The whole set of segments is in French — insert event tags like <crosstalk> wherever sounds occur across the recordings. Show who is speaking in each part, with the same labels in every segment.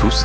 Speaker 1: tous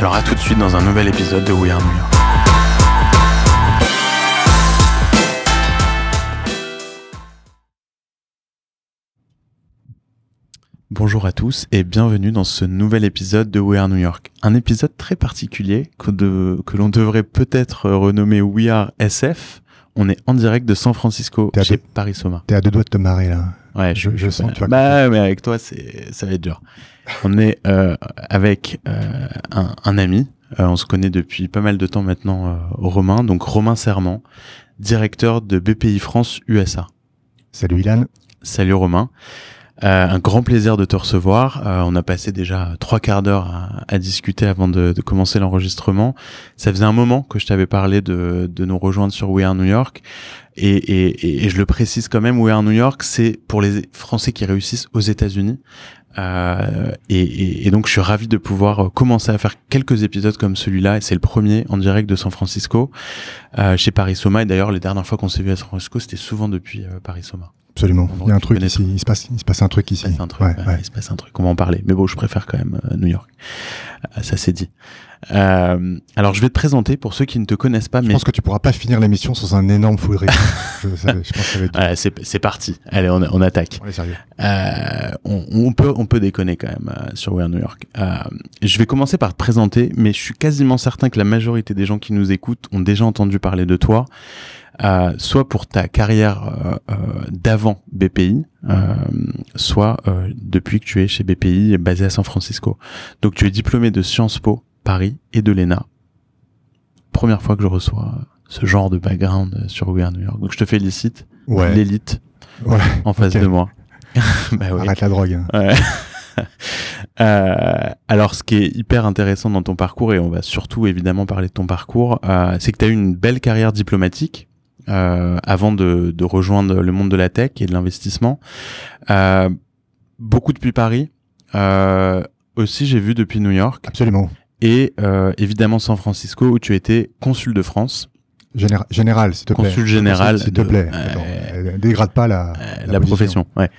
Speaker 1: Alors à tout de suite dans un nouvel épisode de We Are New York. Bonjour à tous et bienvenue dans ce nouvel épisode de We Are New York. Un épisode très particulier que, de- que l'on devrait peut-être renommer We Are SF. On est en direct de San Francisco
Speaker 2: T'es à
Speaker 1: chez
Speaker 2: deux-
Speaker 1: Paris Soma.
Speaker 2: T'es à deux doigts de te marrer là.
Speaker 1: Ouais,
Speaker 2: Je- je sens que tu vas
Speaker 1: Bah, mais avec toi, c'est, ça va être dur. On est euh, avec euh, un, un ami. Euh, on se connaît depuis pas mal de temps maintenant, euh, Romain. Donc Romain Serment, directeur de BPI France USA.
Speaker 2: Salut Ilan.
Speaker 1: Salut Romain. Euh, un grand plaisir de te recevoir. Euh, on a passé déjà trois quarts d'heure à, à discuter avant de, de commencer l'enregistrement. Ça faisait un moment que je t'avais parlé de, de nous rejoindre sur We Are New York. Et, et- et- et je le précise quand même, We Are New York, c'est pour les Français qui réussissent aux États-Unis. Euh, et, et- et donc je suis ravi de pouvoir euh, commencer à faire quelques épisodes comme celui-là. Et c'est le premier en direct de San Francisco euh, chez Paris Soma. Et d'ailleurs, les dernières fois qu'on s'est vu à San Francisco, c'était souvent depuis euh, Paris Soma.
Speaker 2: Absolument.
Speaker 1: On
Speaker 2: Il y a un
Speaker 1: aurait pu
Speaker 2: truc
Speaker 1: connaître.
Speaker 2: ici. Il se passe, il se passe un truc ici.
Speaker 1: Il se passe un truc,
Speaker 2: Ouais,
Speaker 1: ouais,
Speaker 2: ouais.
Speaker 1: il se passe un truc, on va en parler. Mais bon, je préfère quand même euh, New York. Euh, ça, c'est dit. Euh, alors, je vais te présenter pour ceux qui ne te connaissent pas,
Speaker 2: Je
Speaker 1: mais
Speaker 2: pense que tu pourras pas finir l'émission sans un énorme fou de rire. je, ça- je pense que ça va être.
Speaker 1: Ouais, c'est c'est parti. Allez, on, on attaque.
Speaker 2: On est sérieux.
Speaker 1: Euh, on, on peut, on peut déconner quand même euh, sur We Are New York. Euh, je vais commencer par te présenter, mais je suis quasiment certain que la majorité des gens qui nous écoutent ont déjà entendu parler de toi, euh, soit pour ta carrière euh, euh, d'avant BPI, euh, soit euh, depuis que tu es chez BPI basé à San Francisco. Donc tu es diplômé de Sciences Po Paris et de l'ENA. Première fois que je reçois euh, ce genre de background euh, sur We Are New York. Donc je te félicite,
Speaker 2: Ouais.
Speaker 1: l'élite
Speaker 2: Ouais.
Speaker 1: en face
Speaker 2: Ok.
Speaker 1: de
Speaker 2: <laughs>
Speaker 1: moi. <laughs> bah ouais.
Speaker 2: Arrête la drogue. hein.
Speaker 1: Ouais. Euh, alors, ce qui est hyper intéressant dans ton parcours, et on va surtout évidemment parler de ton parcours, euh, c'est que tu as eu une belle carrière diplomatique euh, avant de, de rejoindre le monde de la tech et de l'investissement. Euh, beaucoup depuis Paris. Euh, aussi, j'ai vu depuis New York
Speaker 2: Absolument.
Speaker 1: et euh, évidemment San Francisco où tu étais consul de France,
Speaker 2: Général, général s'il te plaît.
Speaker 1: consul général.
Speaker 2: S'il te
Speaker 1: de-
Speaker 2: plaît.
Speaker 1: euh,
Speaker 2: Attends, euh, dégrade pas la,
Speaker 1: euh,
Speaker 2: la
Speaker 1: la profession. Ouais.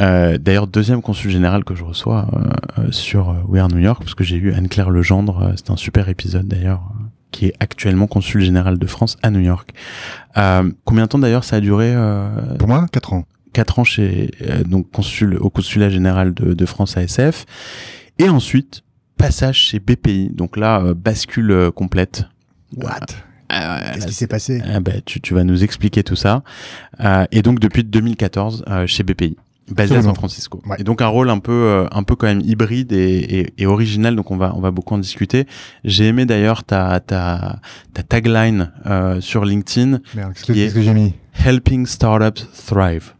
Speaker 1: Euh, D'ailleurs, deuxième consul général que je reçois euh, euh, sur euh, We Are New York, parce que j'ai eu Anne-Claire Legendre, euh, c'est un super épisode d'ailleurs, euh, qui est actuellement consul général de France à New York. Euh, combien de temps d'ailleurs ça a duré euh,
Speaker 2: Pour moi, 4 ans.
Speaker 1: Quatre ans chez euh, donc consul au consulat général de, de France à SF, et ensuite passage chez BPI. Donc là, euh, bascule euh, complète.
Speaker 2: What
Speaker 1: Ah ouais,
Speaker 2: Qu'est-ce
Speaker 1: là,
Speaker 2: qui s'est passé
Speaker 1: ah bah, tu, tu vas nous expliquer tout ça. Euh, et donc depuis 2014 euh, chez BPI, basé à
Speaker 2: Absolument.
Speaker 1: San Francisco.
Speaker 2: Ouais.
Speaker 1: Et donc un rôle un peu, euh, un peu quand même hybride et, et- et original. Donc on va, on va beaucoup en discuter. J'ai aimé d'ailleurs ta, ta, ta tagline euh, sur LinkedIn
Speaker 2: Merde, Qu'est-ce que,
Speaker 1: Qui est-
Speaker 2: qu'est-ce que j'ai mis
Speaker 1: Helping startups thrive.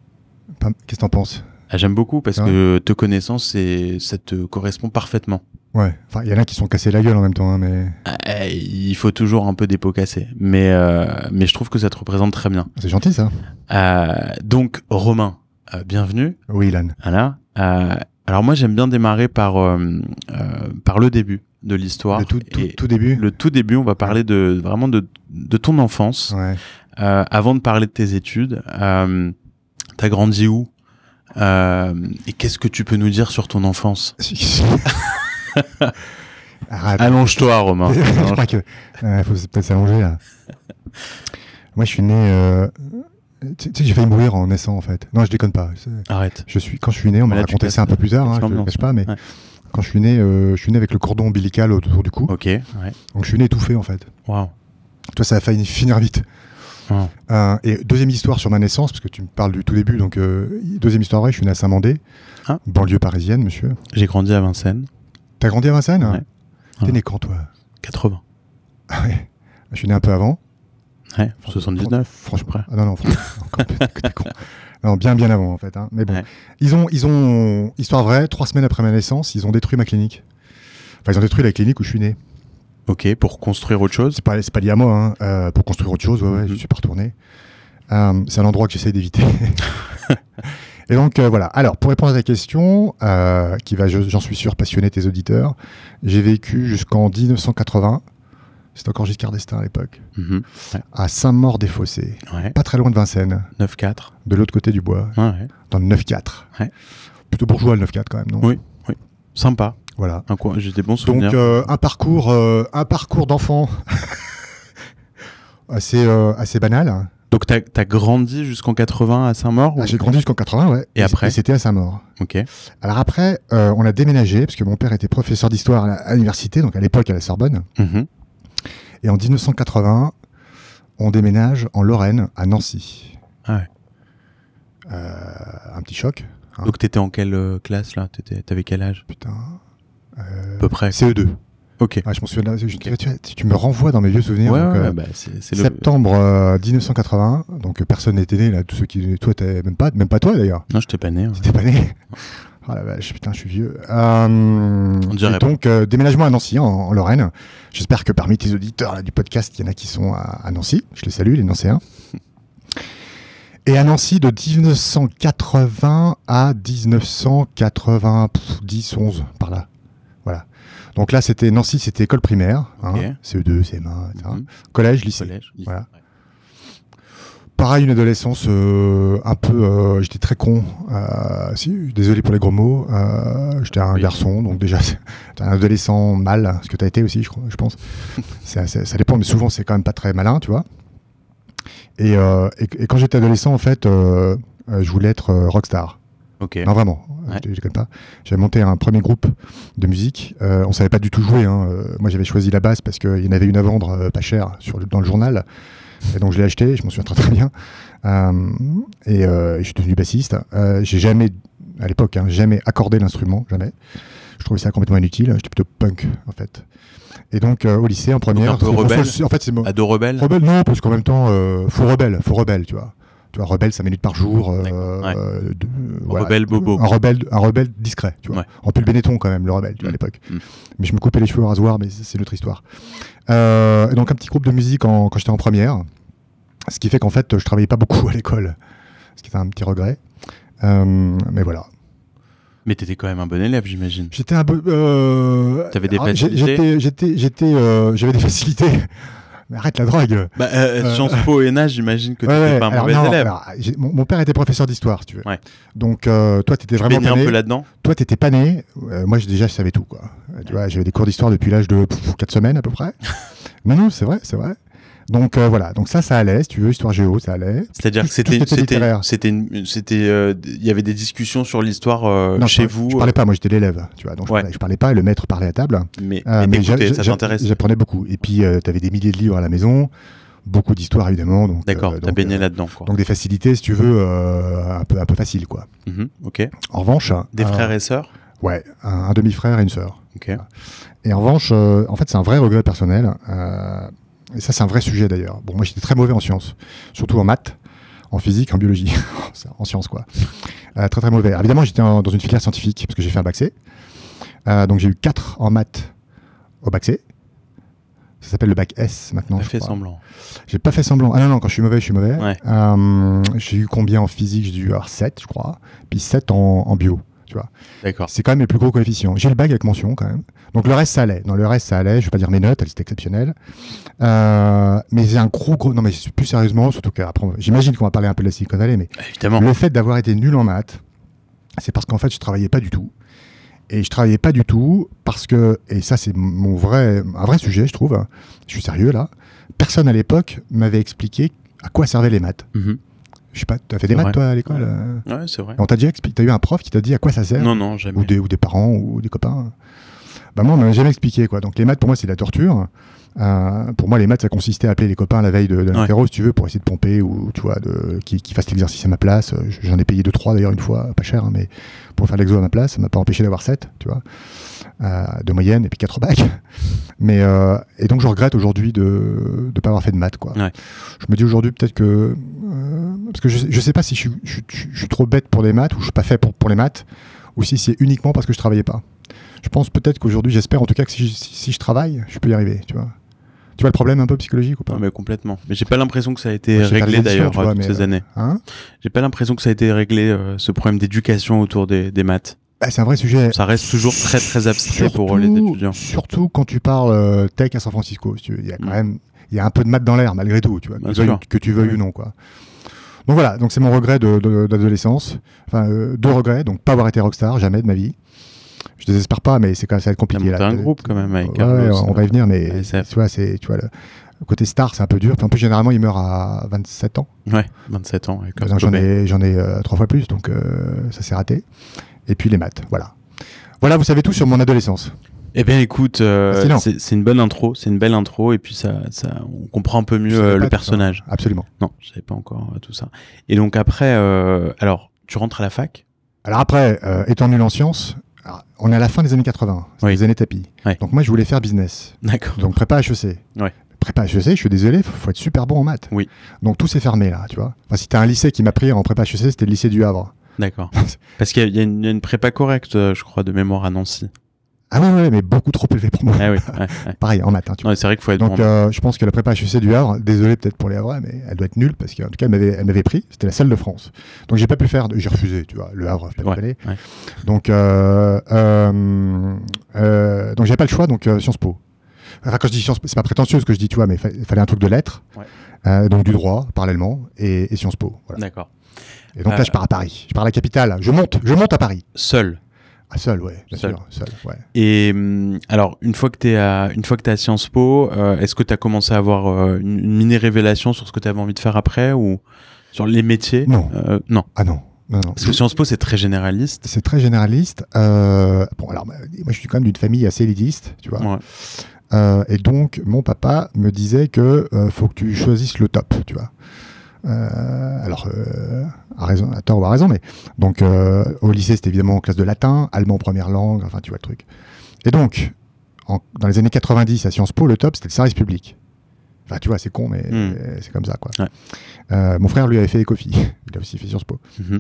Speaker 2: Pas- Qu'est-ce que t'en penses
Speaker 1: Ah, J'aime beaucoup parce
Speaker 2: Ouais.
Speaker 1: que te connaissant, c'est, ça te correspond parfaitement.
Speaker 2: Ouais. Enfin, il y en a qui se sont cassés la gueule en même temps, hein, mais
Speaker 1: Euh, Il faut toujours un peu des pots cassés, mais euh, mais je trouve que ça te représente très bien.
Speaker 2: Ah, c'est gentil ça.
Speaker 1: Euh, donc Romain, euh, bienvenue.
Speaker 2: Oui, Ilan.
Speaker 1: Voilà. Euh, alors moi j'aime bien démarrer par euh, euh, par le début de l'histoire.
Speaker 2: Le tout, tout,
Speaker 1: Et
Speaker 2: tout début.
Speaker 1: le tout début, on va parler de vraiment de de ton enfance
Speaker 2: Ouais.
Speaker 1: euh, avant de parler de tes études. Euh, T'as grandi où Euh, Et qu'est-ce que tu peux nous dire sur ton enfance
Speaker 2: Arrête.
Speaker 1: Ah, Allonge-toi, <laughs> Romain.
Speaker 2: <laughs> je
Speaker 1: Allonge-
Speaker 2: crois que euh, faut peut-être
Speaker 1: <laughs>
Speaker 2: s'allonger là. Moi, je suis né. euh, Tu tu sais, que j'ai failli mourir en naissant en fait. Non, je déconne pas. C'est-
Speaker 1: Arrête.
Speaker 2: Je suis quand je suis né, on m'a
Speaker 1: Ah, Là, tu
Speaker 2: raconté
Speaker 1: casses-
Speaker 2: ça un peu plus tard.
Speaker 1: casses
Speaker 2: Hein, je ne
Speaker 1: l'ambiance,
Speaker 2: cache pas, mais
Speaker 1: ouais.
Speaker 2: Quand je suis né, euh, je suis né avec le cordon ombilical autour du cou.
Speaker 1: Ok, ouais.
Speaker 2: Donc je suis né étouffé en fait.
Speaker 1: Waouh.
Speaker 2: Toi, ça a failli finir vite.
Speaker 1: Ah.
Speaker 2: Euh, et deuxième histoire sur ma naissance, parce que tu me parles du tout début. Donc euh, deuxième histoire vraie, je suis né à Saint-Mandé,
Speaker 1: Ah.
Speaker 2: banlieue parisienne, monsieur.
Speaker 1: J'ai grandi à Vincennes,
Speaker 2: T'as grandi à Vincennes
Speaker 1: Ouais.
Speaker 2: T'es
Speaker 1: Ah.
Speaker 2: né quand toi
Speaker 1: 80.
Speaker 2: Ah ouais. Je suis né un peu avant.
Speaker 1: Ouais, 79.
Speaker 2: Franchement.
Speaker 1: Près.
Speaker 2: Ah non, non, franchement. <laughs> encore plus que des cons. Non, bien, bien avant, en fait. hein. Mais bon.
Speaker 1: Ouais.
Speaker 2: Ils, ont, ils ont, histoire vraie, trois semaines après ma naissance, ils ont détruit ma clinique. Enfin, ils ont détruit la clinique où je suis né.
Speaker 1: Ok, pour construire autre chose.
Speaker 2: C'est pas, c'est pas lié à moi, hein. Euh, pour construire autre chose, ouais, ouais,
Speaker 1: Mhm.
Speaker 2: je suis pas retourné. Euh, c'est un endroit que
Speaker 1: <laughs>
Speaker 2: j'essaie d'éviter. Et donc, euh, voilà. Alors, pour répondre à ta question, euh, qui va, je- j'en suis sûr, passionner tes auditeurs, j'ai vécu jusqu'en 1980. C'était encore Giscard d'Estaing à l'époque.
Speaker 1: Mhm.
Speaker 2: À Saint-Maur-des-Fossés,
Speaker 1: Ouais,
Speaker 2: pas très loin de Vincennes,
Speaker 1: 9-4.
Speaker 2: de l'autre côté du bois,
Speaker 1: Ouais, ouais.
Speaker 2: dans le 9-4.
Speaker 1: Ouais.
Speaker 2: Plutôt bourgeois le 9-4 quand même, non
Speaker 1: Oui. Sympa.
Speaker 2: Voilà.
Speaker 1: Un coin- J'ai des bons
Speaker 2: Donc
Speaker 1: souvenirs.
Speaker 2: euh, un parcours, euh, un parcours d'enfant <laughs> assez, euh, assez banal. hein.
Speaker 1: Donc, t'as as grandi jusqu'en 80 à Saint-Maur
Speaker 2: Ah,
Speaker 1: ou-
Speaker 2: J'ai grandi jusqu'en 80, ouais.
Speaker 1: Et après
Speaker 2: C'était à Saint-Maur.
Speaker 1: Ok.
Speaker 2: Alors après, euh, on a déménagé parce que mon père était professeur d'histoire à la- à l'université, donc à l'époque à la Sorbonne.
Speaker 1: Mhm.
Speaker 2: Et en 1980, on déménage en Lorraine à Nancy.
Speaker 1: Ah ouais.
Speaker 2: Euh, un petit choc. Ah.
Speaker 1: Donc, t'étais en quelle euh, classe là T'étais- T'avais quel âge
Speaker 2: Putain. Euh,
Speaker 1: À peu près.
Speaker 2: CE2.
Speaker 1: Ok.
Speaker 2: Ah, je m'en souviens. de la- je- tu, tu- tu me renvoies dans mes vieux
Speaker 1: Ouais,
Speaker 2: souvenirs.
Speaker 1: ouais,
Speaker 2: donc, euh,
Speaker 1: ouais, bah, c'est c'est le.
Speaker 2: Septembre euh, 1981, donc euh, personne n'était né là, tous ceux qui toi t'es même pas même pas toi d'ailleurs,
Speaker 1: Non, je t'ai pas né. hein.
Speaker 2: t'étais pas né. Ah la vache, putain, je suis vieux. Euh,
Speaker 1: dirait
Speaker 2: et donc euh, déménagement à Nancy en, en Lorraine. J'espère que parmi tes auditeurs là, du podcast, il y en a qui sont à, à Nancy. Je les salue les
Speaker 1: <laughs>
Speaker 2: Nancéens. Et à Nancy de 1980 à 1990 11 par là. Voilà. Donc là, c'était Nancy, c'était école primaire, hein,
Speaker 1: Ok.
Speaker 2: CE2, CM1, etc.
Speaker 1: Mhm.
Speaker 2: Collège, lycée.
Speaker 1: Collège. lycée.
Speaker 2: Voilà. Pareil, une adolescence euh, un peu. euh, j'étais très con. euh, si, désolé pour les gros mots. euh, j'étais un
Speaker 1: Oui.
Speaker 2: garçon, donc déjà, c'est- <laughs> t'es un adolescent mal, ce que t'as été aussi, je, crois- je pense. C'est assez- ça dépend, mais souvent, c'est quand même pas très malin, tu vois. Et, euh, et- et quand j'étais adolescent, en fait, euh, euh, je voulais être euh, rockstar.
Speaker 1: Ok.
Speaker 2: Non, vraiment,
Speaker 1: Ouais.
Speaker 2: je, je déconne pas. J'avais monté un premier groupe de musique. Euh, on savait pas du tout jouer. hein. Euh, Moi, j'avais choisi la basse parce qu'il y en avait une à vendre euh, pas cher sur le- dans le journal. Et donc, je l'ai acheté. Je m'en souviens très très bien. Euh, et euh, je suis devenu bassiste. Euh, j'ai jamais, à l'époque, hein, jamais accordé l'instrument, jamais. Je trouvais ça complètement inutile. J'étais plutôt punk, en fait. Et donc, euh, au lycée, en première,
Speaker 1: un peu
Speaker 2: c'était-
Speaker 1: rebelle.
Speaker 2: En fait, c'est mo-
Speaker 1: Ado rebelle
Speaker 2: Rebelle, non, parce qu'en même temps, euh, faut rebelle, faut rebelle, tu vois. Tu vois, rebelle, 5 minutes par jour. euh,
Speaker 1: D'accord, ouais.
Speaker 2: euh, de- euh, voilà.
Speaker 1: Rebelle bobo.
Speaker 2: Un rebelle, un rebelle discret, tu vois.
Speaker 1: Ouais.
Speaker 2: En pull Benetton, quand même, le rebelle, tu vois, à
Speaker 1: Mm.
Speaker 2: l'époque.
Speaker 1: Mm.
Speaker 2: Mais je me coupais les cheveux au rasoir, mais c'est c'est une autre histoire. Euh, et donc, un petit groupe de musique en- quand j'étais en première. Ce qui fait qu'en fait, je travaillais pas beaucoup à l'école. Ce qui est un petit regret. Euh, mais voilà.
Speaker 1: Mais t'étais quand même un bon élève, j'imagine.
Speaker 2: J'étais un peu. Euh...
Speaker 1: T'avais des
Speaker 2: ah, j'ai-
Speaker 1: facilités
Speaker 2: j'étais- J'étais. j'étais, euh, J'avais des facilités. <laughs> Mais arrête la drogue!
Speaker 1: Bah, euh,
Speaker 2: Euh,
Speaker 1: Sciences Po et NAS, j'imagine que
Speaker 2: Ouais,
Speaker 1: t'étais
Speaker 2: ouais,
Speaker 1: pas un
Speaker 2: alors
Speaker 1: mauvais
Speaker 2: non,
Speaker 1: élève.
Speaker 2: alors, j'ai- mon, mon père était professeur d'histoire, si tu veux.
Speaker 1: Ouais.
Speaker 2: Donc, euh, toi, t'étais
Speaker 1: Tu
Speaker 2: vraiment
Speaker 1: baignais
Speaker 2: pas
Speaker 1: un peu
Speaker 2: né.
Speaker 1: là-dedans
Speaker 2: Toi, t'étais pas né. Euh, moi, j'ai- déjà, je savais tout, quoi. Euh, Tu vois, j'avais des cours d'histoire depuis l'âge de 4 semaines, à
Speaker 1: <laughs>
Speaker 2: peu près. non, non, c'est vrai, c'est vrai. Donc, euh, voilà. Donc, ça, ça allait, si tu veux, histoire géo, ça allait.
Speaker 1: C'est-à-dire
Speaker 2: Tout-
Speaker 1: que c'était,
Speaker 2: tout était
Speaker 1: c'était,
Speaker 2: littéraire.
Speaker 1: c'était, une- c'était, euh, d- il y avait des discussions sur l'histoire euh,
Speaker 2: Non, je
Speaker 1: chez
Speaker 2: parlais-
Speaker 1: vous,
Speaker 2: Je parlais pas, moi, j'étais l'élève, tu vois. Donc, je,
Speaker 1: Ouais.
Speaker 2: parlais, je parlais pas, et le maître parlait à table.
Speaker 1: mais,
Speaker 2: Euh,
Speaker 1: mais
Speaker 2: mais
Speaker 1: t'écoutais,
Speaker 2: j'a-
Speaker 1: ça
Speaker 2: j'a-
Speaker 1: t'intéresse.
Speaker 2: J'apprenais beaucoup. Et puis, tu avais des milliers de livres à la maison, beaucoup d'histoires, évidemment. Donc,
Speaker 1: D'accord,
Speaker 2: euh,
Speaker 1: t'as
Speaker 2: donc,
Speaker 1: baigné
Speaker 2: euh,
Speaker 1: là-dedans, quoi.
Speaker 2: Donc, des facilités, si tu veux, euh, un peu, un peu faciles, quoi.
Speaker 1: Mhm, ok.
Speaker 2: En revanche,
Speaker 1: Des
Speaker 2: euh,
Speaker 1: frères et sœurs
Speaker 2: Ouais, un, un demi-frère et une sœur.
Speaker 1: Ok.
Speaker 2: Et en revanche, euh, en fait, c'est un vrai regret personnel. euh, et ça, c'est un vrai sujet d'ailleurs. Bon, moi, j'étais très mauvais en sciences, surtout en maths, en physique, en biologie, <laughs> C'est en sciences quoi. Euh, très très mauvais. Alors, évidemment, j'étais en- dans une filière scientifique parce que j'ai fait un bac C. Euh, donc j'ai eu 4 en maths au bac C. Ça s'appelle le bac S maintenant.
Speaker 1: T'as
Speaker 2: je
Speaker 1: fait
Speaker 2: crois.
Speaker 1: semblant.
Speaker 2: J'ai pas fait semblant. Ah non, non, quand je suis mauvais, je suis mauvais.
Speaker 1: Ouais.
Speaker 2: Euh, j'ai eu combien en physique J'ai dû avoir 7, je crois. Puis 7 en, en bio.
Speaker 1: D'accord.
Speaker 2: C'est quand même les plus gros coefficients. J'ai le bac avec mention quand même. Donc le reste, ça allait. Dans le reste, ça allait. Je vais pas dire mes notes, elles étaient exceptionnelles. Euh, mais j'ai un gros, gros. Non, mais plus sérieusement, surtout qu'après, on- j'imagine qu'on va parler un peu de la Silicon Valley, mais
Speaker 1: Bah, Évidemment.
Speaker 2: le fait d'avoir été nul en maths, c'est parce qu'en fait, je travaillais pas du tout. Et je travaillais pas du tout parce que, et ça, c'est mon vrai, un vrai sujet, je trouve. hein. Je suis sérieux là. Personne à l'époque m'avait expliqué à quoi servaient les maths.
Speaker 1: Mhm.
Speaker 2: Je sais pas, tu as fait des maths,
Speaker 1: Ouais.
Speaker 2: toi, à l'école euh
Speaker 1: Ouais, c'est vrai.
Speaker 2: Et On t'a déjà expliqué, t'as eu un prof qui t'a dit à quoi ça sert
Speaker 1: Non, non, jamais.
Speaker 2: ou des, ou des parents ou des copains. Bah moi, on m'a jamais expliqué quoi. Donc les maths pour moi c'est de la torture. Euh, pour moi les maths ça consistait à appeler les copains la veille de, de l'interro si tu veux pour essayer de pomper ou tu vois de qui, qui fassent l'exercice à ma place. Euh, J'en ai payé deux trois d'ailleurs une fois pas cher hein, mais pour faire l'exo à ma place ça m'a pas empêché d'avoir 7 tu vois euh, de moyenne et puis 4 bacs. Mais euh, et donc je regrette aujourd'hui de ne pas avoir fait de maths quoi.
Speaker 1: Ouais.
Speaker 2: Je me dis aujourd'hui peut-être que euh, parce que je, je sais pas si je, suis- je suis- je suis trop bête pour les maths ou je suis pas fait pour, pour les maths ou si c'est uniquement parce que je travaillais pas. Je pense peut-être qu'aujourd'hui, j'espère en tout cas que si, je- si- si je travaille, je peux y arriver, tu vois. Tu vois le problème un peu psychologique ou pas
Speaker 1: Non, mais complètement. Mais j'ai pas l'impression que ça a été
Speaker 2: Ouais, je vais faire
Speaker 1: réglé
Speaker 2: des émissions,
Speaker 1: d'ailleurs
Speaker 2: tu vois,
Speaker 1: euh, toutes
Speaker 2: mais,
Speaker 1: ces
Speaker 2: euh,
Speaker 1: années.
Speaker 2: Hein
Speaker 1: J'ai pas l'impression que ça a été réglé euh, ce problème d'éducation autour des, des maths.
Speaker 2: Bah, C'est un vrai sujet.
Speaker 1: Ça reste toujours très très abstrait pour euh, les
Speaker 2: Surtout-
Speaker 1: étudiants.
Speaker 2: Surtout quand tu parles euh, tech à San Francisco, si tu veux. il y a quand
Speaker 1: Mm.
Speaker 2: même il y a un peu de maths dans l'air malgré tout, tu vois,
Speaker 1: Bien
Speaker 2: que, tu veuilles-
Speaker 1: sûr.
Speaker 2: que tu veuilles
Speaker 1: Oui.
Speaker 2: ou non quoi. Donc voilà, donc c'est mon regret de- de- d'adolescence, enfin euh, deux regrets, donc pas avoir été rockstar jamais de ma vie. Je désespère pas, mais c'est quand même ça va être
Speaker 1: T'as
Speaker 2: compliqué
Speaker 1: monté
Speaker 2: là.
Speaker 1: un
Speaker 2: T'as-
Speaker 1: groupe quand même avec
Speaker 2: Ouais,
Speaker 1: Carlos. euh,
Speaker 2: on va y venir, mais
Speaker 1: ASF.
Speaker 2: tu vois, c'est tu vois le le côté star, c'est un peu dur. Puis en plus, généralement, il meurt à 27 ans.
Speaker 1: Ouais, 27 ans. ouais, comme
Speaker 2: Donc, J'en
Speaker 1: Kobe.
Speaker 2: ai, j'en ai euh, trois fois plus, donc euh, ça s'est raté. Et puis les maths, voilà. Voilà, vous savez tout sur mon adolescence.
Speaker 1: Eh bien, écoute, euh,
Speaker 2: Fascinant.
Speaker 1: c'est c'est une bonne intro, c'est une belle intro, et puis ça, ça, on comprend un peu
Speaker 2: Je
Speaker 1: mieux
Speaker 2: savais
Speaker 1: euh,
Speaker 2: pas
Speaker 1: le
Speaker 2: tout
Speaker 1: personnage.
Speaker 2: ça. Absolument.
Speaker 1: Non, je savais pas encore euh, tout ça. Et donc après, euh, alors, tu rentres à la fac
Speaker 2: Alors après, euh, étant nul en sciences, alors, on est à la fin des années 80, c'est
Speaker 1: Oui.
Speaker 2: les années tapis.
Speaker 1: Ouais.
Speaker 2: Donc moi, je voulais faire business.
Speaker 1: D'accord.
Speaker 2: Donc prépa HEC.
Speaker 1: Ouais.
Speaker 2: Prépa HEC, je suis désolé, faut, faut être super bon en maths.
Speaker 1: Oui.
Speaker 2: Donc tout s'est fermé là, tu vois. Enfin, si t'as un lycée qui m'a pris en prépa HEC, c'était le lycée du Havre. <laughs>
Speaker 1: D'accord. Parce qu'il y, a- il y a une il y a une prépa correcte, euh, je crois, de mémoire à Nancy.
Speaker 2: Ah ouais, ouais, mais beaucoup trop élevé pour moi.
Speaker 1: Ah oui. ouais, ouais.
Speaker 2: Pareil, en maths, hein, tu
Speaker 1: Non, mais c'est vrai qu'il faut être
Speaker 2: Donc
Speaker 1: bon.
Speaker 2: euh, je pense que la prépa HEC du Havre, désolé peut-être pour les Havrais, mais elle doit être nulle parce qu'en tout cas elle m'avait, elle m'avait pris, c'était la salle de France. Donc j'ai pas pu faire, de- j'ai refusé, tu vois, le Havre, faut pas
Speaker 1: Ouais,
Speaker 2: déconner.
Speaker 1: ouais.
Speaker 2: Donc, euh, euh, euh, donc j'avais pas le choix, donc euh, Sciences Po. Enfin, quand je dis Sciences Po, c'est pas prétentieux ce que je dis, tu vois, mais fa- il fallait un truc de lettres,
Speaker 1: Ouais.
Speaker 2: euh, donc du droit, parallèlement, et, et Sciences Po. Voilà.
Speaker 1: D'accord.
Speaker 2: Et donc
Speaker 1: Euh,
Speaker 2: là je pars à Paris, je pars à la capitale, je monte, je monte à Paris.
Speaker 1: Seul.
Speaker 2: Ah seul, ouais, bien
Speaker 1: Seul.
Speaker 2: sûr, seul, ouais.
Speaker 1: Et hum, alors, une fois que tu es à, une fois que t'es à Sciences Po, euh, est-ce que tu as commencé à avoir euh, une, une mini révélation sur ce que tu avais envie de faire après ou sur les métiers
Speaker 2: Non.
Speaker 1: Euh, non.
Speaker 2: Ah non, non, non.
Speaker 1: Parce que Sciences Po, c'est très généraliste.
Speaker 2: C'est très généraliste. Euh, bon, alors, moi, je suis quand même d'une famille assez élitiste, tu vois.
Speaker 1: Ouais.
Speaker 2: Euh, et donc, mon papa me disait que euh, faut que tu choisisses le top, tu vois. Euh, alors, euh, à, raison, à tort ou à raison, mais donc euh, au lycée, c'était évidemment en classe de latin, allemand première langue, enfin, tu vois le truc. Et donc, en- dans les années 90 à Sciences Po, le top, c'était le service public. Enfin, tu vois, c'est con, mais
Speaker 1: Mm.
Speaker 2: euh, c'est comme ça, quoi.
Speaker 1: Ouais.
Speaker 2: Euh, mon frère, lui, avait fait Ecofi. <laughs> Il a aussi fait Sciences Po.
Speaker 1: Mhm.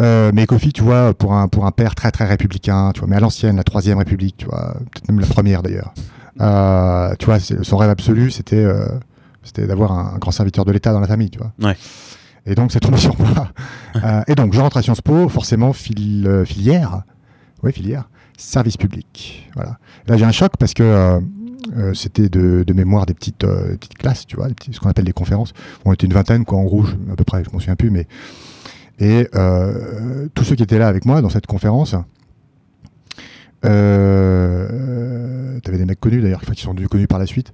Speaker 2: Euh, mais Kofi, tu vois, pour un, pour un père très très républicain, tu vois, mais à l'ancienne, la troisième république, tu vois, peut-être même la première d'ailleurs. Euh, tu vois, c'est- son rêve absolu, c'était euh, c'était d'avoir un, un grand serviteur de l'État dans la famille, tu vois.
Speaker 1: Ouais.
Speaker 2: Et donc, c'est tombé <laughs> sur moi. Euh, et donc, je rentre à Sciences Po, forcément fil- euh, filière, oui, filière, service public. Voilà. Là, j'ai un choc parce que euh, euh, c'était de, de mémoire des petites, euh, des petites classes, tu vois, des petits- ce qu'on appelle des conférences. On était une vingtaine, quoi, en rouge, à peu près, je m'en souviens plus, mais. Et euh, tous ceux qui étaient là avec moi dans cette conférence, euh, t'avais des mecs connus d'ailleurs, enfin, qui sont devenus connus par la suite.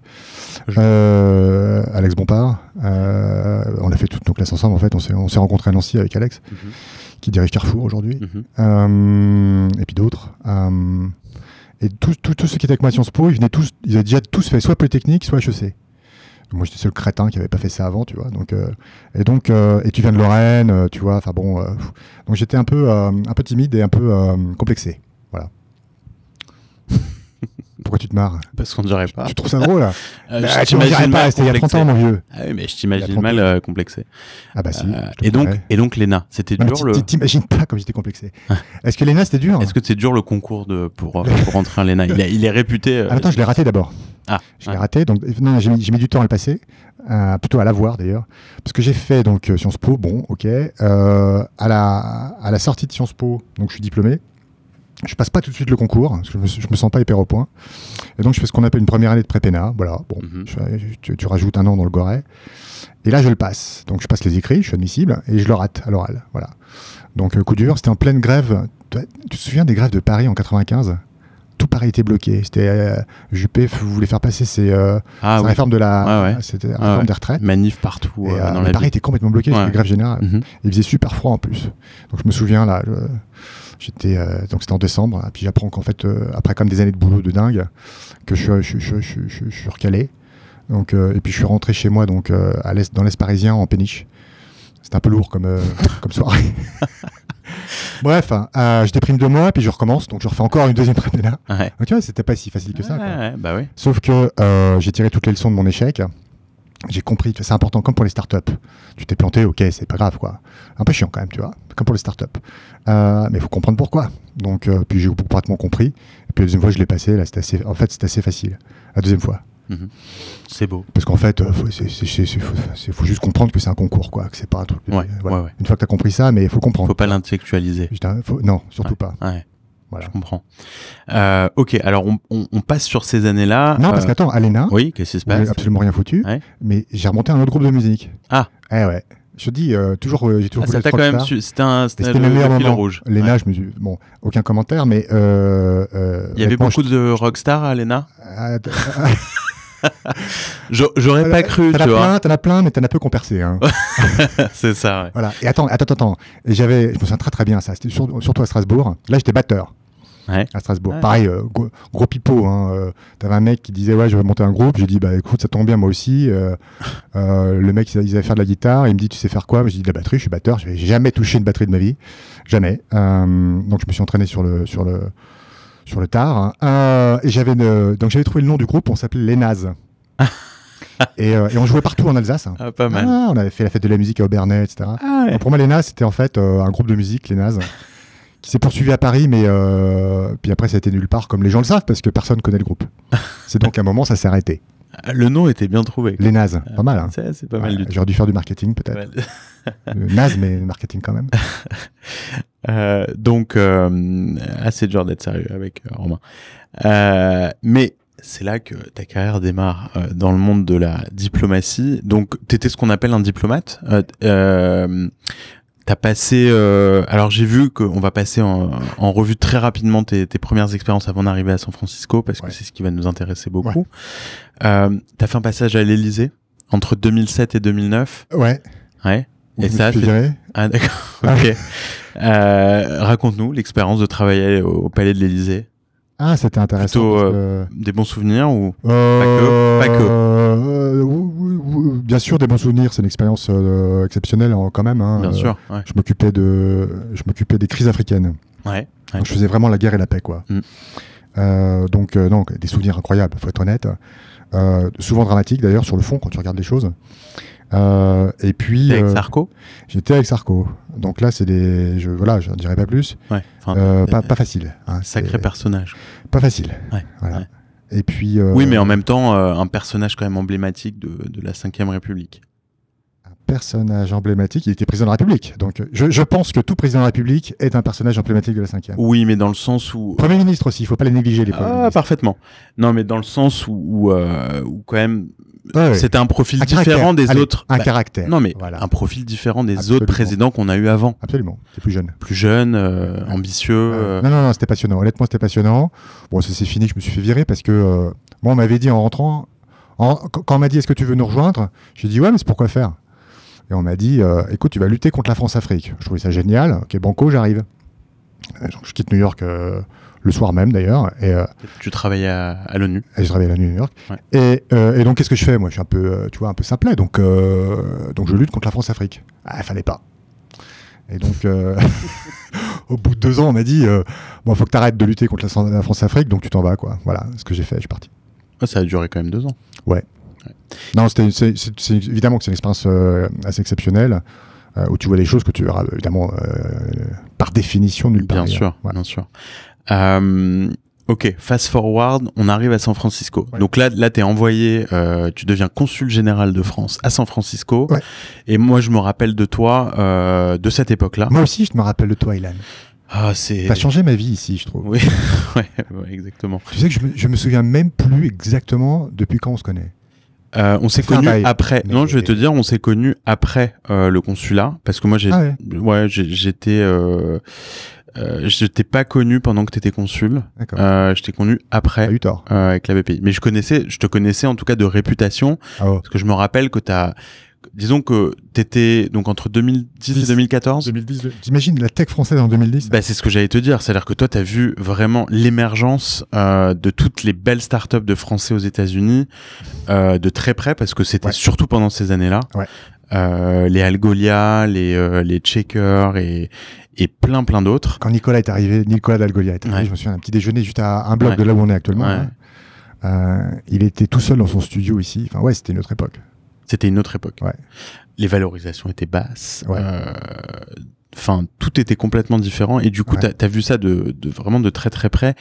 Speaker 1: Je-
Speaker 2: Euh, Alex Bompard, euh, on a fait toutes nos classes ensemble en fait, on s'est, on s'est rencontrés à Nancy avec Alex,
Speaker 1: Mhm.
Speaker 2: qui dirige Carrefour aujourd'hui,
Speaker 1: Mhm.
Speaker 2: Euh, et puis d'autres. Euh, et tous, tous, tous ceux qui étaient avec moi à Sciences Po, ils, venaient tous, ils avaient déjà tous fait soit Polytechnique, soit HEC. Moi, j'étais le seul crétin qui avait pas fait ça avant, tu vois. Donc, euh, et donc, euh, et tu viens de Lorraine, euh, tu vois. Enfin bon, euh, pff. donc j'étais un peu, euh, un peu timide et un peu euh, complexé.
Speaker 1: <laughs>
Speaker 2: Voilà. Pourquoi tu te marres
Speaker 1: Parce qu'on dirait pas.
Speaker 2: Tu trouves ça
Speaker 1: <laughs>
Speaker 2: drôle là
Speaker 1: Euh,
Speaker 2: Bah, Tu me dirais pas, c'était il y a 30 ans, mon vieux.
Speaker 1: Ah oui, mais je
Speaker 2: Il y a
Speaker 1: t'imagine
Speaker 2: 30
Speaker 1: mal euh, complexé.
Speaker 2: Ah bah si.
Speaker 1: Euh,
Speaker 2: je te
Speaker 1: et donc,
Speaker 2: dirais.
Speaker 1: et donc l'ENA, c'était
Speaker 2: Non, mais
Speaker 1: dur
Speaker 2: tu-
Speaker 1: le. Ah.
Speaker 2: tu- T'imagines pas comme j'étais complexé. Est-ce que l'ENA c'était dur
Speaker 1: Est-ce que c'est dur le concours de pour euh, pour entrer à l'ENA il, est- il est réputé. euh,
Speaker 2: Ah, attends, je l'ai raté d'abord.
Speaker 1: Ah,
Speaker 2: Je
Speaker 1: ouais.
Speaker 2: l'ai raté, donc euh, non, j'ai mis, j'ai mis du temps à le passer, euh, plutôt à l'avoir d'ailleurs, parce que j'ai fait donc euh, Sciences Po, bon, ok, euh, à, la, à la sortie de Sciences Po, donc je suis diplômé, je passe pas tout de suite le concours, parce que je me, je me sens pas hyper au point, et donc je fais ce qu'on appelle une première année de prépéna, voilà, bon,
Speaker 1: Mhm.
Speaker 2: je- je- tu, tu rajoutes un an dans le goret, et là je le passe, donc je passe les écrits, je suis admissible, et je le rate à l'oral, voilà. Donc euh, coup dur, c'était en pleine grève, tu tu te souviens des grèves de Paris en 95 tout Paris était bloqué. C'était euh, Juppé f- voulait faire passer ses, euh,
Speaker 1: Ah
Speaker 2: sa
Speaker 1: oui.
Speaker 2: réforme de la,
Speaker 1: Ouais, ouais.
Speaker 2: c'était la
Speaker 1: Ouais,
Speaker 2: réforme
Speaker 1: ouais.
Speaker 2: des retraites.
Speaker 1: Manif partout
Speaker 2: Et,
Speaker 1: euh,
Speaker 2: euh,
Speaker 1: dans
Speaker 2: mais
Speaker 1: la
Speaker 2: Paris
Speaker 1: ville.
Speaker 2: était complètement bloqué,
Speaker 1: Ouais.
Speaker 2: c'était grève générale.
Speaker 1: Mhm.
Speaker 2: Il faisait super froid en plus. Donc je me souviens là, je- j'étais euh, donc c'était en décembre. Et puis j'apprends qu'en fait, euh, après comme des années de boulot de dingue, que je suis je, je, je, je- je suis recalé. Donc euh, et puis je suis rentré chez moi donc euh, à l'est dans l'est parisien en péniche. C'était un peu lourd comme euh, <laughs> comme soirée. Bref, euh, je déprime deux mois, puis je recommence, donc je refais encore une deuxième prépa.
Speaker 1: Ouais.
Speaker 2: Donc tu vois, c'était pas si facile euh, que ça. quoi.
Speaker 1: Ouais, ouais, bah oui.
Speaker 2: Sauf que euh, j'ai tiré toutes les leçons de mon échec. J'ai compris, tu vois, c'est important comme pour les startups. Tu t'es planté, ok, c'est pas grave quoi. Un peu chiant quand même, tu vois, comme pour les startups. Euh, mais il faut comprendre pourquoi. Donc, euh, puis j'ai pratiquement compris. Et puis la deuxième fois, je l'ai passé. Là, c'était assez, en fait, c'est assez facile. La deuxième fois.
Speaker 1: C'est beau.
Speaker 2: Parce qu'en fait, il faut, c'est- c'est- c'est- c'est- faut- c'est- faut juste comprendre que c'est un concours, quoi. Que c'est pas un truc. euh,
Speaker 1: Ouais,
Speaker 2: voilà.
Speaker 1: ouais, ouais.
Speaker 2: Une fois que tu as compris ça, mais il faut le comprendre.
Speaker 1: Faut pas l'intellectualiser.
Speaker 2: Putain, faut- non, surtout pas.
Speaker 1: Ouais,
Speaker 2: Voilà.
Speaker 1: je comprends. Euh, ok, alors on, on- on passe sur ces années-là.
Speaker 2: Non, parce
Speaker 1: Euh,
Speaker 2: qu'attends, Alena,
Speaker 1: Oui, qu'est-ce qui se
Speaker 2: Vous n'avez
Speaker 1: passe
Speaker 2: absolument rien foutu.
Speaker 1: Bah, Ouais.
Speaker 2: Mais j'ai remonté un autre groupe de musique.
Speaker 1: Ah.
Speaker 2: Eh ouais. Je te dis, euh, toujours, euh, j'ai toujours
Speaker 1: Ah, ça
Speaker 2: voulu
Speaker 1: t'a
Speaker 2: être
Speaker 1: quand même
Speaker 2: rockstar.
Speaker 1: su. C'était un
Speaker 2: Et
Speaker 1: c'était
Speaker 2: C'était
Speaker 1: le,
Speaker 2: le meilleur
Speaker 1: le fil
Speaker 2: moment.
Speaker 1: rouge.
Speaker 2: Léna,
Speaker 1: Ouais.
Speaker 2: je me suis... Bon, aucun commentaire, mais... euh, euh,
Speaker 1: Il y avait
Speaker 2: honnêtement,
Speaker 1: beaucoup de rockstars à Lena
Speaker 2: je- Ah, t-
Speaker 1: J'aurais pas cru,
Speaker 2: T'en
Speaker 1: tu
Speaker 2: as
Speaker 1: vois.
Speaker 2: plein, t'en as plein, mais t'en as peu qu'on percé. Hein.
Speaker 1: <laughs> C'est ça, ouais.
Speaker 2: voilà. Et attends, attends, attends. Et J'avais... Je me souviens très très bien, ça. C'était sur- surtout à Strasbourg. Là, j'étais batteur.
Speaker 1: Ouais.
Speaker 2: À Strasbourg.
Speaker 1: Ouais.
Speaker 2: Pareil, euh, gros, gros pipeau. Hein. euh, T'avais un mec qui disait, ouais, je vais monter un groupe. J'ai dit, bah écoute, ça tombe bien, moi aussi. euh, euh, le mec, il savait faire de la guitare. Il me dit, tu sais faire quoi J'ai dit, de la batterie, je suis batteur. J'ai jamais touché une batterie de ma vie. Jamais. Euh, donc, je me suis entraîné sur le, sur le, sur le tard. hein. Euh, et j'avais une- donc, j'avais trouvé le nom du groupe. On s'appelait
Speaker 1: <laughs>
Speaker 2: Les Nazes. et, euh, et on jouait partout en Alsace. hein.
Speaker 1: Ah, pas mal.
Speaker 2: Ah, on avait fait la fête de la musique à Aubernay, etc.
Speaker 1: Ah, ouais.
Speaker 2: Alors, pour moi, les Nazes, c'était en fait euh, un groupe de musique, les Nazes, qui s'est poursuivi à Paris, mais euh, puis après, ça a été nulle part, comme les gens le savent, parce que personne connaît
Speaker 1: <laughs>
Speaker 2: le groupe. C'est donc à un moment, ça s'est arrêté.
Speaker 1: Ah, Le nom était bien trouvé.
Speaker 2: Les Nazes, pas mal. Hein.
Speaker 1: Ça, C'est pas mal
Speaker 2: Ouais,
Speaker 1: du tout.
Speaker 2: J'aurais dû faire du marketing, peut-être.
Speaker 1: Ouais.
Speaker 2: Euh, Nazes, mais marketing
Speaker 1: <laughs>
Speaker 2: quand même.
Speaker 1: Euh, donc, euh, assez dur d'être sérieux avec euh, Romain. Euh, mais c'est là que ta carrière démarre euh, dans le monde de la diplomatie. Donc, tu étais ce qu'on appelle un diplomate. Euh, t- euh, T'as passé. euh, alors j'ai vu qu'on va passer en, en revue très rapidement tes, tes premières expériences avant d'arriver à San Francisco parce que
Speaker 2: Ouais.
Speaker 1: c'est ce qui va nous intéresser beaucoup. Euh, T'as fait un passage à l'Élysée entre 2007 et 2009.
Speaker 2: Ouais.
Speaker 1: Ouais.
Speaker 2: Vous
Speaker 1: Et
Speaker 2: me
Speaker 1: ça,
Speaker 2: faites
Speaker 1: c'est-
Speaker 2: virer
Speaker 1: Ah d'accord,
Speaker 2: Ah.
Speaker 1: ok. Euh, Raconte-nous l'expérience de travailler au, au Palais de l'Élysée.
Speaker 2: Ah, c'était intéressant.
Speaker 1: Plutôt, euh,
Speaker 2: parce que-
Speaker 1: Des bons souvenirs ou
Speaker 2: Euh,
Speaker 1: pas que- pas que.
Speaker 2: euh, oui, oui, oui, bien sûr, des bons souvenirs, c'est une expérience euh, exceptionnelle hein, quand même. hein.
Speaker 1: Bien
Speaker 2: Euh,
Speaker 1: sûr. Ouais.
Speaker 2: Je m'occupais de, je m'occupais des crises africaines.
Speaker 1: Ouais.
Speaker 2: Donc, je faisais vraiment la guerre et la paix, quoi.
Speaker 1: Mm.
Speaker 2: Euh, donc, euh, non, des souvenirs incroyables, faut être honnête. Euh, souvent dramatiques, d'ailleurs, sur le fond, quand tu regardes les choses. Euh, et puis,
Speaker 1: T'es avec
Speaker 2: euh,
Speaker 1: Sarko.
Speaker 2: j'étais avec Sarko. Donc là, c'est des. Je, voilà, je ne dirais pas plus.
Speaker 1: Ouais. Enfin,
Speaker 2: Euh,
Speaker 1: c'est-
Speaker 2: pas, pas facile. hein,
Speaker 1: Ah, sacré
Speaker 2: c'est
Speaker 1: personnage.
Speaker 2: Pas facile.
Speaker 1: Ouais,
Speaker 2: Voilà.
Speaker 1: ouais.
Speaker 2: Et puis. euh,
Speaker 1: Oui, mais en même temps, euh, un personnage quand même emblématique de, de la Ve République.
Speaker 2: Un personnage emblématique, il était président de la République. Donc, euh, je, je pense que tout président de la République est un personnage emblématique de la 5
Speaker 1: Oui, mais dans le sens où.
Speaker 2: Premier ministre aussi, il faut pas les négliger, les premiers
Speaker 1: Ah,
Speaker 2: ministres.
Speaker 1: parfaitement. Non, mais dans le sens où, où, euh, où quand même,
Speaker 2: Ouais, ouais.
Speaker 1: c'était un profil
Speaker 2: Un caractère.
Speaker 1: différent des
Speaker 2: Allez,
Speaker 1: autres.
Speaker 2: Un
Speaker 1: Bah,
Speaker 2: caractère.
Speaker 1: non, mais
Speaker 2: Voilà.
Speaker 1: un profil différent des autres
Speaker 2: Absolument.
Speaker 1: présidents qu'on a eu avant.
Speaker 2: Absolument, c'est plus jeune.
Speaker 1: Plus jeune, euh, ambitieux.
Speaker 2: Euh,
Speaker 1: euh,
Speaker 2: Non, non, non, c'était passionnant. Honnêtement, c'était passionnant. Bon, ça, c'est fini, je me suis fait virer parce que euh, moi, on m'avait dit en rentrant, en- quand quand on m'a dit est-ce que tu veux nous rejoindre, j'ai dit ouais, mais c'est pourquoi faire Et on m'a dit euh, écoute, tu vas lutter contre la France-Afrique. Je trouvais ça génial. Ok, banco, j'arrive. Euh, donc, Je quitte New York euh, le soir même d'ailleurs et, euh,
Speaker 1: Tu travaillais à, à l'ONU.
Speaker 2: et je travaille à New York.
Speaker 1: Ouais.
Speaker 2: Et, euh, et donc, qu'est-ce que je fais Moi, je suis un peu, euh, tu vois, un peu simplet. Donc, euh, donc je lutte contre la France-Afrique. Ah, fallait pas. Et donc, euh, <laughs> au bout de deux ans, on m'a dit euh, bon, faut que t'arrêtes de lutter contre la, la France-Afrique, donc tu t'en vas, quoi. Voilà, ce que j'ai fait, je suis parti.
Speaker 1: Ouais, Ah, Ça a duré quand même deux ans.
Speaker 2: Non, c'était, c'est, c'est- c'est- évidemment que c'est une expérience euh, assez exceptionnelle euh, où tu vois des choses que tu verras évidemment euh, par définition nulle part.
Speaker 1: Bien
Speaker 2: ailleurs.
Speaker 1: sûr,
Speaker 2: Voilà.
Speaker 1: bien sûr. Euh, ok, fast forward, on arrive à San Francisco.
Speaker 2: Ouais.
Speaker 1: Donc là, là, t'es envoyé, euh, tu deviens consul général de France à San Francisco.
Speaker 2: Ouais.
Speaker 1: Et moi, je me rappelle de toi euh, de cette époque-là.
Speaker 2: Moi aussi, je me rappelle de toi, Ilan.
Speaker 1: Ah, c'est. <laughs>
Speaker 2: T'as changé ma vie ici, je trouve.
Speaker 1: Oui, ouais, ouais, exactement.
Speaker 2: Tu sais que je me, je me souviens même plus exactement depuis quand on se connaît.
Speaker 1: Euh, on s'est
Speaker 2: fait un
Speaker 1: connus
Speaker 2: bail,
Speaker 1: après.
Speaker 2: mais-
Speaker 1: Non, je vais te dire, on s'est connus après euh, le consulat parce que moi j'ai,
Speaker 2: Ah ouais,
Speaker 1: ouais, j'ai- j'étais, euh, euh, je t'ai pas connu pendant que t'étais consul.
Speaker 2: d'accord.
Speaker 1: Euh, je t'ai connu
Speaker 2: T'as
Speaker 1: après
Speaker 2: eu tort.
Speaker 1: euh, avec la BPI. Mais je connaissais, je te connaissais en tout cas de réputation
Speaker 2: Ah ouais.
Speaker 1: parce que je me rappelle que t'as, disons que t'étais donc entre 2010 et 2014.
Speaker 2: 2010, T'imagines la tech française en 2010
Speaker 1: Bah, c'est ce que j'allais te dire, c'est-à-dire que toi, tu as vu vraiment l'émergence euh, de toutes les belles startups de Français aux États-Unis euh, de très près, parce que c'était
Speaker 2: Ouais.
Speaker 1: surtout pendant ces années-là.
Speaker 2: Ouais.
Speaker 1: Euh, les Algolia, les, euh, les Checkers et, et plein plein d'autres.
Speaker 2: Quand Nicolas est arrivé, Nicolas d'Algolia est arrivé,
Speaker 1: Ouais.
Speaker 2: je me souviens d'un petit déjeuner juste à un bloc
Speaker 1: Ouais.
Speaker 2: de là où on est actuellement.
Speaker 1: Ouais.
Speaker 2: ouais. Euh, il était tout seul dans son studio ici. Enfin ouais, c'était une autre époque.
Speaker 1: C'était une autre époque.
Speaker 2: Ouais.
Speaker 1: Les valorisations étaient basses.
Speaker 2: Ouais.
Speaker 1: Euh, Enfin, tout était complètement différent. Et du coup,
Speaker 2: Ouais.
Speaker 1: t'as tu as vu ça de, de vraiment de très très près.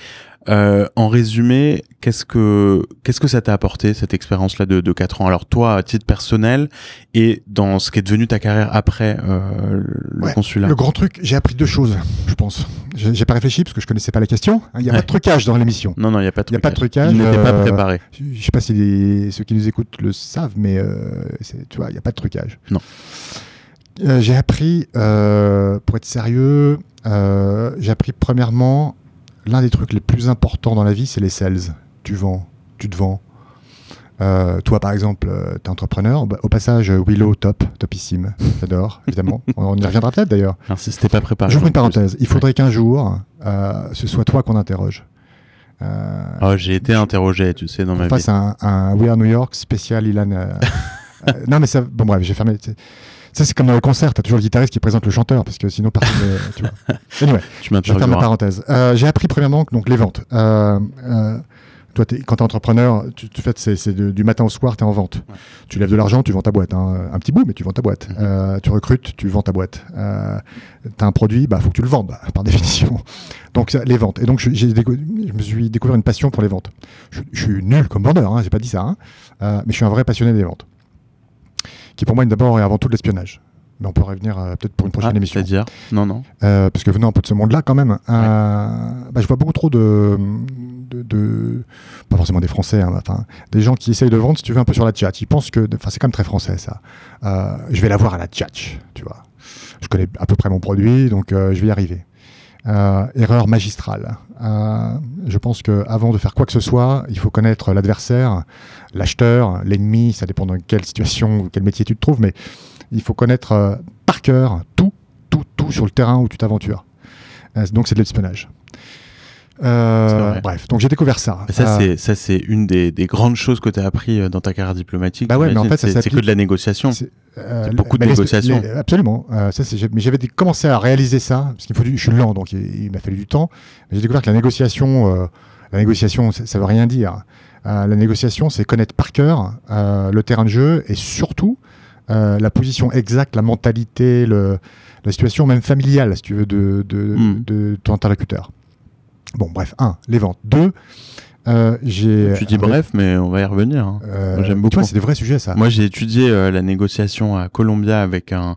Speaker 1: Euh, en résumé, qu'est-ce que qu'est-ce que ça t'a apporté cette expérience-là de, de 4 ans Alors toi, à titre personnel, et dans ce qui est devenu ta carrière après euh, le
Speaker 2: Ouais,
Speaker 1: consulat.
Speaker 2: Le grand truc, j'ai appris deux choses, je pense. J'ai j'ai pas réfléchi parce que je connaissais pas la question. hein. Il n'y a
Speaker 1: Ouais.
Speaker 2: pas de trucage dans l'émission.
Speaker 1: Non, non, il n'y a pas de
Speaker 2: Il y a
Speaker 1: trucage.
Speaker 2: pas de trucage,
Speaker 1: Il n'était pas
Speaker 2: euh,
Speaker 1: préparé.
Speaker 2: Je je sais pas si les- ceux qui nous écoutent le savent, mais euh, c'est- tu vois, il n'y a pas de trucage.
Speaker 1: Non.
Speaker 2: Euh, j'ai appris, euh, pour être sérieux, euh, j'ai appris premièrement, l'un des trucs les plus importants dans la vie, c'est les sales. Tu vends, tu te vends. Euh, toi, par exemple, tu es entrepreneur. Bah, au passage, euh, Willow, top, topissime. J'adore, évidemment. On- on y reviendra peut-être d'ailleurs.
Speaker 1: Alors, si c'était pas préparé.
Speaker 2: J'ouvre une parenthèse. Il faudrait qu'un jour, euh, ce soit toi qu'on interroge. Euh,
Speaker 1: Oh, j'ai été interrogé, tu sais, dans ma
Speaker 2: on
Speaker 1: vie.
Speaker 2: fasse un, un We Are New York spécial
Speaker 1: <laughs>
Speaker 2: Ilan. euh, euh, non, mais ça. Bon, bref, j'ai fermé. c'est- Ça, c'est comme dans le concert, t'as toujours le guitariste qui présente le chanteur, parce que sinon, personne. euh, tu vois. Anyway,
Speaker 1: Tu
Speaker 2: je ferme la
Speaker 1: m'interrogeras.
Speaker 2: parenthèse. Euh, j'ai appris premièrement que donc, les ventes. Euh, euh, toi, t'es- quand t'es entrepreneur, tu, tu fais, c'est, c'est de- du matin au soir, t'es en vente.
Speaker 1: Ouais.
Speaker 2: Tu lèves de l'argent, tu vends ta boîte. hein. Un petit bout, mais tu vends ta boîte.
Speaker 1: Mhm.
Speaker 2: Euh, tu recrutes, tu vends ta boîte. Euh, t'as un produit, bah faut que tu le vendes, <laughs> par définition. Donc, ça, les ventes. Et donc, je, j'ai décou- je me suis découvert une passion pour les ventes. Je, je suis nul comme vendeur, hein, j'ai pas dit ça, hein. Euh, mais je suis un vrai passionné des ventes. Qui pour moi, est d'abord et avant tout de l'espionnage. Mais on peut revenir euh, peut-être pour une prochaine
Speaker 1: Ah,
Speaker 2: émission.
Speaker 1: C'est-à-dire Non, non.
Speaker 2: Euh, parce que venant un peu de ce monde-là, quand même, euh, bah, je vois beaucoup trop de, de, de- pas forcément des Français, hein, enfin, des gens qui essayent de vendre, si tu veux, un peu sur la tchatch. Ils pensent que, enfin, c'est quand même très français ça. Euh, je vais l'avoir à la tchatch, tu vois. Je connais à peu près mon produit, donc euh, je vais y arriver. Euh, erreur magistrale. Euh, je pense que avant de faire quoi que ce soit, il faut connaître l'adversaire, l'acheteur, l'ennemi. Ça dépend dans quelle situation ou quel métier tu te trouves, mais il faut connaître euh, par cœur tout tout, tout sur le terrain où tu t'aventures. Euh, donc c'est de l'espionnage. Euh,
Speaker 1: C'est vrai.
Speaker 2: bref, donc j'ai découvert ça.
Speaker 1: Mais ça,
Speaker 2: Euh,
Speaker 1: c'est ça, c'est une des, des grandes choses que tu as appris euh, dans ta carrière diplomatique.
Speaker 2: Bah ouais, mais
Speaker 1: j'imagine.
Speaker 2: en fait, ça
Speaker 1: C'est- c'est que
Speaker 2: s'applique-
Speaker 1: de la négociation.
Speaker 2: c'est- euh,
Speaker 1: c'est beaucoup de
Speaker 2: mais l'esp-
Speaker 1: négociations.
Speaker 2: les- absolument. Euh, ça, c'est- j'ai- mais j'avais dé- commencé à réaliser ça parce qu'il faut du, je suis lent, donc il, il m'a fallu du temps. Mais J'ai découvert que la négociation, euh, la négociation, ça, ça veut rien dire. Euh, la négociation, c'est connaître par cœur euh, le terrain de jeu et surtout euh, la position exacte, la mentalité, le, la situation même familiale, si tu veux, de, de,
Speaker 1: Mm.
Speaker 2: de ton interlocuteur. Bon, bref, un, les ventes. Deux, euh, j'ai.
Speaker 1: Tu dis bref, mais on va y revenir. hein.
Speaker 2: Euh,
Speaker 1: Moi, j'aime
Speaker 2: Tu vois,
Speaker 1: beaucoup.
Speaker 2: c'est des vrais sujets, ça.
Speaker 1: Moi, j'ai étudié euh, la négociation à Columbia avec un,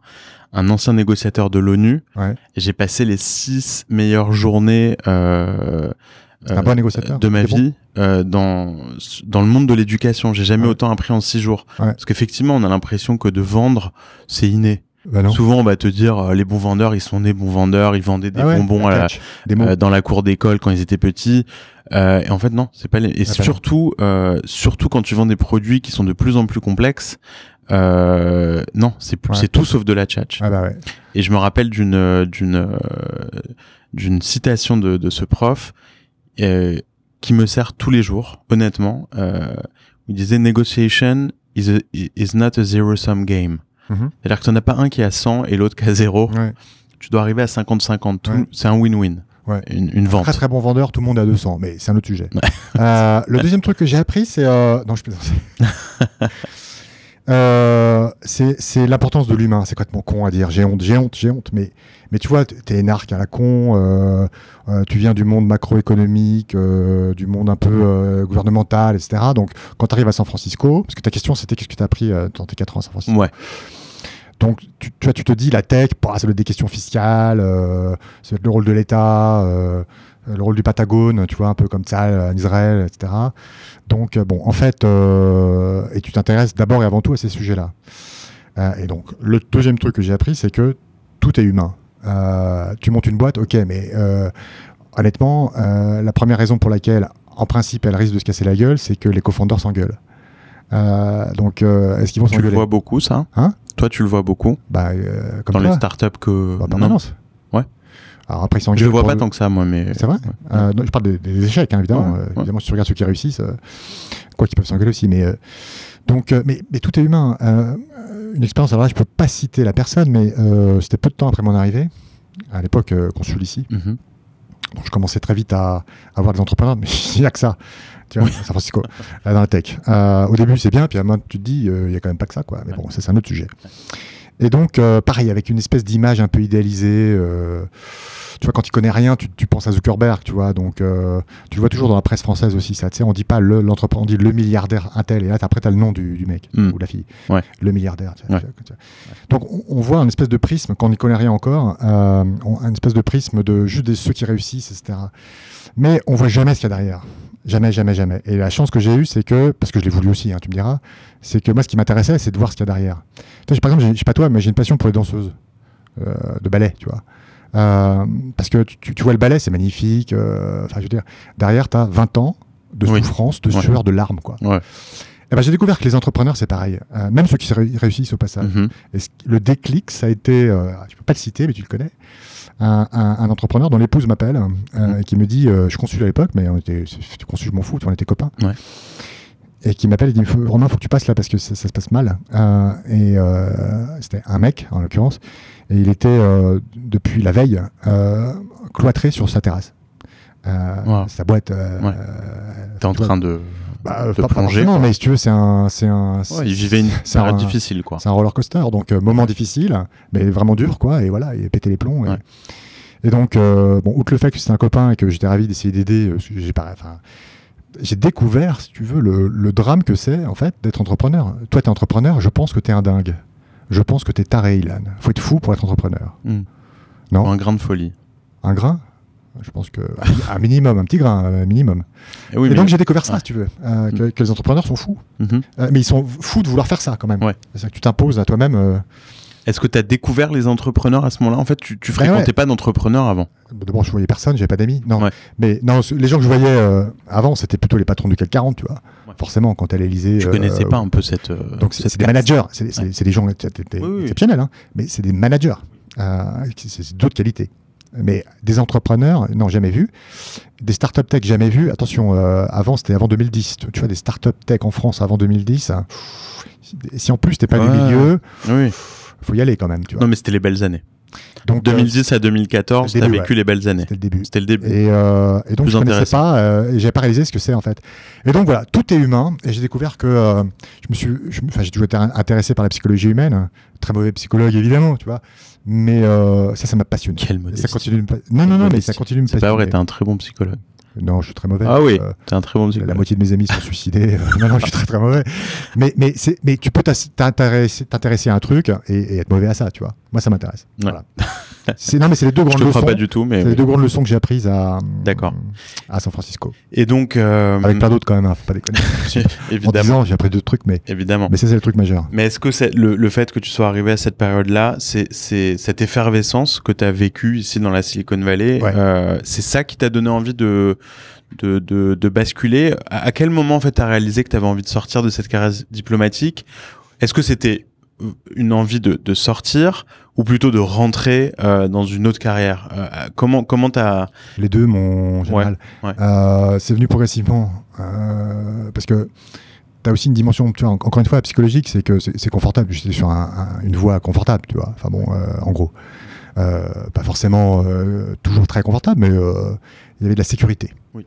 Speaker 1: un ancien négociateur de l'ONU.
Speaker 2: Ouais.
Speaker 1: Et J'ai passé les six meilleures journées euh,
Speaker 2: T'es un
Speaker 1: euh,
Speaker 2: bon négociateur.
Speaker 1: de ma
Speaker 2: T'es Ah, bon
Speaker 1: vie euh, dans, dans le monde de l'éducation. J'ai jamais
Speaker 2: Ouais.
Speaker 1: autant appris en six jours.
Speaker 2: Ouais.
Speaker 1: Parce qu'effectivement, on a l'impression que de vendre, c'est inné.
Speaker 2: Bah non.
Speaker 1: Souvent, on va te dire, euh, les bons vendeurs, ils sont des bons vendeurs, ils vendaient des
Speaker 2: Ah ouais,
Speaker 1: bonbons à la,
Speaker 2: catch, des mots.
Speaker 1: euh, dans la cour d'école quand ils étaient petits. Euh, et en fait, non, c'est pas les... Et
Speaker 2: Ah, pas
Speaker 1: surtout, euh, surtout quand tu vends des produits qui sont de plus en plus complexes, euh, non, c'est plus-
Speaker 2: Ouais.
Speaker 1: c'est tout sauf de la tchatch.
Speaker 2: Ah bah ouais.
Speaker 1: Et je me rappelle d'une euh, d'une euh, d'une citation de, de ce prof euh, qui me sert tous les jours, honnêtement. Euh, il disait Negotiation is, a- is not a zero-sum game.
Speaker 2: Mhm.
Speaker 1: C'est-à-dire que t'en as pas un qui a 100 et l'autre qui a 0.
Speaker 2: Ouais.
Speaker 1: Tu dois arriver à 50-50. Tout-
Speaker 2: Ouais.
Speaker 1: C'est un win-win.
Speaker 2: Ouais.
Speaker 1: Une, une vente.
Speaker 2: Très très bon vendeur, tout le monde à 200, mais c'est un autre sujet.
Speaker 1: Ouais.
Speaker 2: <laughs> Euh, le deuxième truc que j'ai appris, c'est. euh, Non, je plaisante.
Speaker 1: <laughs>
Speaker 2: Euh, c'est c'est l'importance de l'humain, c'est complètement con à dire. J'ai honte, j'ai honte, j'ai honte, mais, mais tu vois, t- t'es énarque à la con, euh, euh, tu viens du monde macroéconomique, euh, du monde un peu euh, gouvernemental, etc. Donc quand t'arrives à San Francisco, parce que ta question c'était qu'est-ce que t'as appris euh, dans tes 4 ans à San Francisco
Speaker 1: Ouais.
Speaker 2: Donc, tu, tu vois, tu te dis, la tech, bah, ça doit être des questions fiscales, euh, ça doit être le rôle de l'État, euh, euh, le rôle du Patagone, tu vois, un peu comme ça euh, en Israël, etc. Donc, euh, bon, en fait, euh, et tu t'intéresses d'abord et avant tout à ces sujets-là. Euh, et donc, le deuxième truc que j'ai appris, c'est que tout est humain. Euh, tu montes une boîte, ok, mais euh, honnêtement, euh, la première raison pour laquelle, en principe, elle risque de se casser la gueule, c'est que les cofondateurs s'engueulent. Euh, donc, euh, est-ce qu'ils vont
Speaker 1: Tu le
Speaker 2: s'engueuler
Speaker 1: vois beaucoup, ça
Speaker 2: Hein
Speaker 1: Toi, tu le vois beaucoup
Speaker 2: bah, euh, comme
Speaker 1: dans les
Speaker 2: toi.
Speaker 1: startups que.
Speaker 2: Bah, en
Speaker 1: non,
Speaker 2: permanence.
Speaker 1: Ouais.
Speaker 2: Alors après, ils
Speaker 1: je
Speaker 2: s'engueulent.
Speaker 1: le vois
Speaker 2: pour
Speaker 1: pas
Speaker 2: le-
Speaker 1: tant que ça, moi, mais.
Speaker 2: C'est vrai
Speaker 1: Ouais.
Speaker 2: Euh, non, je parle des, des échecs, hein, évidemment.
Speaker 1: Ouais,
Speaker 2: Euh,
Speaker 1: ouais.
Speaker 2: Évidemment, si tu regardes ceux qui réussissent, euh, quoi qu'ils peuvent s'engueuler aussi. Mais, euh, donc, euh, mais, mais tout est humain. Euh, une expérience, alors là, je peux pas citer la personne, mais euh, c'était peu de temps après mon arrivée, à l'époque euh, consul ici.
Speaker 1: Mhm.
Speaker 2: Donc, je commençais très vite à, à voir des entrepreneurs, mais <laughs> il n'y a que ça. Tu vois, à San Francisco, euh, dans la tech. Euh, au début, c'est bien, puis à un moment, tu te dis, euh, il n'y a quand même pas que ça, quoi. Mais bon, ça, c'est un autre sujet. Et donc, euh, pareil, avec une espèce d'image un peu idéalisée. euh, tu vois, quand il connaît rien, tu, tu penses à Zuckerberg, tu vois. Donc, euh, tu le vois toujours dans la presse française aussi, ça. Tu sais, on dit pas le- l'entrepreneur, on dit le milliardaire un tel. Et là, t'as- après, tu as le nom du, du mec
Speaker 1: Mm.
Speaker 2: ou de la fille.
Speaker 1: Ouais.
Speaker 2: Le milliardaire. tu vois,
Speaker 1: Ouais.
Speaker 2: tu vois, tu vois. Donc, on, on voit un espèce de prisme, quand on n'y connaît rien encore, euh, on- un espèce de prisme de juste des, ceux qui réussissent, etc. Mais on voit jamais ce qu'il y a derrière. Jamais, jamais, jamais. Et la chance que j'ai eue, c'est que, parce que je l'ai voulu aussi, hein, tu me diras, c'est que moi, ce qui m'intéressait, c'est de voir ce qu'il y a derrière. Tu vois, j'ai- par exemple, j'ai- je sais pas toi, mais j'ai une passion pour les danseuses euh, de ballet, tu vois. Euh, parce que tu, tu- tu vois, le ballet, c'est magnifique. euh, Enfin, je veux dire, derrière, tu as 20 ans de
Speaker 1: Oui.
Speaker 2: souffrance, de
Speaker 1: Ouais.
Speaker 2: sueur, de larmes, quoi.
Speaker 1: Ouais.
Speaker 2: Eh ben, j'ai découvert que les entrepreneurs, c'est pareil. Euh, même ceux qui se ré- réussissent au passage.
Speaker 1: Mhm.
Speaker 2: Et ce- le déclic, ça a été, euh, je peux pas le citer, mais tu le connais, un, un- un entrepreneur dont l'épouse m'appelle euh,
Speaker 1: Mm.
Speaker 2: et qui me dit, euh, je consulte à l'époque, mais on était c'était consul, je m'en fous, tu vois, on était copains.
Speaker 1: Ouais.
Speaker 2: Et qui m'appelle et dit, Faut- Romain, faut que tu passes là parce que ça, ça se passe mal. Euh, et euh, c'était un mec, en l'occurrence, et il était, euh, depuis la veille, euh, cloîtré sur sa terrasse. Euh,
Speaker 1: Wow.
Speaker 2: Sa boîte. euh,
Speaker 1: Ouais.
Speaker 2: euh,
Speaker 1: T'es en
Speaker 2: tu vois,
Speaker 1: train de.
Speaker 2: bah, euh,
Speaker 1: de
Speaker 2: pas- pas
Speaker 1: plonger,
Speaker 2: forcément,
Speaker 1: quoi.
Speaker 2: mais si tu veux, c'est un, c'est un, c'est-
Speaker 1: Ouais, il vivait une
Speaker 2: c'est un-
Speaker 1: période difficile, quoi.
Speaker 2: c'est un roller coaster, donc euh, moment difficile, mais vraiment dur, quoi. Et voilà, il a pété les plombs. Et,
Speaker 1: Ouais.
Speaker 2: et donc, euh, bon, outre le fait que c'était un copain et que j'étais ravi d'essayer d'aider, euh, parce que j'ai pas, enfin, j'ai découvert, si tu veux, le, le drame que c'est en fait d'être entrepreneur. Toi, t'es entrepreneur, je pense que t'es un dingue. Je pense que t'es taré, Ilan. Faut être fou pour être entrepreneur.
Speaker 1: Mhm.
Speaker 2: Non.
Speaker 1: Un grain de folie.
Speaker 2: Un grain. Je pense que un minimum, un petit grain, un minimum.
Speaker 1: Et oui,
Speaker 2: et
Speaker 1: mais-
Speaker 2: donc j'ai découvert ça,
Speaker 1: Ouais.
Speaker 2: si tu veux, euh,
Speaker 1: Mm.
Speaker 2: que, que les entrepreneurs sont fous,
Speaker 1: Mhm.
Speaker 2: Euh, mais ils sont fous de vouloir faire ça quand même.
Speaker 1: Ouais.
Speaker 2: C'est-à-dire que tu t'imposes à toi-même. euh,
Speaker 1: Est-ce que t'as découvert les entrepreneurs à ce moment-là En fait, tu, tu
Speaker 2: Ben
Speaker 1: fréquentais
Speaker 2: ouais.
Speaker 1: pas d'entrepreneurs avant.
Speaker 2: D'abord, je voyais personne, j'avais pas d'amis. Non,
Speaker 1: Ouais.
Speaker 2: mais non, ce- les gens que je voyais euh, avant, c'était plutôt les patrons du CAC 40, tu vois.
Speaker 1: Ouais.
Speaker 2: Forcément, quand à l'Élysée.
Speaker 1: Tu
Speaker 2: euh,
Speaker 1: connaissais pas un peu cette. euh,
Speaker 2: Donc, c'est
Speaker 1: cette
Speaker 2: c'est des
Speaker 1: carte.
Speaker 2: managers, c'est c'est- c'est des gens ex- ex-
Speaker 1: Oui, oui.
Speaker 2: exceptionnels, hein, mais c'est des managers, euh, qui- c'est c'est d'autres qualités. Mais des entrepreneurs, non, jamais vu. Des startups tech, jamais vu. Attention, euh, avant, c'était avant 2010. Tu, tu vois, des startups tech en France avant 2010. hein, pff, si en plus, t'es pas du
Speaker 1: Ouais.
Speaker 2: milieu,
Speaker 1: Oui.
Speaker 2: faut y aller quand même, tu vois.
Speaker 1: Non, mais c'était les belles années.
Speaker 2: Donc, euh,
Speaker 1: 2010 à 2014,
Speaker 2: le
Speaker 1: t'as
Speaker 2: début,
Speaker 1: vécu les belles années.
Speaker 2: c'était le début.
Speaker 1: C'était le début.
Speaker 2: Et, euh, et donc,
Speaker 1: Plus
Speaker 2: je ne connaissais
Speaker 1: intéressant.
Speaker 2: pas, euh, et j'avais pas réalisé ce que c'est en fait. Et donc voilà, tout est humain, et j'ai découvert que euh, je me suis, je me- enfin, j'ai toujours été in- intéressé par la psychologie humaine, hein. très mauvais psychologue évidemment, tu vois, mais euh, ça, ça m'a passionné.
Speaker 1: Quelle
Speaker 2: Et
Speaker 1: modestie.
Speaker 2: Ça continue de me pa- Non, non, non, mais ça continue de me
Speaker 1: C'est
Speaker 2: passionner.
Speaker 1: pas vrai, t'es un très bon psychologue.
Speaker 2: Non, je suis très mauvais.
Speaker 1: Ah oui,
Speaker 2: Euh,
Speaker 1: t'es un très bon
Speaker 2: la,
Speaker 1: psychologue.
Speaker 2: moitié de mes amis se sont suicidés. <laughs> non, non, je suis très très mauvais. Mais, mais, c'est- mais tu peux t'as- t'intéresser t'intéresser à un truc et, et être mauvais à ça, tu vois. Moi, ça m'intéresse.
Speaker 1: Ouais.
Speaker 2: Voilà. C'est- non, mais c'est les
Speaker 1: <laughs>
Speaker 2: deux
Speaker 1: Je
Speaker 2: grandes
Speaker 1: te crois
Speaker 2: leçons.
Speaker 1: pas du tout, mais.
Speaker 2: C'est les deux grandes leçons que j'ai apprises à,
Speaker 1: D'accord.
Speaker 2: à San Francisco.
Speaker 1: Et donc. euh,
Speaker 2: Avec plein d'autres quand même, hein, faut pas déconner. En 10
Speaker 1: Évidemment.
Speaker 2: ans, j'ai appris d'autres trucs, mais,
Speaker 1: Évidemment.
Speaker 2: mais ça, c'est le truc majeur.
Speaker 1: Mais est-ce que c'est- le, le fait que tu sois arrivé à cette période-là, c'est c'est cette effervescence que tu as vécue ici dans la Silicon Valley,
Speaker 2: Ouais.
Speaker 1: euh, c'est ça qui t'a donné envie de, de, de, de basculer à, à quel moment en fait tu as réalisé que tu avais envie de sortir de cette carrière diplomatique Est-ce que c'était euh, une envie de, de sortir ou plutôt de rentrer euh, dans une autre carrière Euh, euh, Comment comment t'as
Speaker 2: Les deux, mon général.
Speaker 1: ouais.
Speaker 2: Euh, c'est venu progressivement. euh, parce que tu as aussi une dimension, tu vois, en- encore une fois, psychologique, c'est que c'est c'est confortable. J'étais sur un- un- une voie confortable, tu vois. Enfin bon, euh, en gros. Euh, pas forcément euh, toujours très confortable, mais euh, il y avait de la sécurité.
Speaker 1: Oui.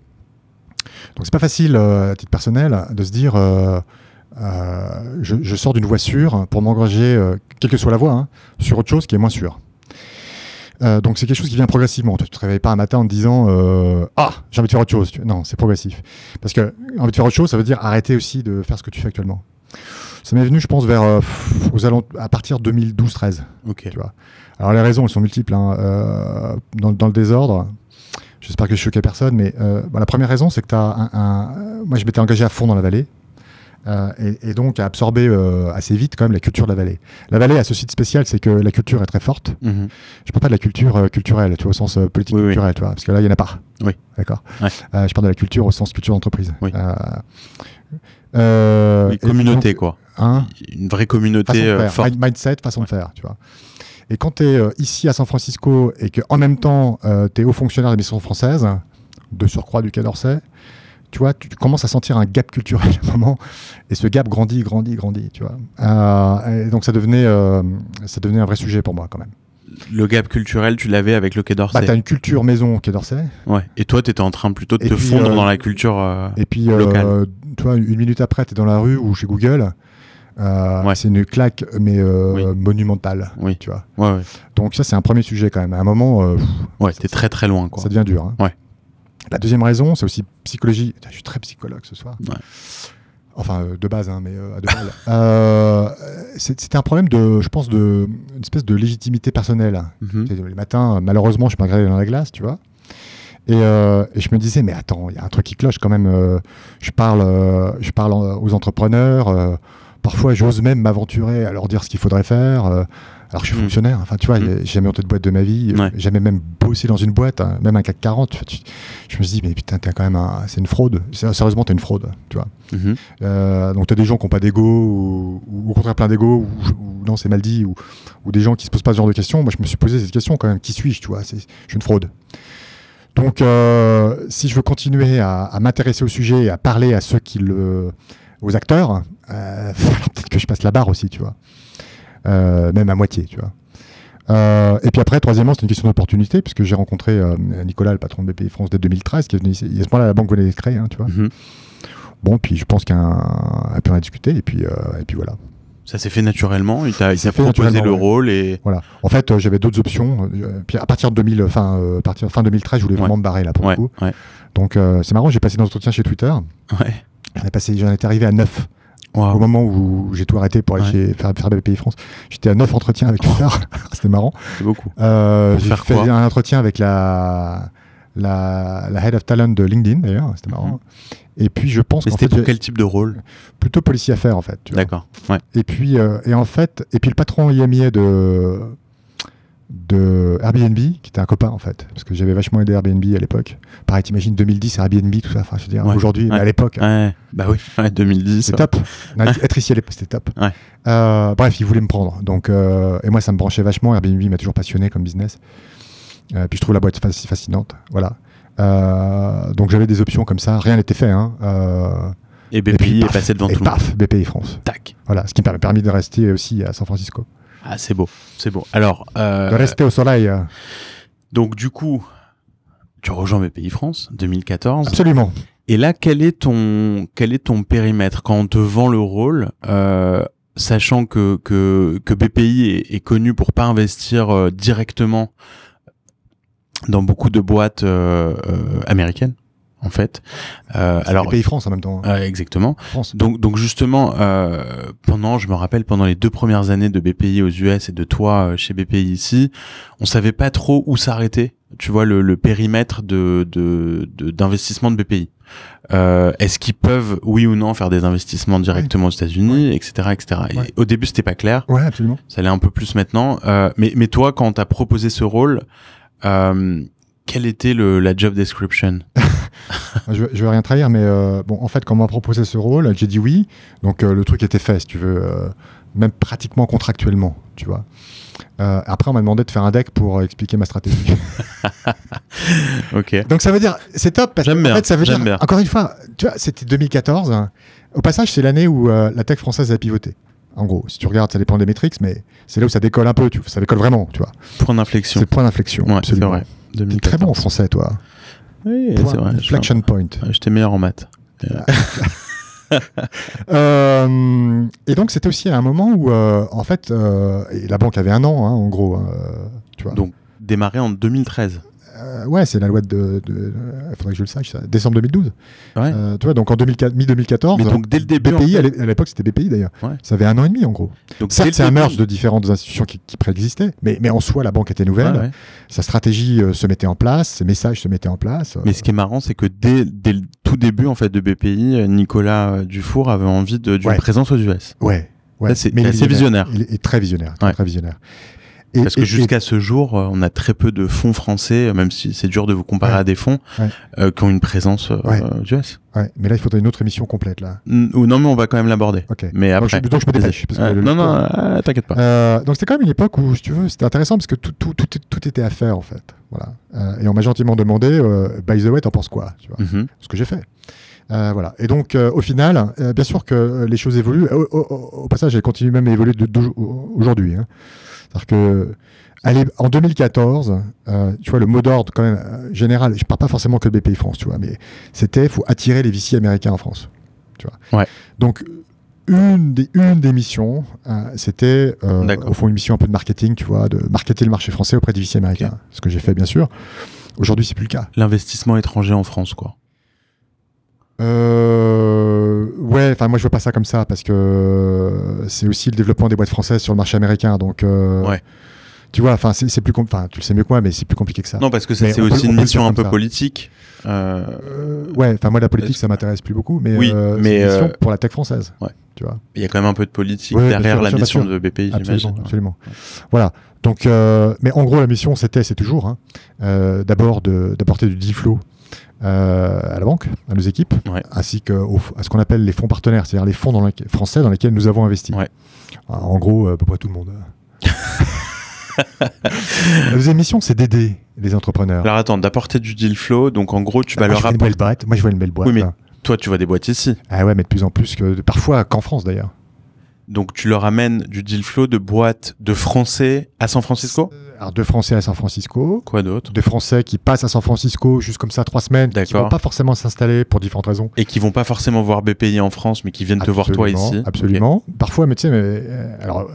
Speaker 2: Donc c'est pas facile, euh, à titre personnel, de se dire euh, euh, je, je sors d'une voie sûre pour m'engager, euh, quelle que soit la voie, hein, sur autre chose qui est moins sûre. Euh, donc c'est quelque chose qui vient progressivement. Tu ne te réveilles pas un matin en te disant euh, ah j'ai envie de faire autre chose. Tu- Non, c'est progressif. Parce que envie de faire autre chose, ça veut dire arrêter aussi de faire ce que tu fais actuellement. Ça m'est venu, je pense, vers euh, pff, aux alent- à partir 2012-13.
Speaker 1: Ok.
Speaker 2: Alors les raisons, elles sont multiples. hein. Euh, dans, dans le désordre, J'espère que je choquais personne, mais euh, bah, la première raison, c'est que tu as un, un- Moi, je m'étais engagé à fond dans la vallée. euh, et, et donc à absorber euh, assez vite quand même la culture de la vallée. La vallée a ce site spécial, c'est que la culture est très forte.
Speaker 1: Mhm.
Speaker 2: Je parle pas de la culture euh, culturelle, tu vois, au sens euh, politique
Speaker 1: Oui, oui.
Speaker 2: culturel, tu vois, parce que là, il n'y en a pas.
Speaker 1: Oui.
Speaker 2: D'accord.
Speaker 1: Ouais.
Speaker 2: Euh, je parle de la culture au sens culture d'entreprise.
Speaker 1: Oui.
Speaker 2: Euh, euh,
Speaker 1: Une
Speaker 2: et
Speaker 1: communauté,
Speaker 2: donc,
Speaker 1: quoi.
Speaker 2: hein,
Speaker 1: Une vraie
Speaker 2: façon
Speaker 1: communauté
Speaker 2: de
Speaker 1: euh,
Speaker 2: faire,
Speaker 1: forte.
Speaker 2: mind- mindset, façon de faire, tu vois. Et quand tu es ici à San Francisco et que en même temps, tu es haut fonctionnaire de la mission française, de surcroît du Quai d'Orsay, tu vois, tu, tu commences à sentir un gap culturel <laughs> à un moment, et ce gap grandit, grandit, grandit, tu vois. Euh, et donc ça devenait, euh, ça devenait un vrai sujet pour moi quand même.
Speaker 1: Le gap culturel, tu l'avais avec le Quai d'Orsay.
Speaker 2: Bah, t'as une culture maison au Quai d'Orsay,
Speaker 1: Ouais. Et toi, t'étais en train plutôt de
Speaker 2: Et
Speaker 1: te
Speaker 2: puis,
Speaker 1: fondre
Speaker 2: euh,
Speaker 1: dans la culture. euh,
Speaker 2: Et puis, euh,
Speaker 1: Local.
Speaker 2: tu vois, une minute après, tu es dans la rue ou chez Google. Euh,
Speaker 1: Ouais.
Speaker 2: C'est une claque, mais euh,
Speaker 1: Oui.
Speaker 2: monumentale.
Speaker 1: Oui.
Speaker 2: Tu vois.
Speaker 1: Ouais, ouais.
Speaker 2: Donc, ça, c'est un premier sujet quand même. À un moment, euh, pff,
Speaker 1: Ouais, t'es très très loin, quoi.
Speaker 2: ça devient dur. hein.
Speaker 1: Ouais.
Speaker 2: La deuxième raison, c'est aussi psychologie. Putain, Je suis très psychologue ce soir.
Speaker 1: Ouais.
Speaker 2: Enfin, euh, de base, hein, mais euh, à deux balles. Euh, c'est- C'était un problème de, je pense, de, une espèce de légitimité personnelle.
Speaker 1: Mhm.
Speaker 2: Tu sais, Les matins, euh, malheureusement, je me regardais dans la glace, tu vois. Et, euh, et je me disais, mais attends, il y a un truc qui cloche quand même. euh, je parle, euh, je parle en- aux entrepreneurs. euh, parfois, j'ose même m'aventurer à leur dire ce qu'il faudrait faire. euh, alors que je suis
Speaker 1: Mm.
Speaker 2: fonctionnaire. Enfin, tu vois,
Speaker 1: Mm.
Speaker 2: j'ai jamais monté de boîte de ma vie. euh,
Speaker 1: Ouais.
Speaker 2: Jamais même bossé dans une boîte, hein, même un CAC 40. tu vois, tu- je me suis dit, mais putain, t'es quand même un- c'est une fraude. C'est- Sérieusement, t'es une fraude, tu vois.
Speaker 1: Mhm.
Speaker 2: Euh, donc tu as des gens qui n'ont pas d'ego ou, ou au contraire plein d'ego ou, ou non c'est mal dit ou, ou des gens qui se posent pas ce genre de questions. Moi je me suis posé cette question quand même, qui suis-je tu vois, c'est, je suis une fraude. Donc euh, si je veux continuer à, à m'intéresser au sujet et à parler à ceux qui le, aux acteurs, euh, <laughs> peut-être que je passe la barre aussi tu vois, Euh, même à moitié tu vois. Euh, et puis après, troisièmement, c'est une question d'opportunité, puisque j'ai rencontré euh, Nicolas, le patron de BPI France dès 2013, qui est venu ici. Et à ce moment-là, la banque venait d'être créée, hein, tu vois.
Speaker 1: Mhm.
Speaker 2: Bon, puis je pense qu'un. Et puis on a discuté, et puis, euh, et puis voilà.
Speaker 1: Ça s'est fait naturellement. Il t'a il
Speaker 2: s'est
Speaker 1: t'a
Speaker 2: fait
Speaker 1: proposé
Speaker 2: naturellement,
Speaker 1: le
Speaker 2: ouais.
Speaker 1: rôle et.
Speaker 2: voilà. En fait, euh, j'avais d'autres options. euh, puis à partir de 2000, euh, fin, euh, partir, fin 2013, je voulais
Speaker 1: Ouais.
Speaker 2: vraiment me barrer là pour
Speaker 1: Ouais,
Speaker 2: le coup.
Speaker 1: ouais,
Speaker 2: Donc euh, c'est marrant, j'ai passé des entretiens chez Twitter.
Speaker 1: ouais.
Speaker 2: J'en ai passé- j'en étais arrivé à 9.
Speaker 1: Waouh.
Speaker 2: Au moment où j'ai tout arrêté pour aller
Speaker 1: Ah Ouais.
Speaker 2: chez, faire, faire BPI France, j'étais à 9 entretiens avec Twitter. <laughs> C'était marrant.
Speaker 1: C'est beaucoup.
Speaker 2: Euh,
Speaker 1: Pour
Speaker 2: j'ai
Speaker 1: faire
Speaker 2: fait
Speaker 1: quoi
Speaker 2: un entretien avec la, la, la head of talent de LinkedIn d'ailleurs. C'était marrant. Et puis je pense
Speaker 1: Mhm. Mais
Speaker 2: qu'en
Speaker 1: c'était
Speaker 2: fait,
Speaker 1: pour
Speaker 2: j'ai-
Speaker 1: quel type de rôle
Speaker 2: plutôt policier à faire en fait. tu vois.
Speaker 1: D'accord. Ouais.
Speaker 2: Et puis, euh, et en fait, et puis le patron IMIA de, de Airbnb, qui était un copain en fait, parce que j'avais vachement aidé Airbnb à l'époque. Pareil, t'imagines 2010, Airbnb, tout ça. Enfin, je veux dire,
Speaker 1: Ouais.
Speaker 2: aujourd'hui, mais
Speaker 1: Ouais.
Speaker 2: à l'époque,
Speaker 1: Ouais. Bah oui. Ouais, 2010.
Speaker 2: c'est
Speaker 1: ouais.
Speaker 2: top. Non, être ici à l'époque, c'était top.
Speaker 1: Ouais.
Speaker 2: Euh, bref, il voulait me prendre. Donc, euh, et moi, ça me branchait vachement. Airbnb m'a toujours passionné comme business. Euh, puis je trouve la boîte fac- fascinante. Voilà. Euh, donc j'avais des options comme ça. Rien n'était fait. Hein. Euh,
Speaker 1: Et
Speaker 2: et puis,
Speaker 1: BPI est
Speaker 2: paf,
Speaker 1: passé devant
Speaker 2: et
Speaker 1: tout le monde.
Speaker 2: paf, BPI France.
Speaker 1: Tac.
Speaker 2: Voilà, ce qui m'a permis de rester aussi à San Francisco.
Speaker 1: Ah, c'est beau. C'est beau. Alors. euh,
Speaker 2: De rester au soleil. euh,
Speaker 1: Donc du coup, tu rejoins BPI France 2014.
Speaker 2: Absolument.
Speaker 1: Et là, quel est ton quel est ton périmètre quand on te vend le rôle, euh, sachant que que que BPI est, est connu pour pas investir euh, directement dans beaucoup de boîtes euh, euh, américaines, en fait. Euh,
Speaker 2: Alors,
Speaker 1: alors
Speaker 2: pays France en même temps. hein.
Speaker 1: euh, exactement.
Speaker 2: France.
Speaker 1: Donc, donc justement, euh, pendant, je me rappelle, pendant les deux premières années de BPI aux US et de toi euh, chez BPI ici, on savait pas trop où s'arrêter. Tu vois le, le périmètre de de- de- d'investissement de, BPI. Euh, Est-ce qu'ils peuvent, oui ou non, faire des investissements directement aux États-Unis, etc., etc. Et
Speaker 2: Ouais.
Speaker 1: au début, c'était pas clair.
Speaker 2: Ouais,
Speaker 1: <laughs>
Speaker 2: absolument.
Speaker 1: Ça l'est un peu plus maintenant. Euh, mais mais toi, quand t'as proposé ce rôle, euh, quelle était le, la job description
Speaker 2: je, vais- je vais rien trahir, mais euh, bon, en fait, quand on m'a proposé ce rôle, j'ai dit oui. Donc, euh, le truc était fait, si tu veux, euh, même pratiquement contractuellement, tu vois. Euh, après, on m'a demandé de faire un deck pour euh, expliquer ma stratégie. <laughs>
Speaker 1: Ok.
Speaker 2: Donc, ça veut dire, c'est top. Parce que,
Speaker 1: J'aime bien,
Speaker 2: en fait, ça veut dire,
Speaker 1: j'aime bien.
Speaker 2: encore une fois, tu vois, c'était 2014. hein. Au passage, c'est l'année où euh, la tech française a pivoté. En gros, si tu regardes, ça dépend des métriques, mais c'est là où ça décolle un peu, tu, ça décolle vraiment, tu vois.
Speaker 1: Point
Speaker 2: C'est
Speaker 1: d'inflexion.
Speaker 2: le point d'inflexion.
Speaker 1: Ouais, c'est
Speaker 2: absolument.
Speaker 1: vrai.
Speaker 2: T'es très bon en
Speaker 1: 2014.
Speaker 2: français, toi.
Speaker 1: Oui,
Speaker 2: Point
Speaker 1: c'est vrai. Je suis un-
Speaker 2: inflection point.
Speaker 1: Ouais, J'étais meilleur en maths.
Speaker 2: Euh, et donc, c'était aussi à un moment où, euh, en fait, euh, et la banque avait un an, hein, en gros. hein, euh, tu vois.
Speaker 1: Donc, Démarré en 2013.
Speaker 2: Euh, euh, ouais, c'est la loi de. Il faudrait que je le sache, ça. Décembre 2012.
Speaker 1: Ouais.
Speaker 2: Euh, tu vois, donc en 2004 mi-2014.
Speaker 1: Mais donc, dès le début, en
Speaker 2: BPI,
Speaker 1: fait-
Speaker 2: à l'é- à l'époque, c'était BPI d'ailleurs.
Speaker 1: Ouais.
Speaker 2: Ça avait un an et demi en gros.
Speaker 1: Donc, dès
Speaker 2: Certes,
Speaker 1: le
Speaker 2: c'est un
Speaker 1: début-
Speaker 2: merge de différentes institutions qui, qui préexistaient, mais, mais en soi, la banque était
Speaker 1: Ouais,
Speaker 2: nouvelle.
Speaker 1: ouais.
Speaker 2: Sa stratégie euh, se mettait en place, ses messages se mettaient en place.
Speaker 1: Mais ce qui est marrant, c'est que dès, dès le tout début en fait de BPI, euh, Nicolas euh, Dufour avait envie de- d'une
Speaker 2: Ouais.
Speaker 1: présence aux US.
Speaker 2: Ouais. ouais.
Speaker 1: Ça, c'est-
Speaker 2: Mais
Speaker 1: c'est
Speaker 2: il est
Speaker 1: assez visionnaire.
Speaker 2: Il est très visionnaire.
Speaker 1: Ouais.
Speaker 2: Très visionnaire. Et-
Speaker 1: Parce que
Speaker 2: et-
Speaker 1: jusqu'à ce jour, euh, on a très peu de fonds français, euh, même si c'est dur de vous comparer
Speaker 2: Ouais.
Speaker 1: à des fonds
Speaker 2: Ouais.
Speaker 1: euh, qui ont une présence euh,
Speaker 2: Ouais.
Speaker 1: aux US.
Speaker 2: et- ouais, mais là, il faudrait une autre émission complète là.
Speaker 1: Mm, ou non, mais on va quand même l'aborder.
Speaker 2: Ok.
Speaker 1: Mais
Speaker 2: Donc, je,
Speaker 1: après.
Speaker 2: donc, je me dépêche. parce que
Speaker 1: Euh,
Speaker 2: le-
Speaker 1: non, non, euh, t'inquiète pas.
Speaker 2: Euh, donc c'était quand même une époque où, si tu veux, c'était intéressant parce que tout, tout, tout, tout était à faire en fait. Voilà. Euh, et on m'a gentiment demandé, euh, by the way, t'en penses quoi tu vois
Speaker 1: Mhm.
Speaker 2: Ce que j'ai fait. Euh, voilà. Et donc, euh, au final, euh, bien sûr que euh, les choses évoluent. Au, au- au- au passage, elles continuent même à évoluer de- d'au- aujourd'hui. hein. C'est-à-dire que, allez, en 2014, euh, tu vois, le mot d'ordre quand même euh, général, je parle pas forcément que de BPI France, tu vois, mais c'était faut attirer les VC américains en France. Tu vois.
Speaker 1: Ouais.
Speaker 2: Donc, une des, une des missions, euh, c'était euh,
Speaker 1: D'accord.
Speaker 2: au fond une mission un peu de marketing, tu vois, de marketer le marché français auprès des VC américains. Ce que j'ai fait, bien sûr. Aujourd'hui, c'est plus le cas.
Speaker 1: L'investissement étranger en France, quoi.
Speaker 2: Euh, ouais, enfin moi je vois pas ça comme ça parce que c'est aussi le développement des boîtes françaises sur le marché américain, donc euh,
Speaker 1: Ouais.
Speaker 2: tu vois, enfin c'est c'est plus, com- enfin tu le sais mieux que moi, mais c'est plus compliqué que ça.
Speaker 1: Non, parce que ça,
Speaker 2: Ah. Mais
Speaker 1: c'est
Speaker 2: on peut-
Speaker 1: aussi
Speaker 2: on
Speaker 1: une
Speaker 2: peut le
Speaker 1: mission
Speaker 2: faire
Speaker 1: un
Speaker 2: comme
Speaker 1: peu
Speaker 2: ça.
Speaker 1: politique. Euh,
Speaker 2: Euh, ouais, enfin moi la politique ça m'intéresse plus beaucoup, mais
Speaker 1: Oui,
Speaker 2: euh,
Speaker 1: mais,
Speaker 2: c'est une mission
Speaker 1: euh,
Speaker 2: pour la tech française.
Speaker 1: ouais.
Speaker 2: tu vois,
Speaker 1: Il y a quand même un peu de politique
Speaker 2: Ouais, bien
Speaker 1: derrière
Speaker 2: sûr,
Speaker 1: la
Speaker 2: bien sûr,
Speaker 1: mission
Speaker 2: bien
Speaker 1: de BPI,
Speaker 2: absolument,
Speaker 1: j'imagine.
Speaker 2: absolument. Voilà. Donc, euh, mais en gros la mission c'était, c'est toujours, hein, euh, d'abord de- d'apporter du deal flow euh, à la banque, à nos équipes,
Speaker 1: Ouais.
Speaker 2: ainsi que au- à ce qu'on appelle les fonds partenaires, c'est-à-dire les fonds dans lesquels- français dans lesquels nous avons investi.
Speaker 1: Ouais.
Speaker 2: Ah, En gros, euh, à peu près tout le monde.
Speaker 1: <laughs>
Speaker 2: La deuxième mission, c'est d'aider les entrepreneurs.
Speaker 1: Alors attends, d'apporter du deal flow, donc en gros, tu vas
Speaker 2: Ah,
Speaker 1: leur
Speaker 2: je vois une belle
Speaker 1: apporter.
Speaker 2: boîte. Moi, je vois une belle boîte.
Speaker 1: Oui, mais-
Speaker 2: là.
Speaker 1: Toi, tu vois des boîtes ici.
Speaker 2: Ah ouais, mais de plus en plus que parfois qu'en France d'ailleurs.
Speaker 1: Donc tu leur amènes du deal flow de boîtes de français à San Francisco
Speaker 2: Alors, deux Français à San Francisco,
Speaker 1: Quoi d'autre
Speaker 2: deux Français qui passent à San Francisco juste comme ça trois semaines, qui
Speaker 1: D'accord.
Speaker 2: vont pas forcément s'installer pour différentes raisons.
Speaker 1: Et qui vont pas forcément voir BPI en France, mais qui viennent te voir toi
Speaker 2: Absolument,
Speaker 1: ici.
Speaker 2: Absolument. Parfois, mais tu sais, mais, euh, alors euh,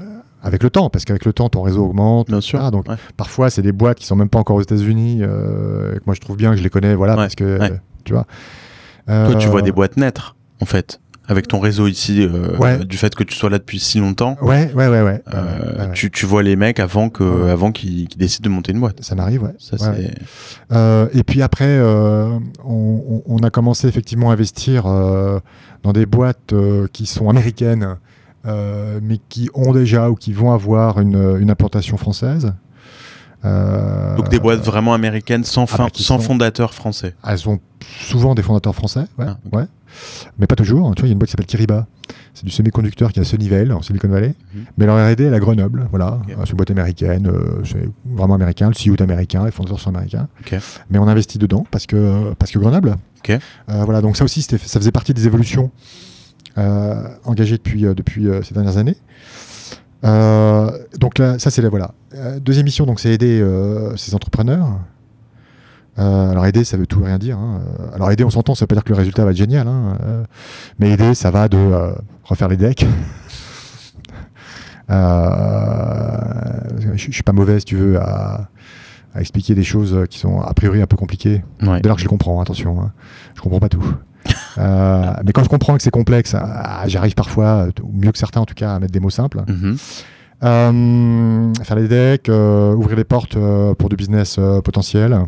Speaker 2: avec le temps, parce qu'avec le temps, ton réseau augmente.
Speaker 1: Ok. Bien sûr.
Speaker 2: Ah, donc-
Speaker 1: Ouais.
Speaker 2: Parfois, c'est des boîtes qui sont même pas encore aux États-Unis, euh, que moi je trouve bien, que je les connais, voilà,
Speaker 1: Ouais,
Speaker 2: parce que
Speaker 1: ouais.
Speaker 2: euh, tu vois.
Speaker 1: Toi, tu
Speaker 2: Euh,
Speaker 1: vois des boîtes naître, en fait, avec ton réseau ici, euh,
Speaker 2: Ouais.
Speaker 1: du fait que tu sois là depuis si longtemps.
Speaker 2: Ouais, ouais, ouais, ouais.
Speaker 1: euh,
Speaker 2: Ouais, ouais.
Speaker 1: Tu, tu vois les mecs avant que,
Speaker 2: Ouais.
Speaker 1: avant qu'ils qu'ils décident de monter une boîte.
Speaker 2: Ça m'arrive, ouais.
Speaker 1: Ça,
Speaker 2: Ouais,
Speaker 1: c'est-
Speaker 2: Euh, et puis après, euh, on, on- on a commencé effectivement à investir euh, dans des boîtes euh, qui sont américaines, euh, mais qui ont déjà ou qui vont avoir une, une implantation française. Euh,
Speaker 1: Donc des boîtes vraiment américaines sans, fin,
Speaker 2: bah, qui
Speaker 1: sans
Speaker 2: sont-
Speaker 1: fondateur français.
Speaker 2: Elles ont souvent des fondateurs français, ouais,
Speaker 1: Ah,
Speaker 2: ouais. mais pas toujours. Tu vois, il y a une boîte qui s'appelle Kiriba. C'est du semi-conducteur qui est à Sunnyvale, en Silicon Valley.
Speaker 1: Mhm.
Speaker 2: Mais leur R&D, elle est à Grenoble. Voilà.
Speaker 1: Ok.
Speaker 2: Euh, C'est une boîte américaine, euh, c'est vraiment américain. Le CEO est américain, les fondateurs sont américains.
Speaker 1: Ok.
Speaker 2: Mais on investit dedans parce que, parce que Grenoble.
Speaker 1: Ok.
Speaker 2: Euh, voilà, donc ça aussi, c'était- ça faisait partie des évolutions euh, engagées depuis, euh, depuis euh, ces dernières années. Euh, donc là, ça c'est la voilà. Euh, deuxième mission, donc c'est aider euh, ces entrepreneurs. Euh, alors aider, ça veut tout et rien dire. hein. Euh, Alors aider, on s'entend, ça veut pas dire que le résultat va être génial. hein. Euh, mais aider, ça va de euh, refaire les decks. <laughs> Euh, je, je suis pas mauvais, si tu veux, à, à expliquer des choses qui sont a priori un peu compliquées.
Speaker 1: Ouais.
Speaker 2: Dès lors que je les comprends, attention, hein. je comprends pas tout. Euh, mais quand je comprends que c'est complexe, ah, j'arrive parfois, euh, ou mieux que certains en tout cas, à mettre des mots simples.
Speaker 1: Mhm.
Speaker 2: Euh, faire les decks, euh, ouvrir les portes euh, pour du business euh, potentiel.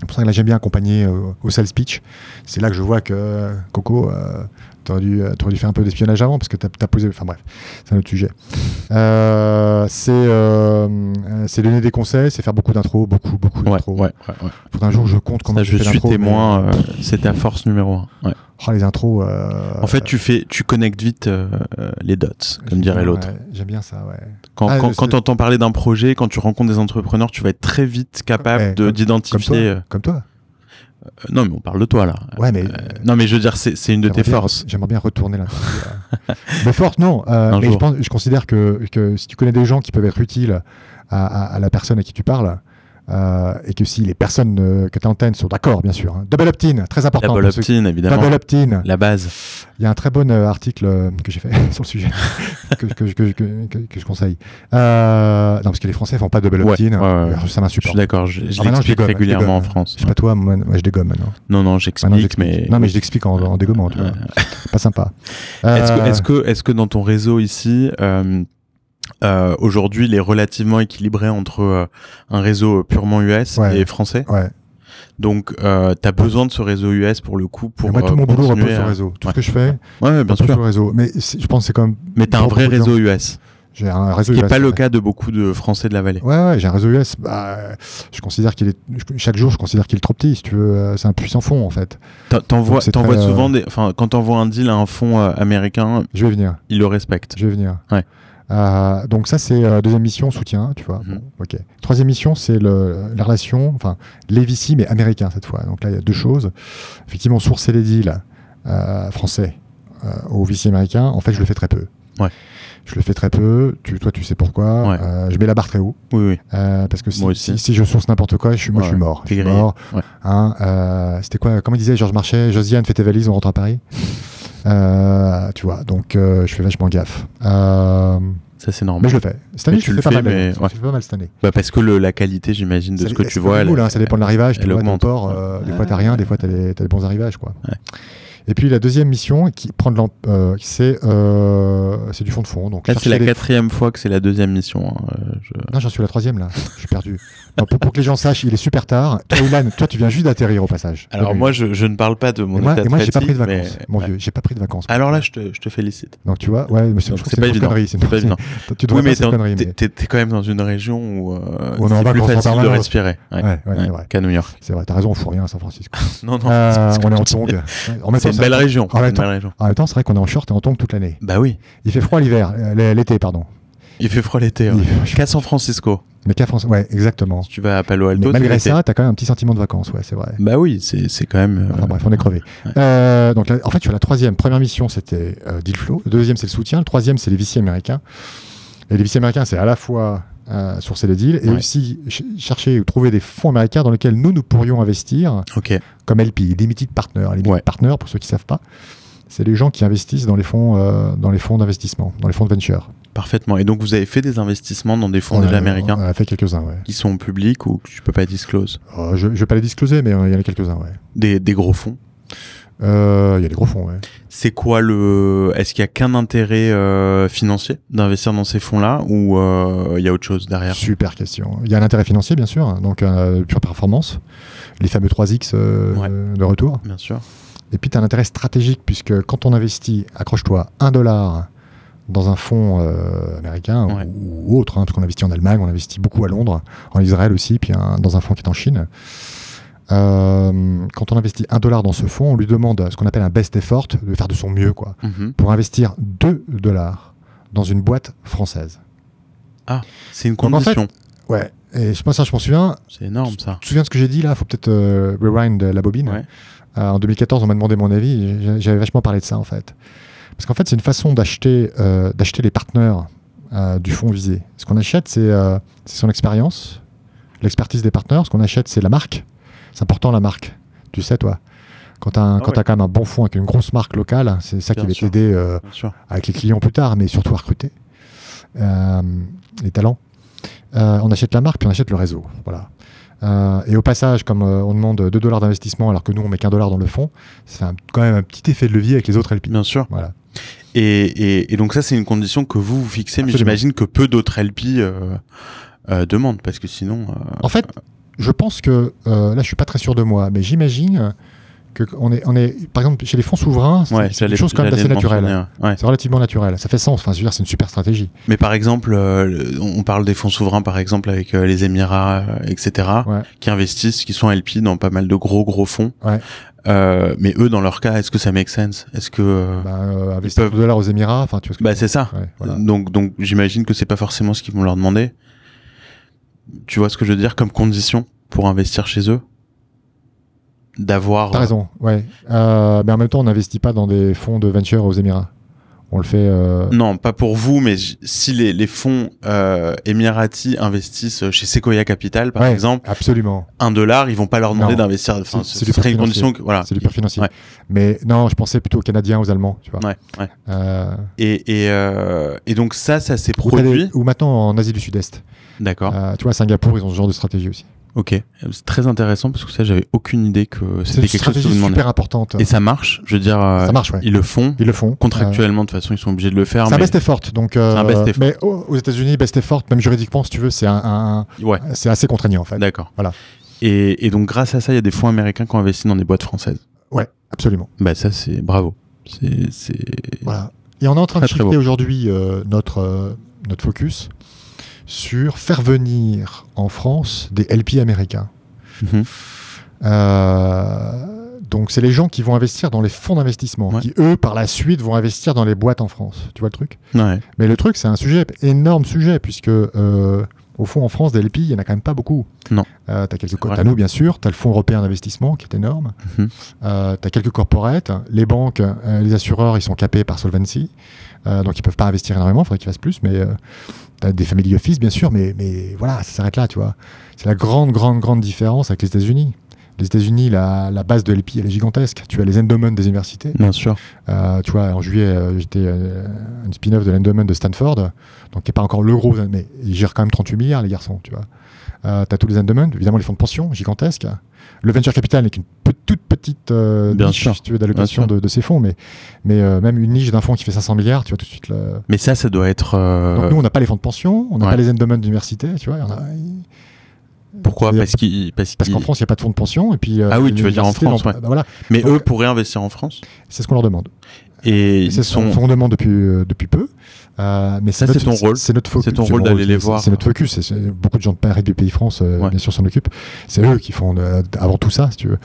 Speaker 2: C'est pour ça que là, j'aime bien accompagner euh, au sales pitch. C'est là que je vois que euh, Coco, euh, t'aurais dû, euh, t'aurais dû faire un peu d'espionnage avant parce que t'as as posé. Enfin bref, c'est un autre sujet. Euh, c'est euh, euh, c'est donner des conseils, c'est faire beaucoup d'intros, beaucoup, beaucoup
Speaker 1: Ouais,
Speaker 2: d'intros.
Speaker 1: ouais, ouais, ouais.
Speaker 2: Pour un jour, je compte comment
Speaker 1: Ça,
Speaker 2: j'ai
Speaker 1: je
Speaker 2: fait
Speaker 1: suis
Speaker 2: d'intros,
Speaker 1: témoin,
Speaker 2: mais-
Speaker 1: euh, c'est ta force numéro un. Ouais.
Speaker 2: Oh, les intros. euh,
Speaker 1: En fait, tu fais, tu connectes vite euh, euh, les dots, comme
Speaker 2: j'aime
Speaker 1: dirait
Speaker 2: bien,
Speaker 1: l'autre.
Speaker 2: ouais, J'aime bien ça, ouais.
Speaker 1: Quand,
Speaker 2: Ah,
Speaker 1: quand,
Speaker 2: c'est-
Speaker 1: quand t'entends parler d'un projet, quand tu rencontres des entrepreneurs, tu vas être très vite capable de-
Speaker 2: Ouais, comme- Comme toi.
Speaker 1: d'identifier. euh,
Speaker 2: Comme toi.
Speaker 1: euh, non, mais on parle de toi là.
Speaker 2: Ouais, mais.
Speaker 1: Euh, non, mais je veux dire, c'est c'est une de tes
Speaker 2: J'aimerais bien-
Speaker 1: forces.
Speaker 2: J'aimerais bien retourner là.
Speaker 1: <laughs>
Speaker 2: mais force, non. euh,
Speaker 1: Un
Speaker 2: mais
Speaker 1: jour.
Speaker 2: je, pense- je considère que, que si tu connais des gens qui peuvent être utiles à, à- à la personne à qui tu parles, euh, euh, et que si les personnes euh, que tu entends sont d'accord, bien sûr. hein. Double opt-in, très important.
Speaker 1: Double
Speaker 2: pour ceux qui-
Speaker 1: opt-in, évidemment.
Speaker 2: Double opt-in.
Speaker 1: La base.
Speaker 2: Il y a un très bon euh, article euh, que j'ai fait <laughs> sur
Speaker 1: <laughs>
Speaker 2: le sujet que, que, que, que- que- que je conseille. Euh, non, parce que les Français font pas double
Speaker 1: Ouais,
Speaker 2: opt-in.
Speaker 1: ouais, ouais.
Speaker 2: Alors, Ça
Speaker 1: Je suis
Speaker 2: m'insupporte.
Speaker 1: d'accord, je, je
Speaker 2: Ah, maintenant, je
Speaker 1: l'explique
Speaker 2: dégomme, je
Speaker 1: régulièrement en
Speaker 2: dégomme.
Speaker 1: France.
Speaker 2: Je sais pas toi, moi, moi, je dégomme maintenant.
Speaker 1: Non, non,
Speaker 2: Maintenant,
Speaker 1: j'explique, mais.
Speaker 2: Non, mais je l'explique en, en
Speaker 1: <laughs>
Speaker 2: dégommant, tu vois. Pas sympa.
Speaker 1: Est-ce que,
Speaker 2: Euh,
Speaker 1: est-ce que, est-ce que dans ton réseau ici, euh, euh, aujourd'hui, il est relativement équilibré entre euh, un réseau purement US
Speaker 2: Ouais.
Speaker 1: et français
Speaker 2: Euh, Ouais.
Speaker 1: Donc, euh, t'as besoin de ce réseau US pour le coup pour.
Speaker 2: moi, tout
Speaker 1: euh,
Speaker 2: mon boulot repose
Speaker 1: continuer
Speaker 2: sur
Speaker 1: à-
Speaker 2: le réseau. Tout
Speaker 1: ouais.
Speaker 2: ce que je fais,
Speaker 1: Ouais, ouais, bien
Speaker 2: repose sur
Speaker 1: sûr.
Speaker 2: le réseau. Mais c'est- je pense que c'est quand même.
Speaker 1: Mais t'as un
Speaker 2: pour
Speaker 1: vrai
Speaker 2: beaucoup de gens.
Speaker 1: réseau US,
Speaker 2: J'ai un réseau
Speaker 1: ce qui n'est
Speaker 2: US,
Speaker 1: pas
Speaker 2: en
Speaker 1: le
Speaker 2: fait.
Speaker 1: cas de beaucoup de Français de la vallée.
Speaker 2: Ouais, ouais, j'ai un réseau US. Bah, euh, je considère qu'il est. je- Chaque jour, je considère qu'il est trop petit. Si tu veux, Euh, c'est un puissant fond en fait.
Speaker 1: T'en- T'envoies,
Speaker 2: c'est
Speaker 1: t'envoies
Speaker 2: très, euh,
Speaker 1: souvent des. Enfin, quand t'envoies un deal à un fonds euh, américain,
Speaker 2: Je vais venir.
Speaker 1: il le respecte.
Speaker 2: Je vais venir.
Speaker 1: Ouais.
Speaker 2: Euh, donc ça c'est euh, deuxième mission soutien, tu vois.
Speaker 1: Mhm.
Speaker 2: Bon, ok. Troisième mission c'est le- la relation, enfin les VC mais américains cette fois. Donc là il y a
Speaker 1: Mhm.
Speaker 2: deux choses. Effectivement sourcer les deals euh, français euh, aux VC américains. En fait je le fais très peu.
Speaker 1: Ouais.
Speaker 2: Je le fais très peu. Tu, toi tu sais pourquoi.
Speaker 1: Ouais.
Speaker 2: Euh, je mets la barre très haut
Speaker 1: Oui, oui.
Speaker 2: euh, parce que si,
Speaker 1: Moi aussi.
Speaker 2: si, si je source n'importe quoi, je suis, moi
Speaker 1: Ouais,
Speaker 2: je suis mort.
Speaker 1: t'es
Speaker 2: Je suis
Speaker 1: grillé.
Speaker 2: mort.
Speaker 1: Ouais.
Speaker 2: Hein, euh, C'était quoi Comment il disait Georges Marchais Josiane, fais tes valises, on rentre
Speaker 1: <laughs>
Speaker 2: à Paris. Euh, tu vois, donc euh, je fais vachement gaffe. Euh,
Speaker 1: Ça, c'est normal.
Speaker 2: mais je le fais. Cette année,
Speaker 1: Mais
Speaker 2: je
Speaker 1: tu
Speaker 2: le
Speaker 1: le
Speaker 2: fais pas
Speaker 1: fais,
Speaker 2: mal.
Speaker 1: mais-
Speaker 2: d'ailleurs. Je
Speaker 1: ouais.
Speaker 2: le fais pas mal cette année.
Speaker 1: Bah, parce que le- la qualité, j'imagine, de
Speaker 2: Ça-
Speaker 1: ce que
Speaker 2: c'est
Speaker 1: tu
Speaker 2: pas
Speaker 1: vois, elle-
Speaker 2: cool, hein, ça dépend de l'arrivage.
Speaker 1: elle
Speaker 2: Tu vois, t'as
Speaker 1: augmente.
Speaker 2: tort, euh, des fois, t'as rien, des fois, t'as des, t'as des bons arrivages. Quoi.
Speaker 1: Ouais.
Speaker 2: Et puis, la deuxième mission, qui prend de l'am- euh, c'est euh, c'est du fond de fond. Donc,
Speaker 1: Là, c'est
Speaker 2: chercher
Speaker 1: la
Speaker 2: des-
Speaker 1: quatrième fois que c'est la deuxième mission. hein, euh, je-
Speaker 2: Ah Non, j'en suis à la troisième là. Je suis perdu. Non, pour, pour que les gens sachent, il est super tard. Toi, Ilan, toi, tu viens juste d'atterrir au passage.
Speaker 1: Alors
Speaker 2: Salut.
Speaker 1: moi, je, je ne parle pas de mon
Speaker 2: et moi,
Speaker 1: état
Speaker 2: et moi,
Speaker 1: de
Speaker 2: j'ai pas pris de
Speaker 1: fatigue,
Speaker 2: vacances.
Speaker 1: mais-
Speaker 2: Mon
Speaker 1: ouais.
Speaker 2: vieux, j'ai pas pris de vacances.
Speaker 1: Alors là, je te, je te félicite.
Speaker 2: donc tu vois, ouais, mais je
Speaker 1: Donc,
Speaker 2: trouve que
Speaker 1: c'est pas
Speaker 2: une
Speaker 1: évident.
Speaker 2: connerie, c'est une
Speaker 1: C'est pas évident.
Speaker 2: connerie. Tu dois
Speaker 1: oui, mais
Speaker 2: pas faire
Speaker 1: t'es,
Speaker 2: une connerie.
Speaker 1: t'es-
Speaker 2: mais-
Speaker 1: t'es- t'es quand même dans une région où euh,
Speaker 2: On est en
Speaker 1: c'est plus
Speaker 2: vacances en
Speaker 1: facile de
Speaker 2: permanence.
Speaker 1: respirer ouais,
Speaker 2: Ouais, ouais,
Speaker 1: ouais,
Speaker 2: c'est vrai.
Speaker 1: qu'à New York.
Speaker 2: C'est vrai, t'as raison, on fout rien à San Francisco.
Speaker 1: <laughs> Non, non,
Speaker 2: Euh,
Speaker 1: c'est ce que
Speaker 2: on est
Speaker 1: je
Speaker 2: en
Speaker 1: dis.
Speaker 2: tongue. En même temps,
Speaker 1: C'est une belle région.
Speaker 2: En
Speaker 1: c'est
Speaker 2: même
Speaker 1: une
Speaker 2: temps-
Speaker 1: belle région.
Speaker 2: en même temps, c'est vrai qu'on est en short et en tongue toute l'année.
Speaker 1: Bah oui,
Speaker 2: Il fait froid l'hiver, euh, l'été, pardon.
Speaker 1: il fait froid l'été.
Speaker 2: Il
Speaker 1: ouais.
Speaker 2: fait chaud.
Speaker 1: Qu'à San Francisco,
Speaker 2: Mais qu'à France, ouais, exactement.
Speaker 1: si tu vas à Palo
Speaker 2: Mais
Speaker 1: Alto. c'est
Speaker 2: malgré
Speaker 1: l'été.
Speaker 2: ça, t'as quand même un petit sentiment de vacances, ouais, c'est vrai.
Speaker 1: bah oui, c'est, c'est quand même. euh,
Speaker 2: Enfin bref, on est crevé.
Speaker 1: ouais.
Speaker 2: Euh, donc là, en fait, sur la troisième, première mission, c'était euh, Deal Flow. Le deuxième, c'est le soutien. Le troisième, c'est les VC américains. Et les VC américains, c'est à la fois euh, sourcer les deals et
Speaker 1: Ouais.
Speaker 2: aussi ch- chercher ou trouver des fonds américains dans lesquels nous, nous pourrions investir
Speaker 1: ok.
Speaker 2: comme LP, Limited Partner. Limited
Speaker 1: Ouais.
Speaker 2: Partner, pour ceux qui ne savent pas, c'est les gens qui investissent dans les fonds euh, dans les fonds d'investissement, dans les fonds de venture.
Speaker 1: Parfaitement. Et donc, vous avez fait des investissements dans des fonds
Speaker 2: On
Speaker 1: déjà
Speaker 2: a-
Speaker 1: américains
Speaker 2: On en a fait quelques-uns, ouais.
Speaker 1: qui sont publics ou que tu peux pas disclose
Speaker 2: Euh, je ne vais pas les discloser, mais euh, il y en a quelques-uns, ouais.
Speaker 1: des, des gros fonds
Speaker 2: Euh, Il y a des gros fonds, ouais.
Speaker 1: C'est quoi le Est-ce qu'il y a qu'un intérêt euh, financier d'investir dans ces fonds-là ou euh, il y a autre chose derrière
Speaker 2: Super question. Il y a l'intérêt financier, bien sûr, hein, donc euh, pure performance, les fameux 3X euh,
Speaker 1: Ouais.
Speaker 2: euh, de retour.
Speaker 1: Bien sûr.
Speaker 2: Et puis, tu as un intérêt stratégique, puisque quand on investit, accroche-toi, 1 dollar dans un fonds euh, américain ou-
Speaker 1: Ouais.
Speaker 2: ou, autre, hein, parce qu'on investit en Allemagne, on investit beaucoup à Londres, en Israël aussi, puis un- dans un fonds qui est en Chine. Euh, quand on investit 1 dollar dans ce fonds, on lui demande ce qu'on appelle un best effort, de faire de son mieux, quoi
Speaker 1: Mhm.
Speaker 2: pour investir 2 dollars dans une boîte française.
Speaker 1: C'est une
Speaker 2: Donc, en fait-
Speaker 1: condition.
Speaker 2: Ouais. Et je pense ça, je m'en souviens.
Speaker 1: C'est énorme ça.
Speaker 2: Tu te souviens de ce que j'ai dit là Faut peut-être euh, rewind la bobine.
Speaker 1: Ouais.
Speaker 2: Euh, en 2014, on m'a demandé mon avis. et j'a- J'avais vachement parlé de ça en fait. Parce qu'en fait, c'est une façon d'acheter euh, d'acheter les partenaires euh, du fonds visé. Ce qu'on achète, c'est euh, c'est son expérience, l'expertise des partenaires. Ce qu'on achète, c'est la marque. C'est important la marque. Tu sais, toi. Quand tu as,
Speaker 1: Ah ouais.
Speaker 2: quand même un bon fonds avec une grosse marque locale, c'est ça
Speaker 1: Bien
Speaker 2: qui va
Speaker 1: sûr.
Speaker 2: t'aider euh,
Speaker 1: Bien sûr.
Speaker 2: avec les clients plus tard, mais surtout à recruter euh, les talents. Euh, on achète la marque, puis on achète le réseau. Voilà. Euh, et au passage, comme euh, on demande 2 dollars d'investissement alors que nous, on met qu'un dollar dans le fond, ça fait un- quand même un petit effet de levier avec les autres LP.
Speaker 1: Bien sûr.
Speaker 2: Voilà.
Speaker 1: Et, et- et donc ça, c'est une condition que vous vous fixez, mais
Speaker 2: Absolument.
Speaker 1: j'imagine que peu d'autres LP euh, euh, demandent parce que sinon. euh,
Speaker 2: En fait, je pense que, euh, là, je suis pas très sûr de moi, mais j'imagine que qu'on est, on est, par exemple, chez les fonds souverains, c'est
Speaker 1: ouais,
Speaker 2: c'est
Speaker 1: j'allais-
Speaker 2: une chose quand même
Speaker 1: j'allais
Speaker 2: assez
Speaker 1: le
Speaker 2: naturelle.
Speaker 1: mentionner, ouais. Ouais.
Speaker 2: C'est relativement naturel. Ça fait sens. Enfin, je veux dire, c'est une super stratégie.
Speaker 1: Mais par exemple, euh, le- on parle des fonds souverains, par exemple, avec euh, les Émirats, euh, etc.,
Speaker 2: Ouais.
Speaker 1: qui investissent, qui sont LP dans pas mal de gros, gros fonds.
Speaker 2: Ouais.
Speaker 1: Euh, mais eux, dans leur cas, est-ce que ça make sense Est-ce que... euh, Bah,
Speaker 2: Bah, euh, investir
Speaker 1: peuvent- Bah,
Speaker 2: 2 dollars aux Émirats, enfin, tu vois ce que je
Speaker 1: c'est ça.
Speaker 2: veux dire. Ouais, Bah, voilà.
Speaker 1: Donc, donc j'imagine que c'est pas forcément ce qu'ils vont leur demander. Tu vois ce que je veux dire comme condition pour investir chez eux D'avoir...
Speaker 2: T'as raison, ouais. Euh, mais en même temps, on n'investit pas dans des fonds de venture aux Émirats. On le fait. euh,
Speaker 1: Non, pas pour vous, mais j- si les, les fonds euh, émiratis investissent chez Sequoia Capital, par
Speaker 2: Ouais.
Speaker 1: exemple,
Speaker 2: Absolument.
Speaker 1: un dollar, ils vont pas leur demander
Speaker 2: Non.
Speaker 1: d'investir. Enfin,
Speaker 2: C'est-
Speaker 1: ce
Speaker 2: c'est
Speaker 1: ce
Speaker 2: du
Speaker 1: serait une
Speaker 2: préfinancier.
Speaker 1: condition que voilà.
Speaker 2: C'est du pur financier.
Speaker 1: Ah, Ouais.
Speaker 2: Mais non, je pensais plutôt aux Canadiens, aux Allemands, tu vois.
Speaker 1: Ouais, ouais.
Speaker 2: Euh,
Speaker 1: Et, et, euh, et donc ça, ça s'est
Speaker 2: ou t'as des-
Speaker 1: produit. Ah.
Speaker 2: ou maintenant en Asie du Sud-Est.
Speaker 1: D'accord.
Speaker 2: Euh, tu vois, à Singapour, ils ont ce genre de stratégie aussi.
Speaker 1: Ok. C'est très intéressant parce que ça, j'avais aucune idée que
Speaker 2: C'est
Speaker 1: c'était
Speaker 2: une
Speaker 1: quelque chose que
Speaker 2: stratégie
Speaker 1: vous demandiez.
Speaker 2: super importante.
Speaker 1: Et ça marche. Je veux dire, euh,
Speaker 2: ça marche, ouais.
Speaker 1: ils le font
Speaker 2: Ils le font. Euh,
Speaker 1: contractuellement. De toute façon, ils sont obligés de le faire.
Speaker 2: c'est un
Speaker 1: mais-
Speaker 2: best effort, donc. euh,
Speaker 1: C'est un best effort.
Speaker 2: Mais au- aux États-Unis, best effort, même juridiquement, si tu veux, c'est un, un-
Speaker 1: Ouais.
Speaker 2: un- c'est assez contraignant en fait.
Speaker 1: D'accord.
Speaker 2: Ah, Voilà.
Speaker 1: Et, et donc, grâce à ça, il y a des fonds américains qui ont investi dans des boîtes françaises.
Speaker 2: Ouais, absolument.
Speaker 1: Bah, ça, c'est bravo. C'est. c'est-
Speaker 2: Voilà. Et on est en train
Speaker 1: Très,
Speaker 2: de
Speaker 1: très
Speaker 2: shifter
Speaker 1: beau.
Speaker 2: aujourd'hui euh, notre, euh, notre focus sur faire venir en France des LP américains.
Speaker 1: Mhm.
Speaker 2: Euh, donc, c'est les gens qui vont investir dans les fonds d'investissement,
Speaker 1: Ouais.
Speaker 2: qui eux, par la suite, vont investir dans les boîtes en France. Tu vois le truc
Speaker 1: Ouais.
Speaker 2: Mais le truc, c'est un sujet, énorme sujet, puisque euh, au fond, en France, des LP, il n'y en a quand même pas beaucoup.
Speaker 1: Non.
Speaker 2: Euh, t'as quelques
Speaker 1: vrai.
Speaker 2: as nous, bien sûr, t'as le Fonds européen d'investissement qui est énorme,
Speaker 1: Mhm.
Speaker 2: Euh, t'as quelques corporates, les banques, euh, les assureurs, ils sont capés par Solvency, euh, donc ils peuvent pas investir énormément, il faudrait qu'ils fassent plus, mais euh, t'as des family office, bien sûr, mais, mais voilà, ça s'arrête là, tu vois. C'est la grande, grande, grande différence avec les États-Unis. Les États-Unis, la, la base de LP, elle est gigantesque. Tu as les endowments des universités.
Speaker 1: Bien sûr.
Speaker 2: Euh, tu vois, en juillet, euh, j'étais euh, une spin-off de l'endowment de Stanford, donc qui n'est pas encore le gros, mais ils gèrent quand même 38 milliards, les garçons, tu vois. Euh, T'as tous les endowments, évidemment les fonds de pension, gigantesques. Le venture capital n'est qu'une pe- toute petite euh,
Speaker 1: Bien
Speaker 2: niche,
Speaker 1: sûr.
Speaker 2: si tu veux, d'allocation
Speaker 1: Bien sûr.
Speaker 2: de, de ces fonds, mais, mais euh, même une niche d'un fonds qui fait 500 milliards, tu vois, tout de suite. le-
Speaker 1: Mais ça, ça doit être. euh,
Speaker 2: Donc nous, on n'a pas les fonds de pension, on n'a
Speaker 1: ouais.
Speaker 2: pas les endowments d'université, tu vois. on a-
Speaker 1: pourquoi
Speaker 2: c'est-à-dire-
Speaker 1: Parce qu'ils. Parce
Speaker 2: Parce qu'en
Speaker 1: qu'ils-
Speaker 2: France, il n'y a pas de fonds de pension, et puis. euh,
Speaker 1: Ah oui,
Speaker 2: les
Speaker 1: tu veux dire en
Speaker 2: universités
Speaker 1: France,
Speaker 2: n'ont-
Speaker 1: ouais.
Speaker 2: bah voilà,
Speaker 1: Mais
Speaker 2: donc-
Speaker 1: eux pourraient investir en France.
Speaker 2: c'est ce qu'on leur demande.
Speaker 1: Et
Speaker 2: Et c'est
Speaker 1: ils
Speaker 2: ce qu'on
Speaker 1: sont.
Speaker 2: qu'on demande depuis, euh, depuis peu. Euh, mais
Speaker 1: Ça,
Speaker 2: notre-
Speaker 1: c'est ton rôle.
Speaker 2: C'est notre focus.
Speaker 1: C'est ton
Speaker 2: mon
Speaker 1: rôle d'aller les
Speaker 2: c'est-
Speaker 1: voir.
Speaker 2: C'est notre focus. et c'est- beaucoup de gens de Paris, du Pays France, euh,
Speaker 1: Ouais.
Speaker 2: bien sûr, s'en occupent. C'est eux qui font euh, avant tout ça, si tu veux,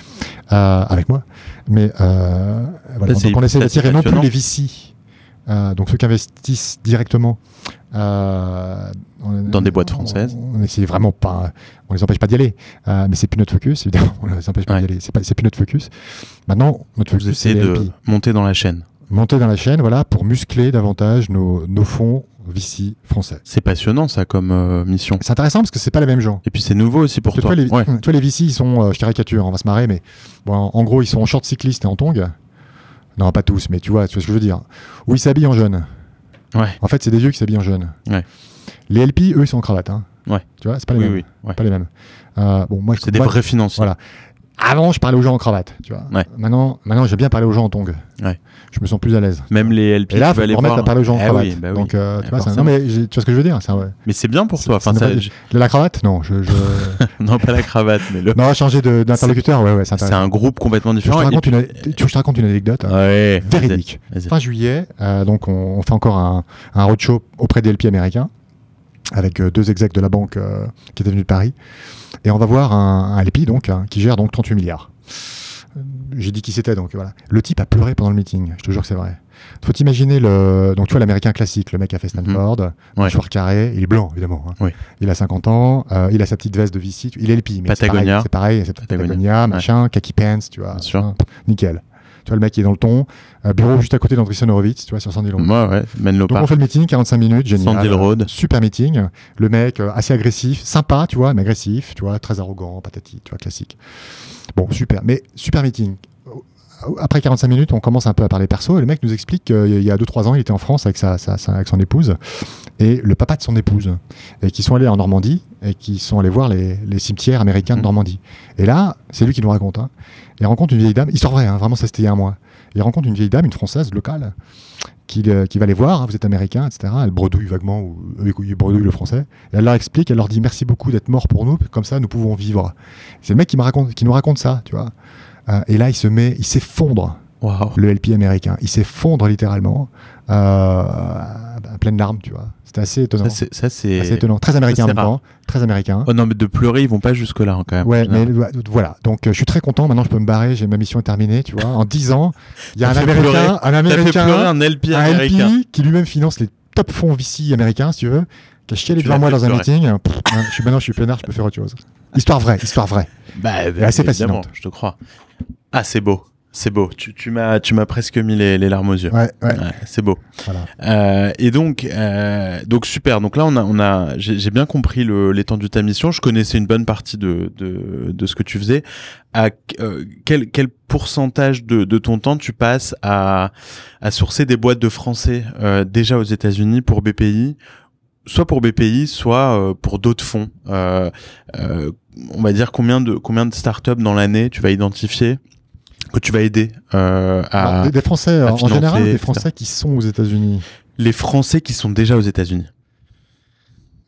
Speaker 2: Euh, avec moi. Mais euh, voilà.
Speaker 1: Ça, c'est-
Speaker 2: donc on essaie
Speaker 1: ça,
Speaker 2: d'attirer
Speaker 1: c'est
Speaker 2: non plus
Speaker 1: passionnant.
Speaker 2: les VC, euh, donc ceux qui investissent directement. euh, on-
Speaker 1: Dans des boîtes
Speaker 2: on-
Speaker 1: françaises.
Speaker 2: On, essaie vraiment pas. On les empêche pas d'y aller, Euh, mais c'est plus notre focus. Évidemment, <laughs> on les empêche pas
Speaker 1: Ouais.
Speaker 2: d'y aller. C'est pas, c'est plus notre focus. Maintenant, notre
Speaker 1: Vous
Speaker 2: focus, c'est
Speaker 1: essayez
Speaker 2: les
Speaker 1: de
Speaker 2: LP
Speaker 1: monter dans la chaîne.
Speaker 2: monter dans la chaîne voilà, pour muscler davantage nos, nos fonds VC français.
Speaker 1: C'est passionnant, ça, comme euh, mission.
Speaker 2: C'est intéressant parce que c'est pas les mêmes gens.
Speaker 1: Et puis c'est nouveau aussi pour
Speaker 2: Parce que
Speaker 1: toi.
Speaker 2: Toi, les,
Speaker 1: Ouais.
Speaker 2: toi, les VC, ils sont, euh, je caricature, on va se marrer, mais bon, en en gros, ils sont en short cycliste et en tongs. Non, pas tous, mais tu vois, tu vois ce que je veux dire. Ou ils s'habillent en jeune.
Speaker 1: Ouais.
Speaker 2: En fait, c'est des vieux qui s'habillent en jeune.
Speaker 1: Ouais.
Speaker 2: Les LP, eux, ils sont en cravate. Hein.
Speaker 1: Ouais.
Speaker 2: Tu vois, c'est pas les
Speaker 1: Oui,
Speaker 2: mêmes.
Speaker 1: oui. ouais.
Speaker 2: Pas les mêmes. Euh, bon, moi, je-
Speaker 1: C'est des
Speaker 2: moi,
Speaker 1: vrais financiers.
Speaker 2: voilà. Avant, je parlais aux gens en cravate, tu vois.
Speaker 1: Ouais.
Speaker 2: Maintenant, maintenant j'aime bien parler aux gens en tongs.
Speaker 1: Ouais.
Speaker 2: Je me sens plus à l'aise.
Speaker 1: Même les LP,
Speaker 2: Et là,
Speaker 1: tu
Speaker 2: faut
Speaker 1: vas les
Speaker 2: remettre
Speaker 1: voir.
Speaker 2: la parole aux gens en
Speaker 1: Eh
Speaker 2: cravate.
Speaker 1: oui, bah oui.
Speaker 2: Donc, euh, tu
Speaker 1: Eh,
Speaker 2: vois, c'est un- non,
Speaker 1: forcément.
Speaker 2: mais j'ai- tu vois ce que je veux dire c'est un-
Speaker 1: Mais c'est bien pour
Speaker 2: C'est-
Speaker 1: toi. Enfin,
Speaker 2: c'est
Speaker 1: ça-
Speaker 2: une vraie-
Speaker 1: <laughs> je-
Speaker 2: La la cravate Non,
Speaker 1: <laughs>
Speaker 2: je. je...
Speaker 1: non, pas la cravate, mais le.
Speaker 2: non, changer de- d'interlocuteur, ouais, ouais, c'est
Speaker 1: C'est
Speaker 2: intéressant.
Speaker 1: un groupe complètement
Speaker 2: Tu veux que
Speaker 1: différent.
Speaker 2: je te raconte
Speaker 1: Et-
Speaker 2: une- tu veux que je te raconte une anecdote hein,
Speaker 1: Ouais.
Speaker 2: véridique
Speaker 1: Vas-y. Vas-y.
Speaker 2: Fin juillet, euh, donc on, on fait encore un, un roadshow auprès des LP américains avec euh, deux execs de la banque euh, qui étaient venus de Paris. Et on va voir un, un LP donc, hein, qui gère donc 38 milliards. Euh, J'ai dit qui c'était donc voilà. Le type a pleuré pendant le meeting, je te jure que c'est vrai. Faut imaginer le donc tu vois l'américain classique, le mec a fait Stanford,
Speaker 1: Mhm. Ouais.
Speaker 2: mouchoir carré, il est blanc évidemment. hein.
Speaker 1: Oui.
Speaker 2: Il a 50 ans, euh, il a sa petite veste de VC, tu- il est LP mais c'est
Speaker 1: Patagonia.
Speaker 2: pareil, c'est pareil, c'est
Speaker 1: Patagonia,
Speaker 2: Patagonia, machin, khaki pants, tu vois.
Speaker 1: Bien sûr.
Speaker 2: hein, nickel. Tu vois le mec qui est dans le ton, euh, bureau juste à côté d'Andreessen Horowitz, tu vois, sur Sandy Long.
Speaker 1: Moi, ouais. Menlo
Speaker 2: Donc on
Speaker 1: Park.
Speaker 2: fait le meeting, 45 minutes, génial.
Speaker 1: Sand Hill Road.
Speaker 2: Euh, Super meeting. Le mec euh, assez agressif, sympa, tu vois, mais agressif, tu vois, très arrogant, patati, tu vois, classique. Bon, super. Mais super meeting. Après 45 minutes, on commence un peu à parler perso et le mec nous explique qu'il y a 2-3 ans, il était en France avec, sa, sa- sa- avec son épouse et le papa de son épouse et qui sont allés en Normandie et qui sont allés voir les, les cimetières américains de
Speaker 1: Mhm.
Speaker 2: Normandie. Et là, c'est lui qui nous raconte. Hein. Il rencontre une vieille dame, histoire vraie, hein, vraiment ça c'était il y a un mois. Il rencontre une vieille dame, une française locale, qui, le- qui va les voir, hein, vous êtes américain, etc. Elle bredouille vaguement, ou euh, eux ils bredouillent le français. Et elle leur explique, elle leur dit merci beaucoup d'être mort pour nous, comme ça nous pouvons vivre. C'est le mec qui, me raconte, qui nous raconte ça, tu vois. Euh, et là, il se met, il s'effondre,
Speaker 1: Waouh.
Speaker 2: le LP américain. Il s'effondre littéralement, euh, à pleine larmes, tu vois. C'était assez étonnant.
Speaker 1: Ça, c'est- Ça,
Speaker 2: Assez
Speaker 1: c'est.
Speaker 2: étonnant. Très américain en
Speaker 1: c'est
Speaker 2: même
Speaker 1: rare.
Speaker 2: temps. hein. Très américain.
Speaker 1: Oh non, mais de pleurer, ils vont pas jusque-là, hein, quand même.
Speaker 2: Ouais, mais ouais, voilà. Donc euh, je suis très content. Maintenant, je peux me barrer. J'ai ma mission est terminée. Tu vois, en 10 ans, il y a un
Speaker 1: T'as fait pleurer-
Speaker 2: américain, un
Speaker 1: T'as fait pleurer
Speaker 2: américain,
Speaker 1: un LP
Speaker 2: un LP
Speaker 1: américain.
Speaker 2: qui lui-même finance les top fonds VC américains, si tu veux, qui a chialé
Speaker 1: Tu
Speaker 2: devant
Speaker 1: l'as
Speaker 2: moi
Speaker 1: fait
Speaker 2: dans un
Speaker 1: pleurer.
Speaker 2: meeting. Pff, hein, je suis maintenant, je suis peinard, je peux faire autre chose. Histoire vraie, histoire vraie.
Speaker 1: Bah,
Speaker 2: assez
Speaker 1: évidemment,
Speaker 2: fascinante.
Speaker 1: Je te crois. Ah, c'est beau. C'est beau. Tu, tu m'as, tu m'as presque mis les, les larmes aux yeux.
Speaker 2: Ouais, ouais.
Speaker 1: Ouais, c'est beau.
Speaker 2: Voilà.
Speaker 1: Euh, et donc, euh, donc super. Donc là, on a, on a, j'ai j'ai bien compris le- l'étendue de ta mission. Je connaissais une bonne partie de, de, de ce que tu faisais. À euh, quel, quel pourcentage de, de ton temps tu passes à, à sourcer des boîtes de français euh, déjà aux États-Unis pour BPI, soit pour BPI, soit euh, pour d'autres fonds. Euh, euh, on va dire combien de combien de startups dans l'année tu vas identifier que tu vas aider euh, à
Speaker 2: Alors, des, des Français,
Speaker 1: à
Speaker 2: en
Speaker 1: financer,
Speaker 2: général, des
Speaker 1: etc.
Speaker 2: Français qui sont aux États-Unis.
Speaker 1: les Français qui sont déjà aux États-Unis.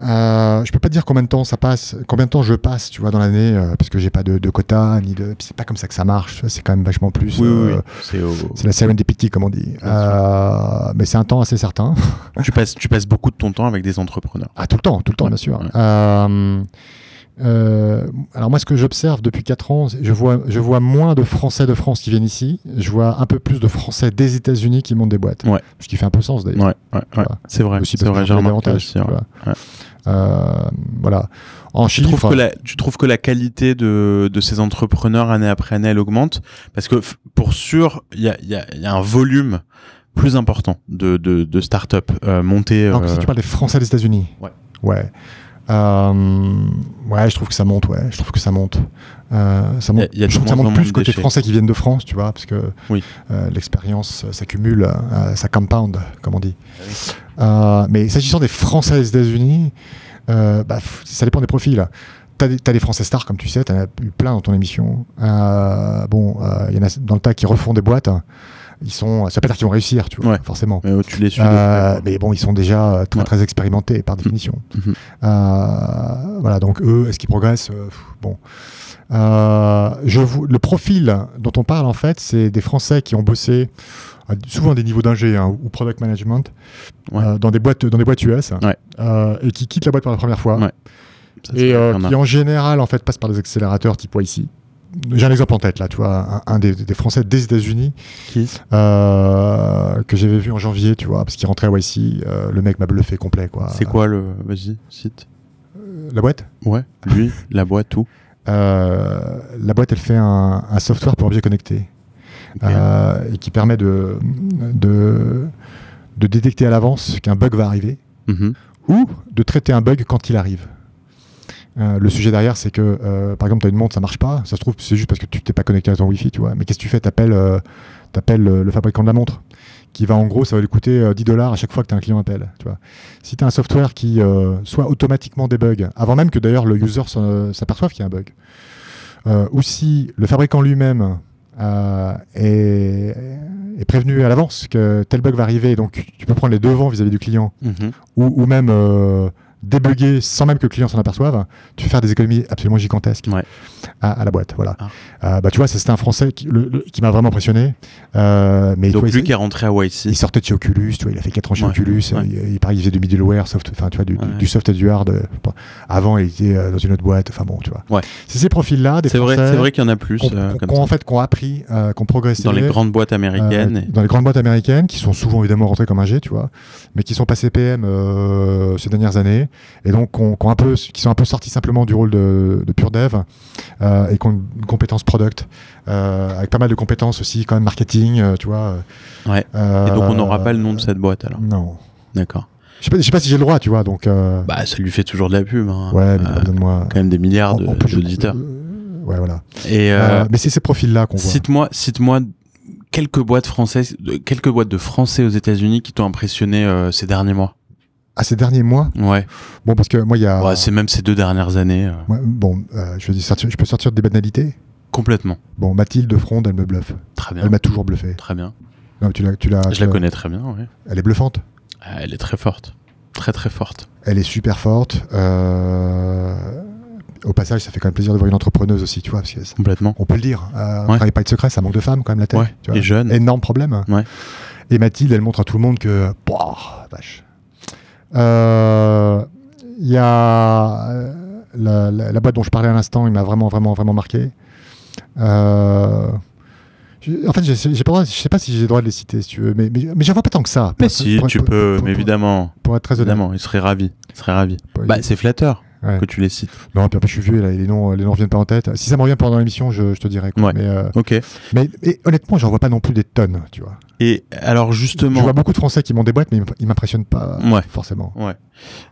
Speaker 2: Euh, je peux pas te dire combien de temps ça passe, combien de temps je passe, tu vois, dans l'année, euh, parce que j'ai pas de, de quota ni de. C'est pas comme ça que ça marche. C'est quand même vachement plus. euh,
Speaker 1: C'est au-
Speaker 2: C'est la serendipity, comme on dit.
Speaker 1: sûr.
Speaker 2: Euh, mais c'est un temps assez certain.
Speaker 1: Tu passes, tu passes beaucoup de ton temps avec des entrepreneurs.
Speaker 2: Ah, tout le temps, tout le temps, bien sûr.
Speaker 1: Ouais.
Speaker 2: Euh, euh, alors moi, ce que j'observe depuis 4 ans, c'est- je vois, je vois moins de Français de France qui viennent ici. Je vois un peu plus de Français des États-Unis qui montent des boîtes.
Speaker 1: Ouais.
Speaker 2: Ce qui fait un peu sens d'ailleurs.
Speaker 1: Ouais, ouais, ouais.
Speaker 2: Voilà.
Speaker 1: C'est vrai.
Speaker 2: Aussi
Speaker 1: C'est
Speaker 2: parce
Speaker 1: vrai.
Speaker 2: que
Speaker 1: J'ai
Speaker 2: j'ai
Speaker 1: remarqué
Speaker 2: davantage,
Speaker 1: aussi. ouais.
Speaker 2: tu vois.
Speaker 1: Ouais.
Speaker 2: Euh, voilà. En
Speaker 1: Tu trouves,
Speaker 2: chiffres,
Speaker 1: que la, tu trouves que la qualité de, de ces entrepreneurs année après année, elle augmente Parce que f- pour sûr, il y a, il y a- il y a un volume plus important de, de, de start-up euh, montées.
Speaker 2: alors que
Speaker 1: euh,
Speaker 2: si tu parles des Français des États-Unis.
Speaker 1: Ouais.
Speaker 2: Ouais. Euh, ouais, je trouve que ça monte. Ouais, je trouve que ça monte. Euh, ça
Speaker 1: Y a-
Speaker 2: monte.
Speaker 1: y a de
Speaker 2: je trouve que ça
Speaker 1: moins en
Speaker 2: monte
Speaker 1: moins
Speaker 2: plus
Speaker 1: de
Speaker 2: côté
Speaker 1: déchets.
Speaker 2: français qui viennent de France, tu vois, parce que
Speaker 1: Oui.
Speaker 2: euh, l'expérience euh, s'accumule, euh, ça compound, comme on dit.
Speaker 1: Ah
Speaker 2: Euh, mais s'agissant des Français des États-Unis, euh, bah, pff, ça dépend des profils. T'as des, t'as des Français stars, comme tu sais, t'en as eu plein dans ton émission. Euh, bon, euh, il y en a dans le tas qui refont des boîtes. Ils sont, ça veut pas dire qu'ils vont réussir, tu vois,
Speaker 1: Ouais.
Speaker 2: forcément.
Speaker 1: euh, tu les suis. de
Speaker 2: Euh,
Speaker 1: près.
Speaker 2: mais bon, ils sont déjà euh, très
Speaker 1: Ouais.
Speaker 2: très expérimentés par définition.
Speaker 1: Mhm.
Speaker 2: Euh, voilà, donc eux, est-ce qu'ils progressent Euh, pff, Bon, Euh, je vous, le profil dont on parle en fait, c'est des Français qui ont bossé à- souvent à des niveaux d'ingé hein, ou product management
Speaker 1: Ouais.
Speaker 2: euh, dans des boîtes dans des boîtes US
Speaker 1: Ouais.
Speaker 2: euh, et qui quittent la boîte pour la première fois
Speaker 1: Ouais. Ça, c'est
Speaker 2: et euh,
Speaker 1: vrai, il y en a.
Speaker 2: qui en général en fait passent par des accélérateurs type ici. J'ai un exemple en tête là, tu vois, un, un des, des Français des États-Unis euh, que j'avais vu en janvier, tu vois, parce qu'il rentrait à YC, euh, le mec m'a bluffé complet, quoi.
Speaker 1: C'est quoi le. Vas-y, cite.
Speaker 2: Euh, La boîte
Speaker 1: Ouais, lui, la boîte, tout.
Speaker 2: Euh, La boîte, elle fait un, un software pour objets connectés
Speaker 1: Ok.
Speaker 2: <laughs> euh, et qui permet de, de, de détecter à l'avance qu'un bug va arriver
Speaker 1: Mhm.
Speaker 2: ou de traiter un bug quand il arrive. Euh, le sujet derrière, c'est que, euh, par exemple, tu as une montre, ça marche pas. Ça se trouve, c'est juste parce que tu t'es pas connecté à ton Wi-Fi, tu vois. Mais qu'est-ce que tu fais T'appelles euh, t'appelles, euh, le fabricant de la montre, qui va en gros, ça va lui coûter euh, 10 dollars à chaque fois que tu as un client appelle. Tu vois. Si tu as un software qui euh, soit automatiquement débug, avant même que d'ailleurs le user s'en- euh, s'aperçoive qu'il y a un bug, euh, ou si le fabricant lui-même euh, est, est prévenu à l'avance que tel bug va arriver, donc tu peux prendre les devants vis-à-vis du client
Speaker 1: Mhm.
Speaker 2: ou, ou même euh, débugger sans même que le client s'en aperçoive, tu fais faire des économies absolument gigantesques
Speaker 1: Ouais.
Speaker 2: à, à la boîte. Voilà.
Speaker 1: Ah.
Speaker 2: Euh, bah, tu vois, ça, c'était un Français qui, le- le- qui m'a vraiment impressionné. Euh, mais tu
Speaker 1: Donc
Speaker 2: vois,
Speaker 1: lui
Speaker 2: il,
Speaker 1: qui est rentré à YC.
Speaker 2: il sortait de chez Oculus, tu vois, il a fait 4 ans chez
Speaker 1: Ouais,
Speaker 2: Oculus,
Speaker 1: ouais.
Speaker 2: il, il, pareil, il faisait du middleware, soft, enfin, tu vois, du, du-
Speaker 1: Ouais.
Speaker 2: du soft et du hard. euh, pas- Avant, il était euh, dans une autre boîte, enfin bon, tu vois.
Speaker 1: Ouais.
Speaker 2: C'est ces profils-là, des
Speaker 1: C'est vrai,
Speaker 2: Français
Speaker 1: c'est vrai qu'il y en a plus.
Speaker 2: qu'on-
Speaker 1: euh,
Speaker 2: qu'on-
Speaker 1: comme
Speaker 2: qu'on,
Speaker 1: ça.
Speaker 2: en fait, qu'on a appris, euh, qu'on progressé
Speaker 1: dans les grandes boîtes américaines.
Speaker 2: euh, dans les grandes boîtes américaines, qui sont souvent évidemment rentrées comme ingé, tu vois, mais qui sont passées PM euh, ces dernières années, et donc qu'on- qu'on un peu, qui sont un peu sortis simplement du rôle de, de pure dev, euh, et qui ont une compétence product, euh, avec pas mal de compétences aussi, quand même marketing, euh, tu vois.
Speaker 1: Ouais.
Speaker 2: Euh,
Speaker 1: et, et donc on n'aura pas le nom de cette boîte alors.
Speaker 2: Non.
Speaker 1: D'accord.
Speaker 2: Je sais pas, je sais pas si j'ai le droit, tu vois, donc. euh,
Speaker 1: Bah ça lui fait toujours de la pub. hein.
Speaker 2: ouais, mais il a pas
Speaker 1: Euh,
Speaker 2: besoin de moi.
Speaker 1: quand même des milliards de-
Speaker 2: En- en plus, je-
Speaker 1: d'auditeurs.
Speaker 2: euh, ouais, voilà.
Speaker 1: Et euh,
Speaker 2: Euh, mais c'est ces profils-là qu'on voit.
Speaker 1: cite-moi, cite-moi quelques boîtes françaises, de- quelques boîtes de Français aux États-Unis qui t'ont impressionné euh, ces derniers mois.
Speaker 2: À ces derniers mois,
Speaker 1: Ouais.
Speaker 2: bon, parce que moi, il y a.
Speaker 1: Ouais, c'est même ces deux dernières années euh,
Speaker 2: Ouais, bon, euh, je, veux dire, sortir- je peux sortir des banalités.
Speaker 1: complètement.
Speaker 2: Bon, Mathilde Fronde, elle me bluffe.
Speaker 1: Très bien.
Speaker 2: Elle m'a toujours Ah, bluffé.
Speaker 1: Très bien.
Speaker 2: Non, mais tu la, tu la,
Speaker 1: Je
Speaker 2: tu
Speaker 1: la
Speaker 2: la-
Speaker 1: connais très bien. ouais.
Speaker 2: Elle est bluffante.
Speaker 1: Ah, Elle est très forte. Très très forte.
Speaker 2: Elle est super forte. Euh, Au passage, ça fait quand même plaisir de voir une entrepreneuse aussi, tu vois, parce que ça-
Speaker 1: Complètement.
Speaker 2: on peut le dire. Euh, On
Speaker 1: Ouais.
Speaker 2: travaille pas de secret, ça manque de femmes quand même la tête.
Speaker 1: Ouais,
Speaker 2: tu vois.
Speaker 1: et jeune.
Speaker 2: Énorme problème.
Speaker 1: Ouais.
Speaker 2: Et Mathilde, elle montre à tout le monde que, Pouah, vache. Euh, Il y a euh, la, la- la boîte dont je parlais à l'instant, il m'a vraiment, vraiment, vraiment marqué. Euh, j'ai- En fait, j'ai- j'ai pas le droit- je sais pas si j'ai le droit de les citer, si tu veux, mais, mais, mais j'en vois pas tant que ça.
Speaker 1: Mais
Speaker 2: Pour-
Speaker 1: Bah, si
Speaker 2: pour-
Speaker 1: tu
Speaker 2: pour-
Speaker 1: peux,
Speaker 2: pour-
Speaker 1: mais
Speaker 2: pour-
Speaker 1: évidemment,
Speaker 2: Pour être très honnête.
Speaker 1: évidemment, il serait ravi, il serait ravi.
Speaker 2: Pour-
Speaker 1: Bah c'est flatteur.
Speaker 2: Ouais.
Speaker 1: que tu les cites.
Speaker 2: Non, puis après, je suis vieux, là, et les noms, les noms reviennent pas en tête. Si ça me revient pendant l'émission, je, je te dirai. quoi.
Speaker 1: Ouais.
Speaker 2: Mais, euh,
Speaker 1: Ok.
Speaker 2: mais et honnêtement, j'en vois pas non plus des tonnes, tu vois.
Speaker 1: Et alors
Speaker 2: Je
Speaker 1: justement, Mm.
Speaker 2: vois beaucoup de Français qui m'ont des boîtes, mais ils m'imp- ils m'impressionnent pas
Speaker 1: Ouais.
Speaker 2: forcément.
Speaker 1: Ouais.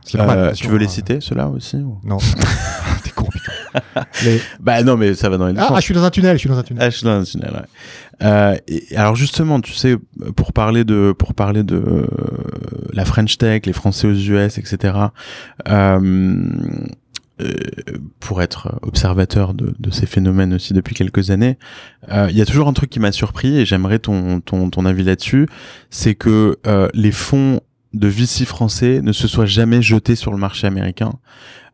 Speaker 2: Ce qui est normal,
Speaker 1: euh,
Speaker 2: bien
Speaker 1: tu
Speaker 2: sûr,
Speaker 1: veux les
Speaker 2: hein.
Speaker 1: citer ceux-là aussi ou- <laughs>
Speaker 2: Non. T'es con, putain. Les-
Speaker 1: Bah non, mais ça va dans les deux
Speaker 2: Ah,
Speaker 1: sens.
Speaker 2: ah, je suis dans un tunnel, je suis dans un tunnel.
Speaker 1: Ah, je suis dans un tunnel, ouais. Euh, et- alors justement, tu sais, pour parler de, pour parler de euh, la French Tech, les Français aux US, etc. euh, euh, pour être observateur de, de ces phénomènes aussi depuis quelques années, euh, il y a toujours un truc qui m'a surpris et j'aimerais ton, ton, ton avis là-dessus, c'est que euh, les fonds de VC français ne se soient jamais jetés sur le marché américain,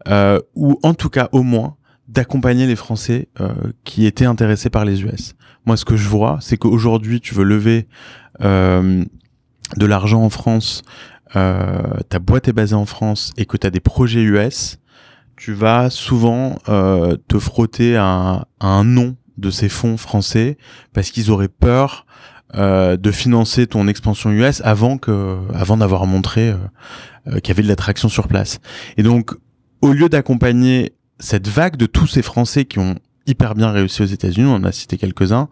Speaker 1: euh, ou en tout cas au moins d'accompagner les Français euh, qui étaient intéressés par les US. Moi, ce que je vois, c'est qu'aujourd'hui, tu veux lever euh, de l'argent en France, euh, ta boîte est basée en France et que tu as des projets US, tu vas souvent euh, te frotter à un, à un nom de ces fonds français parce qu'ils auraient peur euh, de financer ton expansion US avant que, avant d'avoir montré euh, euh, qu'il y avait de l'attraction sur place. Et donc, au lieu d'accompagner cette vague de tous ces Français qui ont hyper bien réussi aux États-Unis, on en a cité quelques-uns.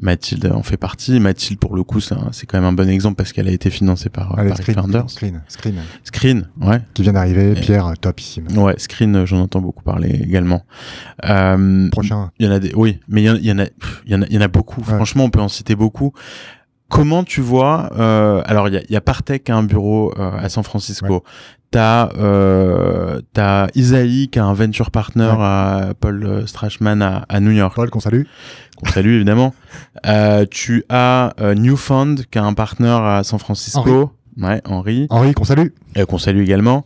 Speaker 1: Mathilde en fait partie. Mathilde, pour le coup, c'est un- c'est quand même un bon exemple parce qu'elle a été financée par, euh,
Speaker 2: Allez,
Speaker 1: par
Speaker 2: screen,
Speaker 1: Founders.
Speaker 2: screen, screen.
Speaker 1: Screen, ouais.
Speaker 2: Qui vient d'arriver, Pierre, euh, topissime.
Speaker 1: Ouais, Screen, euh, j'en entends beaucoup parler également. Euh,
Speaker 2: Prochain.
Speaker 1: il y en a des, oui, mais il y en- il y, en a, pff, il y en a, il y en a beaucoup.
Speaker 2: Ouais.
Speaker 1: Franchement, on peut en citer beaucoup. Comment tu vois euh, Alors, il y a, il y a Partech qui a un bureau euh, à San Francisco. T'as euh, t'as Isaïe qui a un venture partner
Speaker 2: Ouais.
Speaker 1: à Paul euh, Strachman à, à New York.
Speaker 2: Paul, qu'on salue.
Speaker 1: Qu'on salue évidemment. Euh, tu as euh, Newfound qui a un partner à San Francisco. Ouais, Henri
Speaker 2: Henri, qu'on salue.
Speaker 1: euh, qu'on salue également,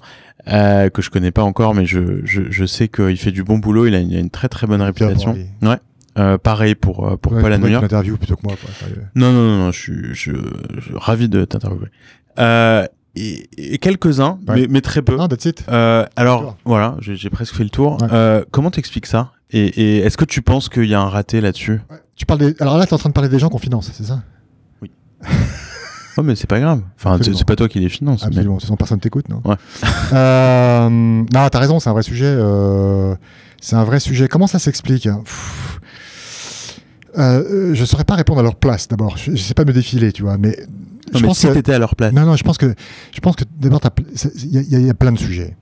Speaker 1: euh, que je connais pas encore, mais je, je, je sais qu'il fait du bon boulot, il a une, il a une très très bonne
Speaker 2: Pierre,
Speaker 1: réputation.
Speaker 2: Henri.
Speaker 1: Euh, pareil pour, euh, pour
Speaker 2: Ouais,
Speaker 1: Paul à
Speaker 2: toi,
Speaker 1: New
Speaker 2: tu
Speaker 1: York.
Speaker 2: l'interviews plutôt que moi, quoi, sérieux.
Speaker 1: Non, non, non, non, je suis je, je- ravi de t'interviewer. Euh, et et quelques-uns,
Speaker 2: Ouais.
Speaker 1: mais, mais très peu.
Speaker 2: Non, that's it.
Speaker 1: Euh, alors
Speaker 2: Tour.
Speaker 1: voilà, j'ai j'ai presque fait le tour.
Speaker 2: Ouais.
Speaker 1: Euh, comment t'expliques ça Et, et est-ce que tu penses qu'il y a un raté là-dessus
Speaker 2: Tu parles des... Alors là, t'es en train de parler des gens qu'on finance, c'est ça
Speaker 1: Oh mais c'est pas grave. Enfin, c'est
Speaker 2: Absolument. Ah,
Speaker 1: c'est pas toi qui les finance. mais-
Speaker 2: Absolument, ce sont personne t'écoute, non
Speaker 1: Ouais.
Speaker 2: <laughs> Euh, Non, t'as raison, c'est un vrai sujet. euh, c'est un vrai sujet. Comment ça s'explique hein Pfff. Euh, euh, je saurais pas répondre à leur place d'abord. Je, je sais pas me défiler, tu vois, mais
Speaker 1: Non,
Speaker 2: je
Speaker 1: mais
Speaker 2: pense
Speaker 1: si
Speaker 2: que
Speaker 1: t'étais à leur place.
Speaker 2: non, non, je pense que je pense que d'abord t'as pl- c'est- il y, a- il y a- il y a plein de sujets.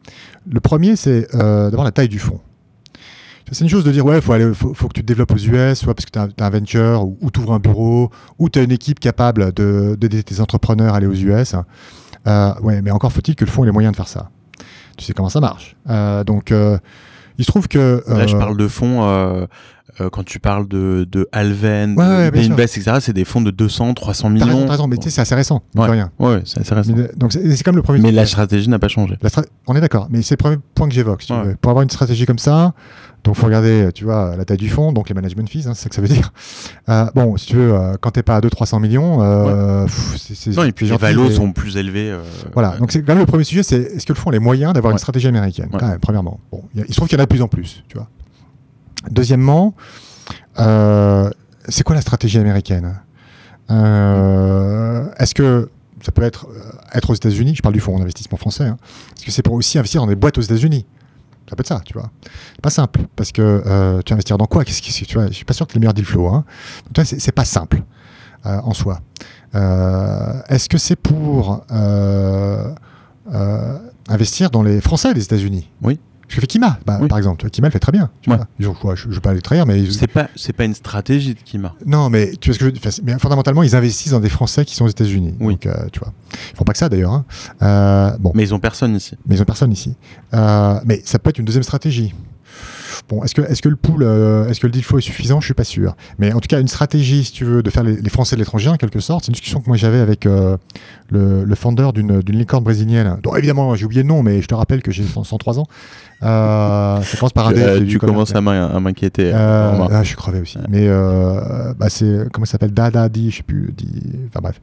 Speaker 2: Le premier, c'est euh, d'abord la taille du fonds. C'est une chose de dire ouais, faut aller, faut, faut que tu te développes aux US, soit parce que tu as, un venture ou, tu ouvres un bureau, ou tu as une équipe capable de- d'aider tes entrepreneurs à aller aux US. Euh, ouais, mais encore faut-il que le fonds ait les moyens de faire ça. Tu sais comment ça marche. Euh, donc euh, il se trouve que
Speaker 1: Là, je
Speaker 2: euh,
Speaker 1: parle de fonds, euh, euh, quand tu parles de, de Alven,
Speaker 2: Ouais, ouais,
Speaker 1: de
Speaker 2: bien sûr.
Speaker 1: Invest, etc., c'est des fonds de 200, 300 millions.
Speaker 2: T'as raison, t'as raison, mais tu sais, c'est assez récent, mine de rien.
Speaker 1: Ouais, c'est intéressant.
Speaker 2: Mine de- Donc c'est c'est comme le premier.
Speaker 1: Mais la
Speaker 2: sujet.
Speaker 1: stratégie n'a pas changé.
Speaker 2: La stra- On est d'accord, mais c'est le premier point que j'évoque. si tu
Speaker 1: Ouais.
Speaker 2: veux. Pour avoir une stratégie comme ça, donc faut regarder, tu vois, la taille du fonds, donc les management fees, hein, c'est ça que ça veut dire. Euh, bon, si tu veux, euh, quand t'es pas à 200-300 millions, euh, pff, c'est- c'est-
Speaker 1: Non, et
Speaker 2: c'est
Speaker 1: puis les
Speaker 2: gentil,
Speaker 1: valos
Speaker 2: mais-
Speaker 1: sont plus élevés. euh,
Speaker 2: Voilà, donc c'est quand même le premier sujet, c'est est-ce que le fonds a les moyens d'avoir
Speaker 1: Ouais.
Speaker 2: une stratégie américaine
Speaker 1: Ouais.
Speaker 2: quand même, premièrement. Bon, il y a- il se trouve qu'il y en a de plus en plus, tu vois. Deuxièmement, euh, c'est quoi la stratégie américaine hein Euh, Est-ce que ça peut être euh, être aux États-Unis Je parle du fonds d'investissement français. hein. Est-ce que c'est pour aussi investir dans des boîtes aux États-Unis ça peut être ça, tu vois. C'est pas simple, parce que euh, tu vas investir dans quoi Qu'est-ce qui, tu vois, Je suis pas sûr que les meilleurs deal flow. Hein. Donc, tu vois, c'est c'est pas simple euh, en soi. Euh, Est-ce que c'est pour euh, euh, investir dans les Français des États-Unis
Speaker 1: Oui.
Speaker 2: Parce que fait Kima, bah,
Speaker 1: Oui.
Speaker 2: par exemple. Tu vois, Kima le fait très bien. tu
Speaker 1: Ouais.
Speaker 2: vois. Ils ont, quoi, je ne vais pas les trahir, mais. ils-
Speaker 1: C'est pas, c'est pas une stratégie de Kima.
Speaker 2: Non, mais tu vois ce que je veux dire Enfin, c'est- Mais fondamentalement, ils investissent dans des Français qui sont aux États-Unis.
Speaker 1: Oui.
Speaker 2: Donc, euh, tu vois. Ils font pas que ça d'ailleurs. hein. Euh, bon, mais...
Speaker 1: Mais ils ont personne ici.
Speaker 2: ils ont personne ici. Euh, mais ça peut être une deuxième stratégie. Bon, est-ce que, est que le pool, euh, est-ce que le deal flow est suffisant Je suis pas sûr. Mais en tout cas, une stratégie, si tu veux, de faire les, les Français de l'étranger, en quelque sorte, c'est une discussion que moi j'avais avec euh, le, le founder d'une d'une licorne brésilienne. Donc, évidemment, j'ai oublié le nom, mais je te rappelle que j'ai 100 103 ans. Euh, ça commence par un D,
Speaker 1: Euh,
Speaker 2: c'est du
Speaker 1: tu
Speaker 2: commerce.
Speaker 1: commences à m'in- à m'inquiéter.
Speaker 2: Euh,
Speaker 1: Romain.
Speaker 2: ah, je suis crevé aussi.
Speaker 1: Ouais.
Speaker 2: Mais euh, bah, c'est euh, comment ça s'appelle Dada Di, je sais plus. Di... Enfin bref.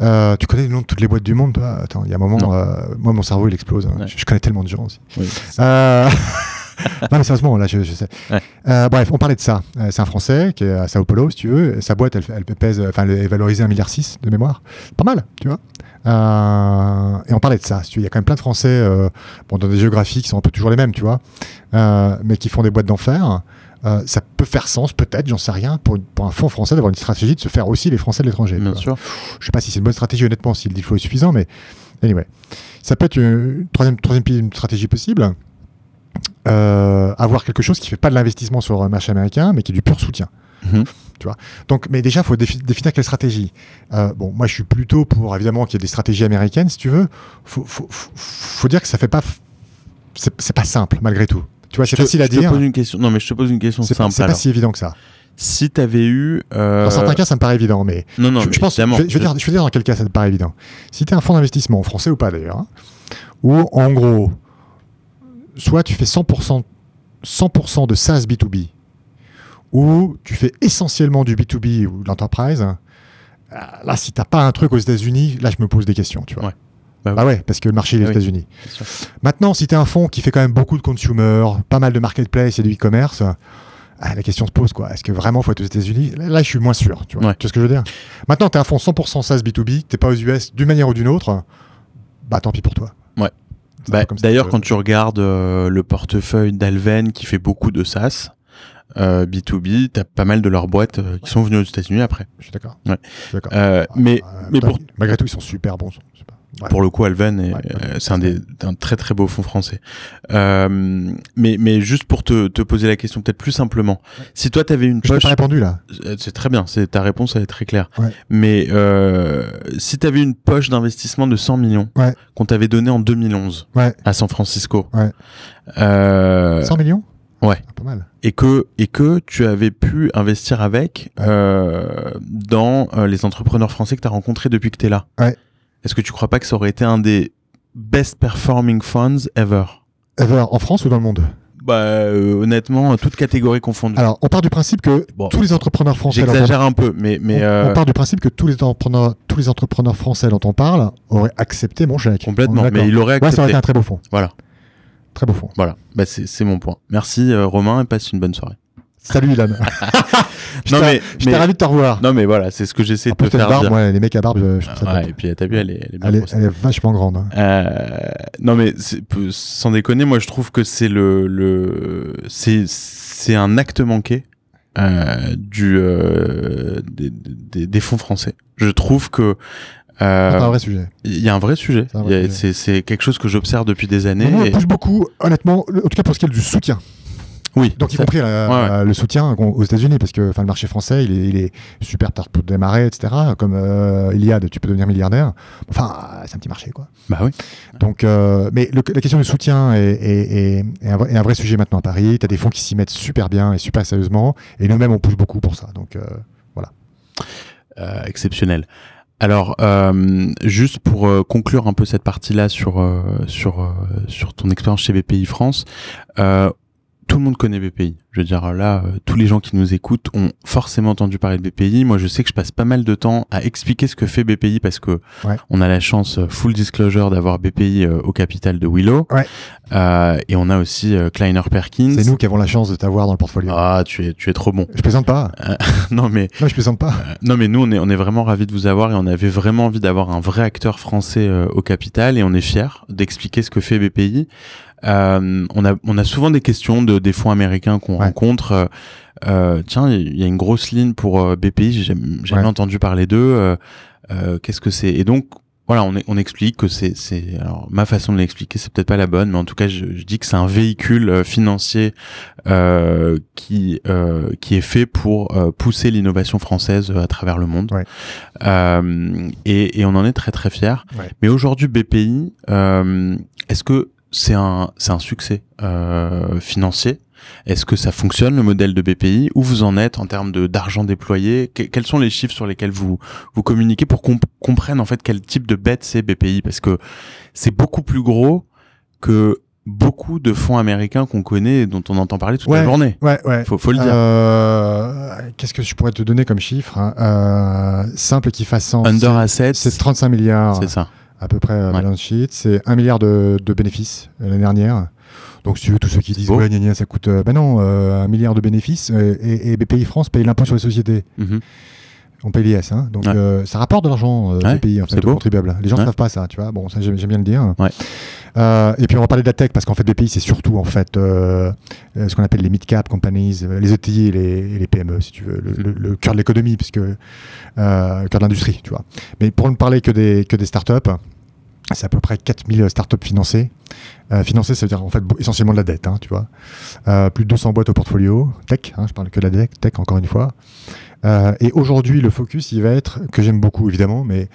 Speaker 2: Euh, tu connais le nom de toutes les boîtes du monde toi Attends, il y a un moment,
Speaker 1: Non.
Speaker 2: euh, moi mon cerveau il explose. hein.
Speaker 1: Ouais.
Speaker 2: Je, je connais tellement de gens aussi.
Speaker 1: Oui.
Speaker 2: Euh, <laughs> non, mais sérieusement, là, je, je sais.
Speaker 1: Ouais.
Speaker 2: Euh, bref, on parlait de ça. Euh, c'est un Français qui est à Sao Paulo, si tu veux. Sa boîte, elle, elle pèse, enfin, elle est valorisée 1,6 milliard de mémoire. Pas mal, tu vois. Euh, et on parlait de ça. si tu veux. Il y a quand même plein de Français euh, bon, dans des géographies qui sont un peu toujours les mêmes, tu vois, euh, mais qui font des boîtes d'enfer. Euh, ça peut faire sens, peut-être, j'en sais rien, pour, pour un fonds français d'avoir une stratégie de se faire aussi les Français de l'étranger. tu
Speaker 1: Bien
Speaker 2: vois.
Speaker 1: sûr.
Speaker 2: Je sais pas si c'est une bonne stratégie, honnêtement, si le deal flow est suffisant, mais anyway. Ça peut être une troisième, troisième piste d'une stratégie possible. Euh, avoir quelque chose qui fait pas de l'investissement sur le marché américain, mais qui est du pur soutien.
Speaker 1: Mhm.
Speaker 2: Donc, mais déjà, il faut défi- définir quelle stratégie. Euh, bon, moi, je suis plutôt pour, évidemment, qu'il y ait des stratégies américaines, si tu veux. Faut, faut, faut, faut dire que ça fait pas. f- C'est c'est pas simple, malgré tout. Tu vois, c'est
Speaker 1: Je te-
Speaker 2: facile à
Speaker 1: je te
Speaker 2: dire.
Speaker 1: pose une question. Non, mais je te pose une question
Speaker 2: C'est pas,
Speaker 1: simple.
Speaker 2: c'est pas
Speaker 1: alors.
Speaker 2: si évident que ça.
Speaker 1: Si t'avais eu. euh,
Speaker 2: Dans certains cas, ça me paraît évident, mais
Speaker 1: Non, non,
Speaker 2: je,
Speaker 1: mais
Speaker 2: je pense, je,
Speaker 1: évidemment.
Speaker 2: vais- je vais dire, je vais dire dans quel cas ça te paraît évident. Si tu es un fonds d'investissement, français ou pas d'ailleurs, hein, où en gros, soit tu fais 100%, 100 de SaaS B2B, ou tu fais essentiellement du B2B ou de l'entreprise, hein, là, si tu pas un truc aux États-Unis, là, je me pose des questions, tu vois.
Speaker 1: Ouais. Bah
Speaker 2: Bah ouais, parce que le marché est
Speaker 1: Ah
Speaker 2: aux
Speaker 1: oui.
Speaker 2: États-Unis.
Speaker 1: Bien sûr.
Speaker 2: Maintenant, si tu es un fonds qui fait quand même beaucoup de consumer, pas mal de marketplace et de e-commerce, ah, la question se pose quoi. Est-ce que vraiment faut être aux États-Unis Là, là, je suis moins sûr. Tu vois,
Speaker 1: Ouais.
Speaker 2: tu vois ce que je veux dire Maintenant, tu es un fonds 100% SaaS B2B, t'es pas aux US d'une manière ou d'une autre, bah tant pis pour toi.
Speaker 1: Ouais.
Speaker 2: C'est un
Speaker 1: Bah,
Speaker 2: peu comme ça
Speaker 1: D'ailleurs,
Speaker 2: que-
Speaker 1: quand tu regardes euh, le portefeuille d'Alven qui fait beaucoup de SaaS, euh, B2B, t'as pas mal de leurs boîtes euh, qui sont venues aux États-Unis après.
Speaker 2: Je suis d'accord.
Speaker 1: Ouais.
Speaker 2: Je suis d'accord.
Speaker 1: Euh,
Speaker 2: Ah,
Speaker 1: mais
Speaker 2: ah,
Speaker 1: mais
Speaker 2: putain,
Speaker 1: pour-
Speaker 2: Malgré tout, ils sont super bons. je sais pas. Ouais.
Speaker 1: pour le coup, Alven, est-
Speaker 2: Ouais, ouais.
Speaker 1: euh, c'est un, des- un très très beau fonds français. Euh, mais, mais juste pour te, te poser la question peut-être plus simplement, si toi t'avais une
Speaker 2: Je t'ai
Speaker 1: poche,
Speaker 2: pas répondu là.
Speaker 1: Euh, c'est très bien, c'est ta réponse elle est très claire.
Speaker 2: Ouais.
Speaker 1: Mais euh, si t'avais une poche d'investissement de 100 millions
Speaker 2: Ouais.
Speaker 1: qu'on t'avait donné en 2011
Speaker 2: Ouais.
Speaker 1: à San Francisco,
Speaker 2: Ouais.
Speaker 1: euh,
Speaker 2: 100 millions
Speaker 1: ouais.
Speaker 2: Ah, Pas mal.
Speaker 1: et que et que tu avais pu investir avec euh, dans euh, les entrepreneurs français que tu as rencontrés depuis que tu es là.
Speaker 2: Ouais.
Speaker 1: Est-ce que tu crois pas que ça aurait été un des best performing funds ever
Speaker 2: Ever, en France ou dans le monde
Speaker 1: Bah euh, honnêtement, toutes catégories confondues.
Speaker 2: Alors, on part du principe que
Speaker 1: Bon,
Speaker 2: tous les entrepreneurs français. leur-
Speaker 1: J'exagère un peu, mais mais
Speaker 2: on,
Speaker 1: euh,
Speaker 2: on part du principe que tous les entrepreneurs, tous les entrepreneurs français dont on parle auraient accepté mon chèque. On
Speaker 1: complètement.
Speaker 2: est d'accord.
Speaker 1: Mais il aurait
Speaker 2: Ouais, ça
Speaker 1: accepté.
Speaker 2: aurait été un très beau fond.
Speaker 1: Voilà.
Speaker 2: Très beau fond.
Speaker 1: Voilà, bah, c'est c'est mon point. Merci euh, Romain et passe une bonne soirée. <laughs>
Speaker 2: Salut Ilan.
Speaker 1: non
Speaker 2: J'étais-
Speaker 1: mais,
Speaker 2: J'étais
Speaker 1: mais-
Speaker 2: ravi de te revoir.
Speaker 1: non mais voilà, c'est ce que j'essaie de
Speaker 2: En plus,
Speaker 1: te
Speaker 2: t'as une
Speaker 1: faire
Speaker 2: barbe,
Speaker 1: dire. Ah,
Speaker 2: ouais, les mecs à barbe, je je trouve ça
Speaker 1: Ouais,
Speaker 2: dingue.
Speaker 1: et puis t'as vu, elle est, elle est bien
Speaker 2: elle, est,
Speaker 1: grosse.
Speaker 2: elle est vachement grande. hein.
Speaker 1: Euh, non mais c'est- peu- sans déconner, moi je trouve que c'est le, le c'est c'est un acte manqué euh, du euh, des, des, des fonds français. Je trouve que
Speaker 2: Ah, C'est un
Speaker 1: euh,
Speaker 2: vrai sujet.
Speaker 1: il y a un vrai sujet.
Speaker 2: C'est un
Speaker 1: Il y
Speaker 2: vrai
Speaker 1: a-
Speaker 2: sujet.
Speaker 1: C'est c'est quelque chose que j'observe depuis des années.
Speaker 2: Nous, on
Speaker 1: et-
Speaker 2: pousse beaucoup, honnêtement, le- en tout cas pour ce qui est du soutien.
Speaker 1: Oui.
Speaker 2: Donc, y
Speaker 1: ça-
Speaker 2: compris la-
Speaker 1: Ouais,
Speaker 2: la- le soutien qu'on- aux États-Unis, parce que enfin, le marché français, il est, il est super tard pour démarrer, etc. Comme euh, Iliad, tu peux devenir milliardaire. Enfin, c'est un petit marché, quoi.
Speaker 1: Bah oui.
Speaker 2: Donc, euh, mais le- la question du soutien est, est- est- est un, vrai, est un vrai sujet maintenant à Paris. Tu as des fonds qui s'y mettent super bien et super sérieusement. Et nous-mêmes, on pousse beaucoup pour ça. Donc, euh,
Speaker 1: Euh, exceptionnel. Alors, euh, juste pour euh, conclure un peu cette partie-là sur euh, sur euh, sur ton expérience chez BPI France, euh, tout le monde connaît BPI. Je veux dire là, euh, tous les gens qui nous écoutent ont forcément entendu parler de BPI. Moi, je sais que je passe pas mal de temps à expliquer ce que fait BPI parce que
Speaker 2: Ouais.
Speaker 1: on a la chance, euh, full disclosure, d'avoir BPI euh, au capital de Willow,
Speaker 2: Ouais.
Speaker 1: Euh, et on a aussi euh, Kleiner Perkins.
Speaker 2: c'est nous qui avons la chance de t'avoir dans le portfolio.
Speaker 1: Ah, tu es tu es trop bon. <laughs>
Speaker 2: Je plaisante pas.
Speaker 1: non mais
Speaker 2: Non, je plaisante pas.
Speaker 1: euh, Non, mais nous, on est, on est vraiment ravis de vous avoir et on avait vraiment envie d'avoir un vrai acteur français euh, au capital et on est fiers d'expliquer ce que fait BPI. Euh, on, a, on a souvent des questions de, des fonds américains qu'on
Speaker 2: Ouais.
Speaker 1: rencontre. euh, euh, tiens, il y a une grosse ligne pour euh, BPI, j'ai jamais, jamais
Speaker 2: Ouais.
Speaker 1: entendu parler d'eux. euh, euh, Qu'est-ce que c'est Et donc, voilà, on, est- on explique que c'est, c'est, alors ma façon de l'expliquer, c'est peut-être pas la bonne, mais en tout cas, je, je dis que c'est un véhicule euh, financier euh, qui euh, qui est fait pour euh, pousser l'innovation française à travers le monde.
Speaker 2: Ouais.
Speaker 1: Euh, et, et on en est très très fiers.
Speaker 2: Ouais.
Speaker 1: Mais aujourd'hui, BPI, euh, est-ce que c'est un c'est un succès euh, financier Est-ce que ça fonctionne le modèle de BPI Où vous en êtes en termes de d'argent déployé Que- Quels sont les chiffres sur lesquels vous vous communiquez pour qu'on comprenne en fait quel type de bête c'est BPI Parce que c'est beaucoup plus gros que beaucoup de fonds américains qu'on connaît et dont on entend parler toute la
Speaker 2: Ouais.
Speaker 1: journée.
Speaker 2: Ouais, ouais.
Speaker 1: Faut, faut le dire.
Speaker 2: Euh, Qu'est-ce que je pourrais te donner comme chiffre hein Euh, Simple et qui fasse sens.
Speaker 1: Under asset,
Speaker 2: C'est 35 milliards.
Speaker 1: c'est ça.
Speaker 2: à peu près euh,
Speaker 1: Ouais.
Speaker 2: balance sheet. C'est 1 milliard de, de bénéfices euh, l'année dernière. Donc, si tu veux, tous ceux qui disent
Speaker 1: beau.
Speaker 2: ouais, gna, gna, ça coûte. euh, ben non, euh, 1 milliard de bénéfices euh, et, et BPI France paye l'impôt sur les sociétés.
Speaker 1: Mhm.
Speaker 2: On paye l'IS. hein. Donc,
Speaker 1: Ouais.
Speaker 2: euh, ça rapporte de l'argent, euh,
Speaker 1: Ouais,
Speaker 2: BPI, en fait,
Speaker 1: c'est
Speaker 2: aux
Speaker 1: beau.
Speaker 2: contribuables. Les gens ne
Speaker 1: Ouais.
Speaker 2: savent pas ça, tu vois. Bon, ça, j'aime j'aime bien le dire.
Speaker 1: Ouais.
Speaker 2: Euh, et puis, on va parler de la tech parce qu'en fait, BPI, c'est surtout, en fait, euh, euh, ce qu'on appelle les mid-cap companies, euh, les ETI et les, et les PME, si tu veux, le, le- le cœur de l'économie, puisque euh, le cœur de l'industrie, tu vois. Mais pour ne parler que des, que des startups, c'est à peu près 4000 startups financées. Euh, financées, ça veut dire en fait bo- essentiellement de la dette, hein, tu vois. Euh, plus de 200 boîtes au portfolio, tech, hein, je parle que de la tech, tech encore une fois. Euh, et aujourd'hui, le focus, il va être, que j'aime beaucoup évidemment, mais,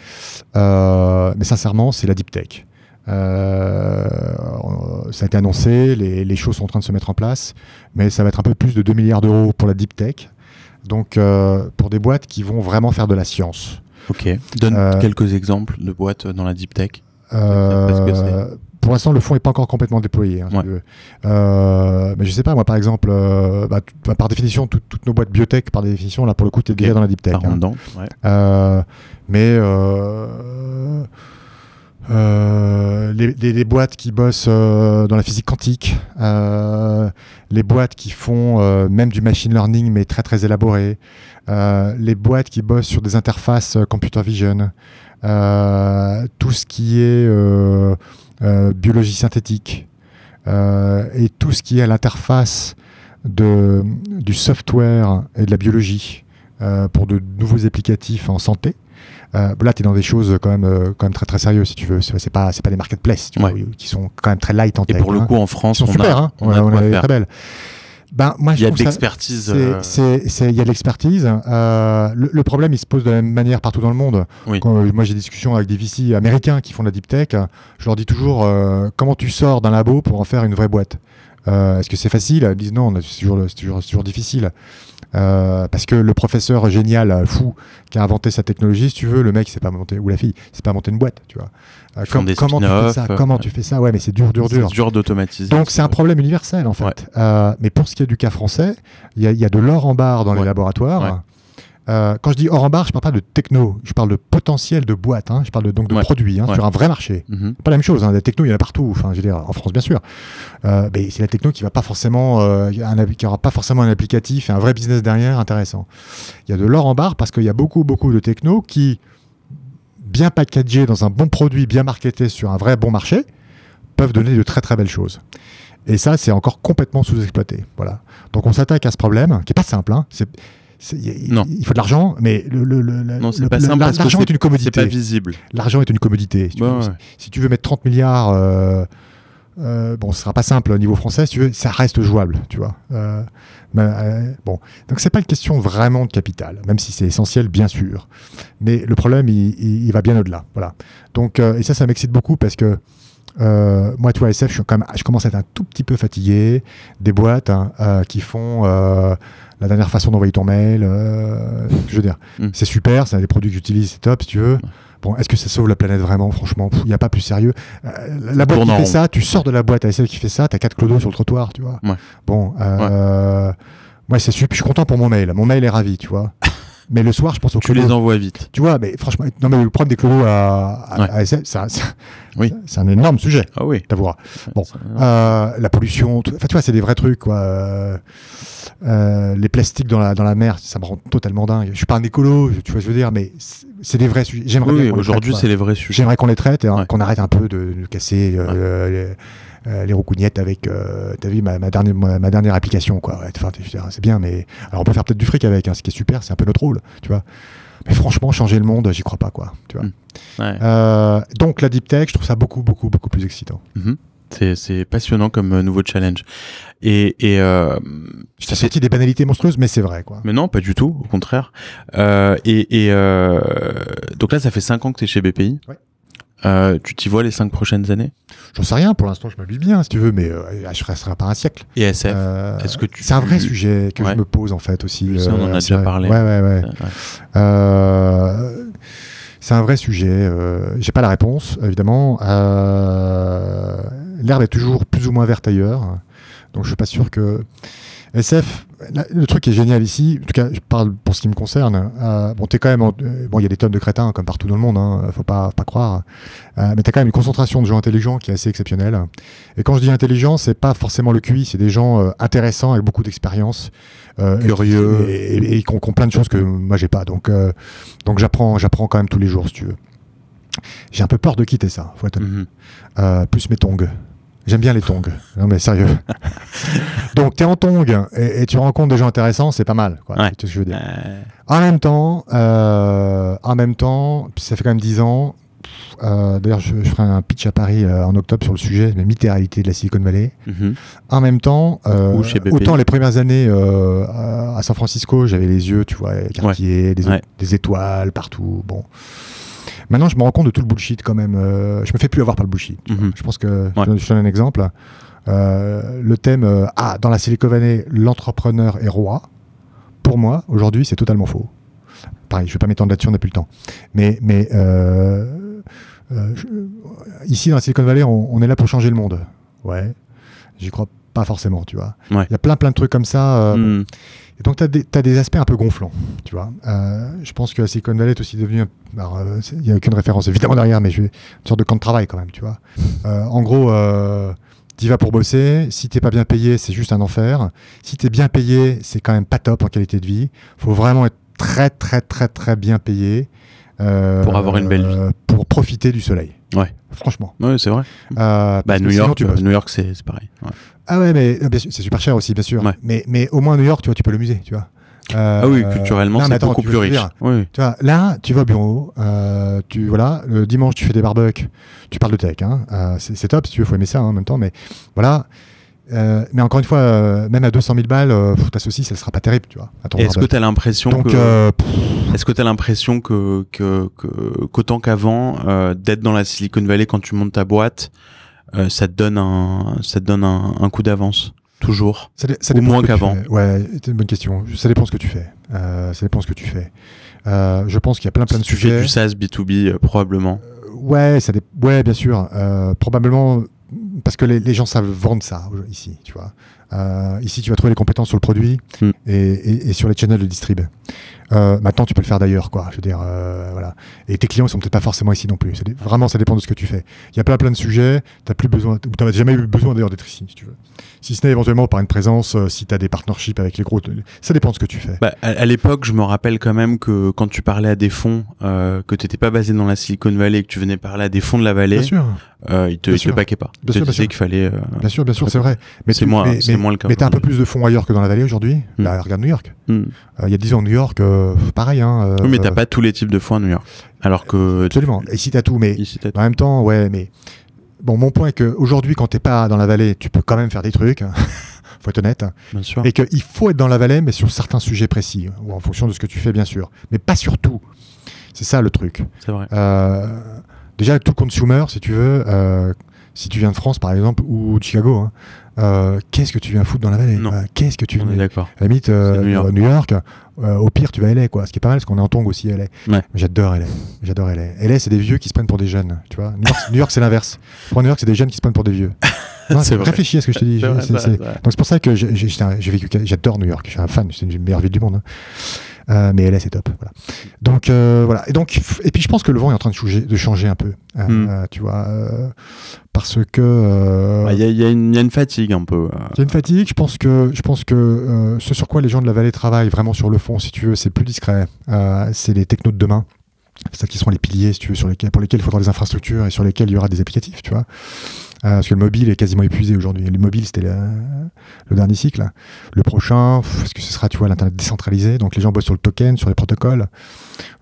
Speaker 2: euh, mais sincèrement, c'est la deep tech. Euh, ça a été annoncé, les, les choses sont en train de se mettre en place, mais ça va être un peu plus de 2 milliards d'euros pour la deep tech. Donc, euh, pour des boîtes qui vont vraiment faire de la science.
Speaker 1: Ok. Donne
Speaker 2: Euh,
Speaker 1: quelques exemples de boîtes dans la deep tech.
Speaker 2: Euh,
Speaker 1: Parce que c'est-
Speaker 2: pour l'instant, le fonds n'est pas encore complètement déployé. hein, si
Speaker 1: Ouais.
Speaker 2: tu veux. Euh, mais je sais pas, moi, par exemple, euh, bah, tout- bah, par définition, tout- toutes nos boîtes biotech, par définition, là, pour le coup, tu es
Speaker 1: Ok.
Speaker 2: déjà dans la deep tech.
Speaker 1: Par
Speaker 2: hein.
Speaker 1: dedans. Ouais.
Speaker 2: Euh, mais euh, euh, les, les- les boîtes qui bossent euh, dans la physique quantique, euh, les boîtes qui font euh, même du machine learning mais très très élaboré, euh, les boîtes qui bossent sur des interfaces euh, computer vision, euh, tout ce qui est euh, euh, biologie synthétique euh, et tout ce qui est à l'interface de- du software et de la biologie euh, pour de nouveaux applicatifs en santé. Euh, là, tu es dans des choses quand même, euh, quand même très très sérieuses, si tu veux. C'est c'est pas, c'est pas des marketplaces tu vois,
Speaker 1: Ouais.
Speaker 2: qui sont quand même très light en
Speaker 1: Et
Speaker 2: tech,
Speaker 1: pour le
Speaker 2: hein.
Speaker 1: coup, en
Speaker 2: Ils
Speaker 1: France,
Speaker 2: sont
Speaker 1: on
Speaker 2: super,
Speaker 1: a,
Speaker 2: hein.
Speaker 1: on a
Speaker 2: Ouais,
Speaker 1: de
Speaker 2: on
Speaker 1: quoi
Speaker 2: a des
Speaker 1: faire.
Speaker 2: très belles. Ben, moi,
Speaker 1: Il
Speaker 2: je
Speaker 1: y a
Speaker 2: trouve
Speaker 1: de
Speaker 2: ça-
Speaker 1: l'expertise.
Speaker 2: c'est-
Speaker 1: euh,
Speaker 2: c'est- c'est- Il y a de l'expertise. Euh, le, le problème, il se pose de la même manière partout dans le monde.
Speaker 1: Oui.
Speaker 2: Quand, euh, moi, j'ai des discussions avec des VC américains qui font de la deep tech. euh, Je leur dis toujours euh, comment tu sors d'un labo pour en faire une vraie boîte. Euh, Est-ce que c'est facile Ils disent non, on a- c'est toujours, c'est toujours, c'est toujours difficile. Euh, parce que le professeur génial, euh, fou, qui a inventé sa technologie, si tu veux, le mec, c'est pas monter, ou la fille, c'est pas monter une boîte, tu vois. Euh,
Speaker 1: Ils font des
Speaker 2: comment tu fais ça
Speaker 1: spin-offs,
Speaker 2: Comment
Speaker 1: euh,
Speaker 2: tu fais ça Ouais, mais c'est dur, dur,
Speaker 1: c'est
Speaker 2: dur.
Speaker 1: dur d'automatiser.
Speaker 2: Donc c'est un problème universel en fait.
Speaker 1: Ouais.
Speaker 2: Euh, mais pour ce qui est du cas français, il y, a- il y a de l'or en barre dans les
Speaker 1: Ouais.
Speaker 2: laboratoires.
Speaker 1: Ouais.
Speaker 2: Euh, quand je dis or en barre, je parle pas de techno, je parle de potentiel de boîte, hein. je parle de- donc de
Speaker 1: Ouais.
Speaker 2: produits hein,
Speaker 1: Ouais.
Speaker 2: sur un vrai marché.
Speaker 1: Mhm.
Speaker 2: Pas la même chose, hein. la techno il y en a partout, enfin je veux dire en France bien sûr, Euh, mais c'est la techno qui va pas forcément, euh, un appli- qui aura pas forcément un applicatif et un vrai business derrière intéressant. Il y a de l'or en barre parce qu'il y a beaucoup beaucoup de techno qui bien packagés dans un bon produit, bien marketé sur un vrai bon marché, peuvent donner de très très belles choses. Et ça, c'est encore complètement sous-exploité. Voilà. Donc on s'attaque à ce problème, qui n'est pas simple. hein. C'est- c'est- y a- y-
Speaker 1: Non.
Speaker 2: Il faut de l'argent, mais le, le- le- le-
Speaker 1: Non, c'est
Speaker 2: le-
Speaker 1: pas
Speaker 2: le-
Speaker 1: simple parce que
Speaker 2: l'argent est
Speaker 1: C'est
Speaker 2: une
Speaker 1: pas
Speaker 2: commodité.
Speaker 1: visible.
Speaker 2: L'argent est une commodité. Si tu,
Speaker 1: Ouais,
Speaker 2: veux,
Speaker 1: ouais.
Speaker 2: Si tu veux mettre 30 milliards, euh, euh, bon, ce sera pas simple au niveau français. Si tu veux, ça reste jouable, tu vois. Euh, mais, euh, bon, donc c'est pas une question vraiment de capital, même si c'est essentiel, bien sûr. Mais le problème, il, il- il va bien au-delà. Voilà. Donc, euh, et ça, ça m'excite beaucoup parce que euh, moi, tu vois, SF, je, suis quand même- je commence à être un tout petit peu fatigué des boîtes hein, euh, qui font euh, la dernière façon d'envoyer ton mail. euh, je veux dire,
Speaker 1: Mm.
Speaker 2: c'est super, c'est un des produits que j'utilise, c'est top si tu veux. Bon, est-ce que ça sauve la planète vraiment Franchement, il n'y a pas plus sérieux. Euh, la- la boîte
Speaker 1: tourne
Speaker 2: qui
Speaker 1: en
Speaker 2: fait
Speaker 1: rond.
Speaker 2: ça, tu sors de la boîte à SF qui fait ça, t'as quatre clodos sur le trottoir, tu vois.
Speaker 1: Ouais.
Speaker 2: Bon, euh, moi, c'est super, je suis content pour mon mail. Mon mail est ravi, tu
Speaker 1: <laughs>
Speaker 2: vois. Mais le soir, je pense aux
Speaker 1: Tu
Speaker 2: clodos.
Speaker 1: les envoies vite.
Speaker 2: Tu vois, mais franchement, non, mais le problème des clodos à, à-
Speaker 1: Ouais.
Speaker 2: à SF, ça- ça-
Speaker 1: Oui.
Speaker 2: ça- c'est un énorme sujet,
Speaker 1: Ah oui.
Speaker 2: t'avoueras. Bon.
Speaker 1: Ça-
Speaker 2: Euh, la pollution, tout- enfin, tu vois, c'est des vrais trucs, quoi. Euh, euh, les plastiques dans la, dans la mer, ça me rend totalement dingue. Je suis pas un écolo, je- tu vois, je veux dire, mais c'est c'est des vrais sujets. J'aimerais
Speaker 1: Oui,
Speaker 2: bien
Speaker 1: oui,
Speaker 2: qu'on les
Speaker 1: aujourd'hui,
Speaker 2: traite,
Speaker 1: c'est
Speaker 2: quoi.
Speaker 1: les vrais sujets.
Speaker 2: J'aimerais qu'on les traite et hein,
Speaker 1: Ouais.
Speaker 2: qu'on arrête un peu de, de casser euh, les, euh, les roucougnettes avec, euh, t'as vu, ma, ma dernière, ma, ma dernière application, quoi. Ouais, enfin, je veux dire, c'est bien, mais alors on peut faire peut-être du fric avec, hein, ce qui est super, c'est un peu notre rôle, tu vois. Mais franchement, changer le monde, j'y crois pas, quoi. Tu vois.
Speaker 1: Mm. Ouais.
Speaker 2: Euh, donc la deep tech, je trouve ça beaucoup, beaucoup, beaucoup plus excitant.
Speaker 1: C'est- C'est passionnant comme euh, nouveau challenge. Et, et euh,
Speaker 2: Je t'ai sorti des banalités monstrueuses, mais c'est vrai, quoi.
Speaker 1: mais non, pas du tout, au contraire. Euh, et et euh, donc là, ça fait 5 ans que tu es chez BPI.
Speaker 2: Ouais.
Speaker 1: Euh, tu t'y vois les 5 prochaines années
Speaker 2: J'en sais rien, pour l'instant, je m'habille bien, si tu veux, mais euh, je resterai pas un siècle.
Speaker 1: Et SF
Speaker 2: Euh,
Speaker 1: est-ce que tu-
Speaker 2: C'est un vrai sujet que
Speaker 1: Ouais.
Speaker 2: je me pose, en fait, aussi. euh,
Speaker 1: Je sais, on en a
Speaker 2: c'est
Speaker 1: déjà
Speaker 2: vrai.
Speaker 1: parlé.
Speaker 2: Ouais, ouais, ouais.
Speaker 1: Ouais.
Speaker 2: Euh, c'est un vrai sujet. euh, J'ai pas la réponse, évidemment. Euh, L'herbe est toujours plus ou moins verte ailleurs. Donc je suis pas sûr que. SF, là, le truc qui est génial ici, en tout cas, je parle pour ce qui me concerne. euh, bon, t'es quand même. en- euh, bon, il y a des tonnes de crétins, comme partout dans le monde, hein, faut pas, faut pas croire. Euh, mais t'as quand même une concentration de gens intelligents qui est assez exceptionnelle. Et quand je dis intelligent, c'est pas forcément le QI, c'est des gens euh, intéressants avec beaucoup d'expérience, euh,
Speaker 1: Curieux.
Speaker 2: et, et- et qui ont qui ont plein de choses que moi j'ai pas. Donc, euh, donc j'apprends, j'apprends quand même tous les jours, si tu veux. J'ai un peu peur de quitter ça, faut être honnête.
Speaker 1: Mhm.
Speaker 2: Euh, plus mes tongs. J'aime bien
Speaker 1: <laughs>
Speaker 2: les tongs. Non mais sérieux. Donc t'es en tongs et, et tu rencontres des gens intéressants, c'est pas mal. Quoi.
Speaker 1: Ouais.
Speaker 2: Tu vois ce que je veux dire.
Speaker 1: Euh,
Speaker 2: En même temps, euh, en même temps, ça fait quand même 10 ans. pff, euh, D'ailleurs, je, je ferai un pitch à Paris euh, en octobre sur le sujet, mais mythé-réalité de la Silicon Valley.
Speaker 1: mhm.
Speaker 2: En même temps, euh,
Speaker 1: Ou chez BP.
Speaker 2: autant les premières années euh, à à San Francisco, j'avais les yeux, tu vois, écarquillés, des,
Speaker 1: Ouais.
Speaker 2: des étoiles partout. Bon. Maintenant, je me rends compte de tout le bullshit quand même. euh, je me fais plus avoir par le bullshit.
Speaker 1: Mhm.
Speaker 2: Je pense que
Speaker 1: Ouais.
Speaker 2: je, donne- je donne un exemple. Euh, le thème euh, Ah, dans la Silicon Valley, l'entrepreneur est roi. Pour moi, aujourd'hui, c'est totalement faux. Pareil, je ne vais pas m'étendre là-dessus, on n'a plus le temps. Mais, mais euh, euh, je- ici, dans la Silicon Valley, on, on est là pour changer le monde. Ouais, j'y crois pas forcément, tu vois. Il
Speaker 1: Ouais.
Speaker 2: y a plein, plein de trucs comme ça. euh,
Speaker 1: Mhm.
Speaker 2: et donc, tu as, des aspects un peu gonflants, tu vois. Euh, je pense que la Silicon Valley est aussi devenue... un- alors, euh, c'est- Il n'y a aucune référence, évidemment, derrière, mais je vais- une sorte de camp de travail, quand même, tu vois. Euh, en gros, euh, tu vas pour bosser. Si t'es pas bien payé, c'est juste un enfer. Si t'es bien payé, c'est quand même pas top en qualité de vie. faut vraiment être très, très, très, très bien payé. euh,
Speaker 1: Pour avoir une belle vie.
Speaker 2: euh, Pour profiter du soleil.
Speaker 1: Ouais.
Speaker 2: Franchement.
Speaker 1: Ouais, c'est vrai.
Speaker 2: Euh,
Speaker 1: Bah,
Speaker 2: parce que
Speaker 1: New
Speaker 2: sinon,
Speaker 1: York,
Speaker 2: tu
Speaker 1: euh,
Speaker 2: bosses.
Speaker 1: New York, c'est c'est pareil. Ouais.
Speaker 2: Ah ouais, mais euh, bien sûr, c'est super cher aussi, bien sûr.
Speaker 1: Ouais.
Speaker 2: Mais, mais au moins à New York, tu vois, tu peux le muser, tu vois. Euh,
Speaker 1: ah oui, culturellement,
Speaker 2: non, mais
Speaker 1: c'est
Speaker 2: attends,
Speaker 1: beaucoup
Speaker 2: tu
Speaker 1: plus
Speaker 2: vois ce que
Speaker 1: riche.
Speaker 2: je veux dire.
Speaker 1: Oui, oui.
Speaker 2: Tu vois, là, tu vas au bureau, euh, tu, voilà, le dimanche, tu fais des barbecues, tu parles de tech, hein, euh, c'est c'est top, si tu veux, faut aimer ça hein, en même temps, mais voilà. Euh, mais encore une fois, euh, même à 200 000 balles, euh, pff, ta saucisse, elle sera pas terrible, tu vois. à ton
Speaker 1: Et Est-ce que
Speaker 2: barbecue.
Speaker 1: tu as l'impression
Speaker 2: Donc,
Speaker 1: que.
Speaker 2: euh, pff,
Speaker 1: Est-ce que tu as l'impression que, que, que- qu'autant qu'avant, euh, d'être dans la Silicon Valley quand tu montes ta boîte, euh, ça te donne un, ça te donne un, un coup d'avance Toujours.
Speaker 2: ça, dé- ça
Speaker 1: ou
Speaker 2: dépend
Speaker 1: moins
Speaker 2: ce que tu
Speaker 1: qu'avant.
Speaker 2: fais. Ouais, c'est une bonne question. Ça dépend ce que tu fais. Euh, ça dépend ce que tu fais. Euh, je pense qu'il y a plein, plein de
Speaker 1: tu
Speaker 2: sujets.
Speaker 1: fais du SaaS B2B, euh, probablement.
Speaker 2: Ouais, ça dé- ouais, bien sûr. Euh, probablement parce que les, les gens savent vendre ça au- ici, tu vois. Euh, ici, tu vas trouver les compétences sur le produit
Speaker 1: Mm.
Speaker 2: et, et- et sur les channels de distrib. Euh, maintenant, tu peux le faire d'ailleurs, quoi. Je veux dire, euh, voilà. Et tes clients, ils sont peut-être pas forcément ici non plus. Ça dé- vraiment, ça dépend de ce que tu fais. Il y a plein, plein de sujets. T'as plus besoin, ou t'en as jamais eu besoin d'ailleurs d'être ici, si tu veux. Si ce n'est éventuellement par une présence, euh, si tu as des partnerships avec les gros, ça dépend de ce que tu fais.
Speaker 1: Bah, à, à l'époque, je me rappelle quand même que quand tu parlais à des fonds, euh, que tu pas basé dans la Silicon Valley, que tu venais parler à des fonds de la vallée,
Speaker 2: Bien sûr,
Speaker 1: euh, ils te,
Speaker 2: Bien
Speaker 1: ils te
Speaker 2: sûr.
Speaker 1: paquaient pas. Ils
Speaker 2: Bien
Speaker 1: te
Speaker 2: sûr, bien
Speaker 1: disaient
Speaker 2: sûr.
Speaker 1: qu'il fallait. euh,
Speaker 2: bien sûr, bien sûr, c'est vrai. Mais
Speaker 1: c'est
Speaker 2: tu-
Speaker 1: moins,
Speaker 2: mais-
Speaker 1: c'est
Speaker 2: mais-
Speaker 1: moins le cas.
Speaker 2: Mais t'as un peu
Speaker 1: aujourd'hui.
Speaker 2: plus de fonds ailleurs que dans la vallée aujourd'hui.
Speaker 1: Mm.
Speaker 2: Bah, regarde New York.
Speaker 1: Hmm.
Speaker 2: Euh, il y a 10 ans, New York, euh, pareil. Hein,
Speaker 1: Oui, mais
Speaker 2: euh,
Speaker 1: t'as pas tous les types de fonds à New York. Alors que.
Speaker 2: Absolument. Ici, t'as tout, mais
Speaker 1: Ici, t'as-
Speaker 2: en même temps, ouais, mais. Bon, mon point est qu'aujourd'hui, quand t'es pas dans la vallée, tu peux quand même faire des trucs. hein. <laughs> faut être honnête.
Speaker 1: Bien sûr.
Speaker 2: Et qu'il faut être dans la vallée, mais sur certains sujets précis, ou en fonction de ce que tu fais, bien sûr. Mais pas sur tout. C'est ça le truc.
Speaker 1: C'est vrai.
Speaker 2: Euh, déjà, tout consumer, si tu veux, euh, si tu viens de France, par exemple, ou de Chicago, hein, euh, qu'est-ce que tu viens foutre dans la vallée
Speaker 1: Non.
Speaker 2: quoi Qu'est-ce que tu
Speaker 1: On
Speaker 2: viens
Speaker 1: est d'accord.
Speaker 2: à la limite, euh,
Speaker 1: C'est New
Speaker 2: New
Speaker 1: York.
Speaker 2: York, euh, au pire, tu vas à LA, quoi. Ce qui est pas mal, parce qu'on est en tong aussi à LA.
Speaker 1: Ouais.
Speaker 2: J'adore LA. J'adore LA. LA, c'est des vieux qui se prennent pour des jeunes, tu vois. New York, New York, c'est l'inverse. Pour New York, c'est des jeunes qui se prennent pour
Speaker 1: <laughs>
Speaker 2: des vieux. Non,
Speaker 1: C'est vrai.
Speaker 2: Réfléchis à ce que je te dis.
Speaker 1: <laughs> C'est vrai,
Speaker 2: C'est-
Speaker 1: c'est
Speaker 2: c'est-
Speaker 1: vrai, c'est vrai.
Speaker 2: Donc, c'est pour ça que j'ai- j'ai j'étais un- j'ai vécu. J'adore New York. Je suis un fan. C'est une des meilleures villes du monde. hein. Euh, mais LA, c'est top. Voilà. Donc, euh, voilà. Et, donc, et puis, je pense que le vent est en train de changer, de changer un peu. Euh,
Speaker 1: Hmm.
Speaker 2: euh, tu vois. euh, parce que. euh,
Speaker 1: Bah, Il y, a- y a une y a une fatigue un peu. euh.
Speaker 2: il y a une fatigue. Je pense que, je pense que euh, ce sur quoi les gens de la vallée travaillent vraiment sur le fond, si tu veux, c'est plus discret. Euh, c'est les technos de demain. C'est ça qui seront les piliers, si tu veux, sur lesquels, pour lesquels il faudra des infrastructures et sur lesquels il y aura des applicatifs, tu vois. Euh, parce que le mobile est quasiment épuisé aujourd'hui. Le mobile, c'était la- le dernier cycle. Le prochain, pff, parce que ce sera, tu vois, l'Internet décentralisé. Donc les gens bossent sur le token, sur les protocoles.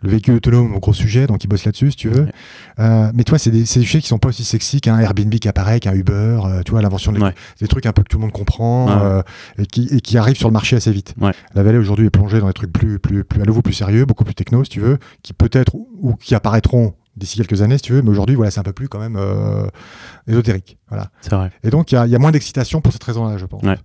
Speaker 2: Le véhicule autonome, gros sujet, donc ils bossent là-dessus, si tu veux.
Speaker 1: Ouais.
Speaker 2: Euh, mais toi, c'est des, c'est des sujets qui sont pas aussi sexy qu'un Airbnb qui apparaît, qu'un Uber, euh, tu vois, l'invention de
Speaker 1: Ouais.
Speaker 2: des trucs un peu que tout le monde comprend
Speaker 1: Ouais.
Speaker 2: euh, et, qui, et qui arrivent sur le marché assez vite.
Speaker 1: Ouais.
Speaker 2: La vallée aujourd'hui est plongée dans des trucs plus, plus, plus à nouveau plus sérieux, beaucoup plus techno si tu veux, qui peut-être ou- ou qui apparaîtront d'ici quelques années si tu veux, mais aujourd'hui voilà c'est un peu plus quand même euh, ésotérique. Voilà.
Speaker 1: C'est vrai.
Speaker 2: Et donc il y a, il y a moins d'excitation pour cette raison-là je pense.
Speaker 1: Ouais.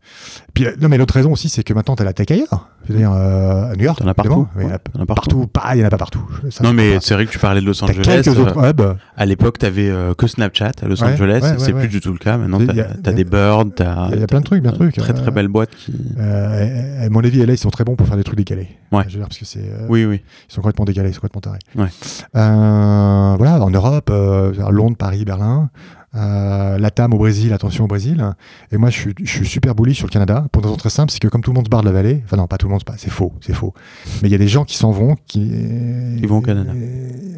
Speaker 2: Puis, euh, non mais l'autre raison aussi c'est que maintenant tu as la tech ailleurs. C'est-à-dire euh, à New York.
Speaker 1: T'en as partout,
Speaker 2: évidemment. Oui,
Speaker 1: ouais,
Speaker 2: à-
Speaker 1: t'en as partout.
Speaker 2: partout. Pas, il n'y en a pas partout. Ça,
Speaker 1: Non,
Speaker 2: c'est
Speaker 1: mais
Speaker 2: pas-
Speaker 1: c'est vrai que tu parlais de Los
Speaker 2: T'as
Speaker 1: Angeles.
Speaker 2: quelques
Speaker 1: euh,
Speaker 2: autres hubs.
Speaker 1: À l'époque, t'avais euh, que Snapchat à Los
Speaker 2: Ouais,
Speaker 1: Angeles.
Speaker 2: ouais, ouais,
Speaker 1: c'est
Speaker 2: ouais.
Speaker 1: plus du tout le cas. Maintenant,
Speaker 2: Il y a-
Speaker 1: t'as t'as
Speaker 2: il y a-
Speaker 1: des birds, t'as
Speaker 2: Il y a plein de trucs, bien de
Speaker 1: t'as-
Speaker 2: trucs.
Speaker 1: très très
Speaker 2: Euh,
Speaker 1: belles boîtes qui.
Speaker 2: Euh, à mon avis, LA, ils sont très bons pour faire des trucs décalés.
Speaker 1: Ouais.
Speaker 2: Je veux dire, parce que c'est, euh,
Speaker 1: Oui, oui.
Speaker 2: ils sont complètement décalés, ils sont complètement tarés.
Speaker 1: Ouais.
Speaker 2: Euh, voilà, en Europe, euh, à Londres, Paris, Berlin, euh, la TAM au Brésil, attention au Brésil. Et moi, je suis, je suis super bullish sur le Canada, pour une raison très simple, c'est que comme tout le monde se barre de la vallée, enfin non, pas tout le monde se barre, c'est faux, c'est faux. Mais il y a des gens qui s'en vont, qui...
Speaker 1: Ils vont au Canada.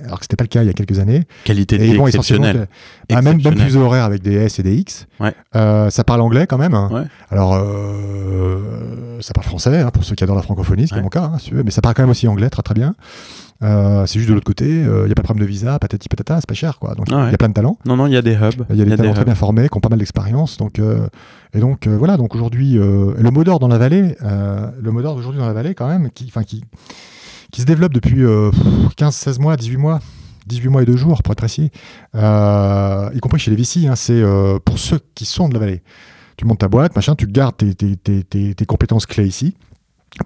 Speaker 2: Alors que c'était pas le cas il y a quelques années.
Speaker 1: Qualité de
Speaker 2: Et
Speaker 1: vie
Speaker 2: ils vont essentiellement.
Speaker 1: exceptionnelle.
Speaker 2: Ah, même, même
Speaker 1: Exceptionnelle.
Speaker 2: plus horaire avec des S et des X.
Speaker 1: Ouais.
Speaker 2: Euh, ça parle anglais quand même. hein.
Speaker 1: Ouais.
Speaker 2: Alors, euh, ça parle français hein, pour ceux qui adorent la francophonie, ce qui
Speaker 1: Ouais.
Speaker 2: est mon cas, hein, si tu veux, mais ça parle quand même aussi anglais très très bien. Euh, c'est juste de l'autre côté, il n'y a pas de problème de visa, patati patata, c'est pas cher quoi. Donc il
Speaker 1: Ah ouais.
Speaker 2: y a plein de talents.
Speaker 1: Non, non, il y a des euh, hubs.
Speaker 2: Il y a des talents très
Speaker 1: hubs.
Speaker 2: bien formés, qui ont pas mal d'expérience. Donc, euh, et donc euh, voilà, donc aujourd'hui, euh, le mot d'ordre dans la vallée, euh, le mot d'ordre aujourd'hui dans la vallée quand même, qui, enfin, qui, qui se développe depuis euh, 15, 16 mois, 18 mois, 18 mois et 2 jours pour être précis, euh, y compris chez les VC, hein, c'est euh, pour ceux qui sont de la vallée. Tu montes ta boîte, machin, tu gardes tes, tes- tes- tes- tes compétences clés ici.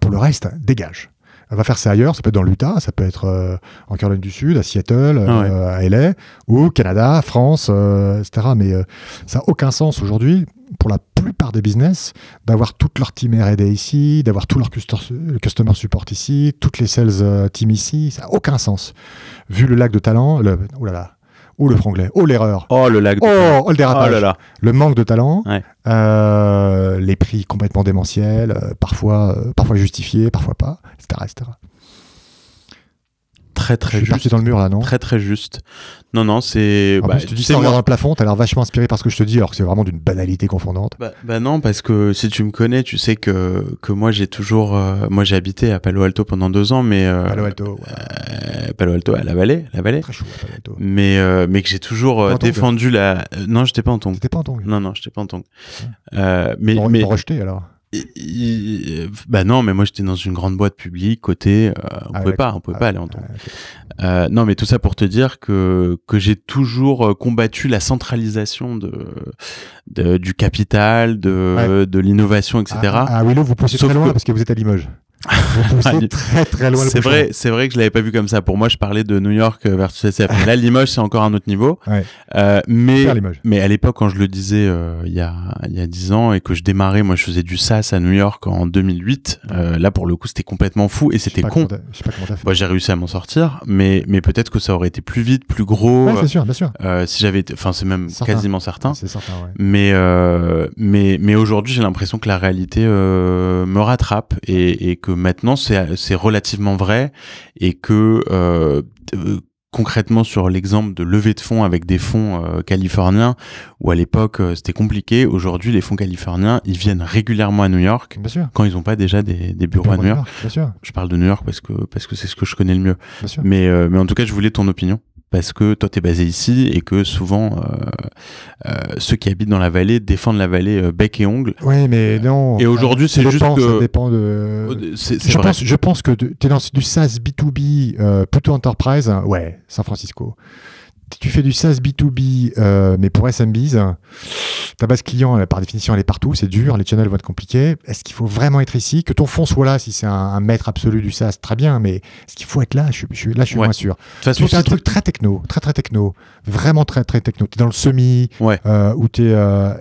Speaker 2: Pour le reste, dégage. Euh, Va faire ça ailleurs, ça peut être dans l'Utah, ça peut être euh, en Caroline du Sud, à Seattle,
Speaker 1: Ah ouais.
Speaker 2: euh, à LA, ou Canada, France, euh, etc. Mais euh, ça n'a aucun sens aujourd'hui pour la plupart des business d'avoir toute leur team R&D ici, d'avoir tout leur custo- customer support ici, toutes les sales euh, team ici. Ça n'a aucun sens. Vu le lac de talent, le, oh là là, oh le franglais, oh l'erreur,
Speaker 1: Oh, le lac. de-
Speaker 2: oh, oh le
Speaker 1: oh
Speaker 2: dérapage,
Speaker 1: là là.
Speaker 2: le manque de talent,
Speaker 1: Ouais.
Speaker 2: euh, les prix complètement démentiels, euh, parfois, euh, parfois justifiés, parfois pas, etc. etc.
Speaker 1: Très
Speaker 2: Je
Speaker 1: très
Speaker 2: suis parti
Speaker 1: juste.
Speaker 2: dans le mur là, non
Speaker 1: Très très juste. Non, non, c'est.
Speaker 2: En
Speaker 1: bah,
Speaker 2: plus, tu dis
Speaker 1: c'est
Speaker 2: ça en
Speaker 1: moi-
Speaker 2: regardant le plafond, t'as l'air vachement inspiré par ce que je te dis, alors que c'est vraiment d'une banalité confondante.
Speaker 1: Bah, bah non, parce que si tu me connais, tu sais que, que moi j'ai toujours. euh, moi j'ai habité à Palo Alto pendant deux ans, mais. euh,
Speaker 2: Palo Alto, ouais,
Speaker 1: euh, Palo Alto, à la vallée. La vallée.
Speaker 2: très chaud, ouais, Palo Alto.
Speaker 1: Mais, euh, mais que j'ai toujours euh,
Speaker 2: Pas en tongs.
Speaker 1: défendu la. euh, non, j'étais pas en tongs.
Speaker 2: T'étais pas en tongue.
Speaker 1: Non, non, j'étais pas en tongs. Euh, mais,
Speaker 2: Ils t'ont- ils
Speaker 1: mais
Speaker 2: t'ont rejeté alors.
Speaker 1: il- il- euh, bah non, mais moi j'étais dans une grande boîte publique, côté, euh, on
Speaker 2: Ah,
Speaker 1: pouvait pas,
Speaker 2: d'accord.
Speaker 1: on pouvait
Speaker 2: Ah,
Speaker 1: pas aller en tongs.
Speaker 2: Ah, ok.
Speaker 1: Euh, non, mais tout ça pour te dire que, que j'ai toujours euh, combattu la centralisation de, de- du capital, de, de l'innovation, etc.
Speaker 2: Ah, ah, Willow, vous poussez
Speaker 1: Sauf
Speaker 2: très loin
Speaker 1: que-
Speaker 2: parce que vous êtes
Speaker 1: <laughs>
Speaker 2: à Limoges. vous poussez très très loin le
Speaker 1: c'est
Speaker 2: bouchon.
Speaker 1: vrai, c'est vrai que je l'avais pas vu comme ça. Pour moi, je parlais de New York euh, versus SF. Mais là, Limoges, c'est encore un autre niveau.
Speaker 2: Ouais.
Speaker 1: Euh, mais
Speaker 2: Super Limoges.
Speaker 1: mais à l'époque, quand je le disais euh, il y a il y a dix ans et que je démarrais, moi, je faisais du SaaS à New York en 2008. euh, là, pour le coup, c'était complètement fou et
Speaker 2: Je sais
Speaker 1: c'était
Speaker 2: pas
Speaker 1: con.
Speaker 2: comment t'as- Je sais pas comment t'as fait.
Speaker 1: Moi, j'ai réussi à m'en sortir, mais mais peut-être que ça aurait été plus vite, plus gros.
Speaker 2: Ouais, c'est sûr, bien sûr.
Speaker 1: euh, si j'avais, été- enfin, c'est même
Speaker 2: Certain.
Speaker 1: quasiment certain.
Speaker 2: C'est certain, ouais.
Speaker 1: Mais, euh, mais, mais aujourd'hui, j'ai l'impression que la réalité euh, me rattrape et, et que maintenant, c'est c'est relativement vrai et que euh, euh, concrètement, sur l'exemple de levée de fonds avec des fonds euh, californiens, où à l'époque, euh, c'était compliqué, aujourd'hui, les fonds californiens, ils viennent régulièrement à New York
Speaker 2: Bien sûr.
Speaker 1: quand ils n'ont pas déjà des, des bureaux à New York.
Speaker 2: Bien sûr,
Speaker 1: Je parle de New York parce que parce que c'est ce que je connais le mieux.
Speaker 2: bien sûr.
Speaker 1: Mais, euh, mais en tout cas, je voulais ton opinion. Parce que toi, t'es basé ici et que souvent, euh, euh, ceux qui habitent dans la vallée défendent la vallée euh, bec et ongle.
Speaker 2: Oui, mais non.
Speaker 1: Et aujourd'hui,
Speaker 2: Ça
Speaker 1: c'est juste
Speaker 2: dépend, Ça
Speaker 1: que.
Speaker 2: dépend de.
Speaker 1: Euh, C'est c'est
Speaker 2: Euh, Je
Speaker 1: vrai.
Speaker 2: pense, je pense que tu es dans du SaaS B2B euh, plutôt enterprise, hein, ouais, San Francisco. Si tu fais du SaaS B2B euh, mais pour SMBs, hein, ta base client, euh, par définition, elle est partout, c'est dur, les channels vont être compliqués. Est-ce qu'il faut vraiment être ici Que ton fond soit là, si c'est un, un maître absolu du SaaS, très bien, mais est-ce qu'il faut être là je, suis- je suis- Là, je suis
Speaker 1: Ouais.
Speaker 2: moins sûr.
Speaker 1: De toute façon,
Speaker 2: Tu fais un
Speaker 1: si
Speaker 2: truc très techno, très très techno, vraiment très très techno. Tu es dans le semi,
Speaker 1: Ouais.
Speaker 2: euh, où tu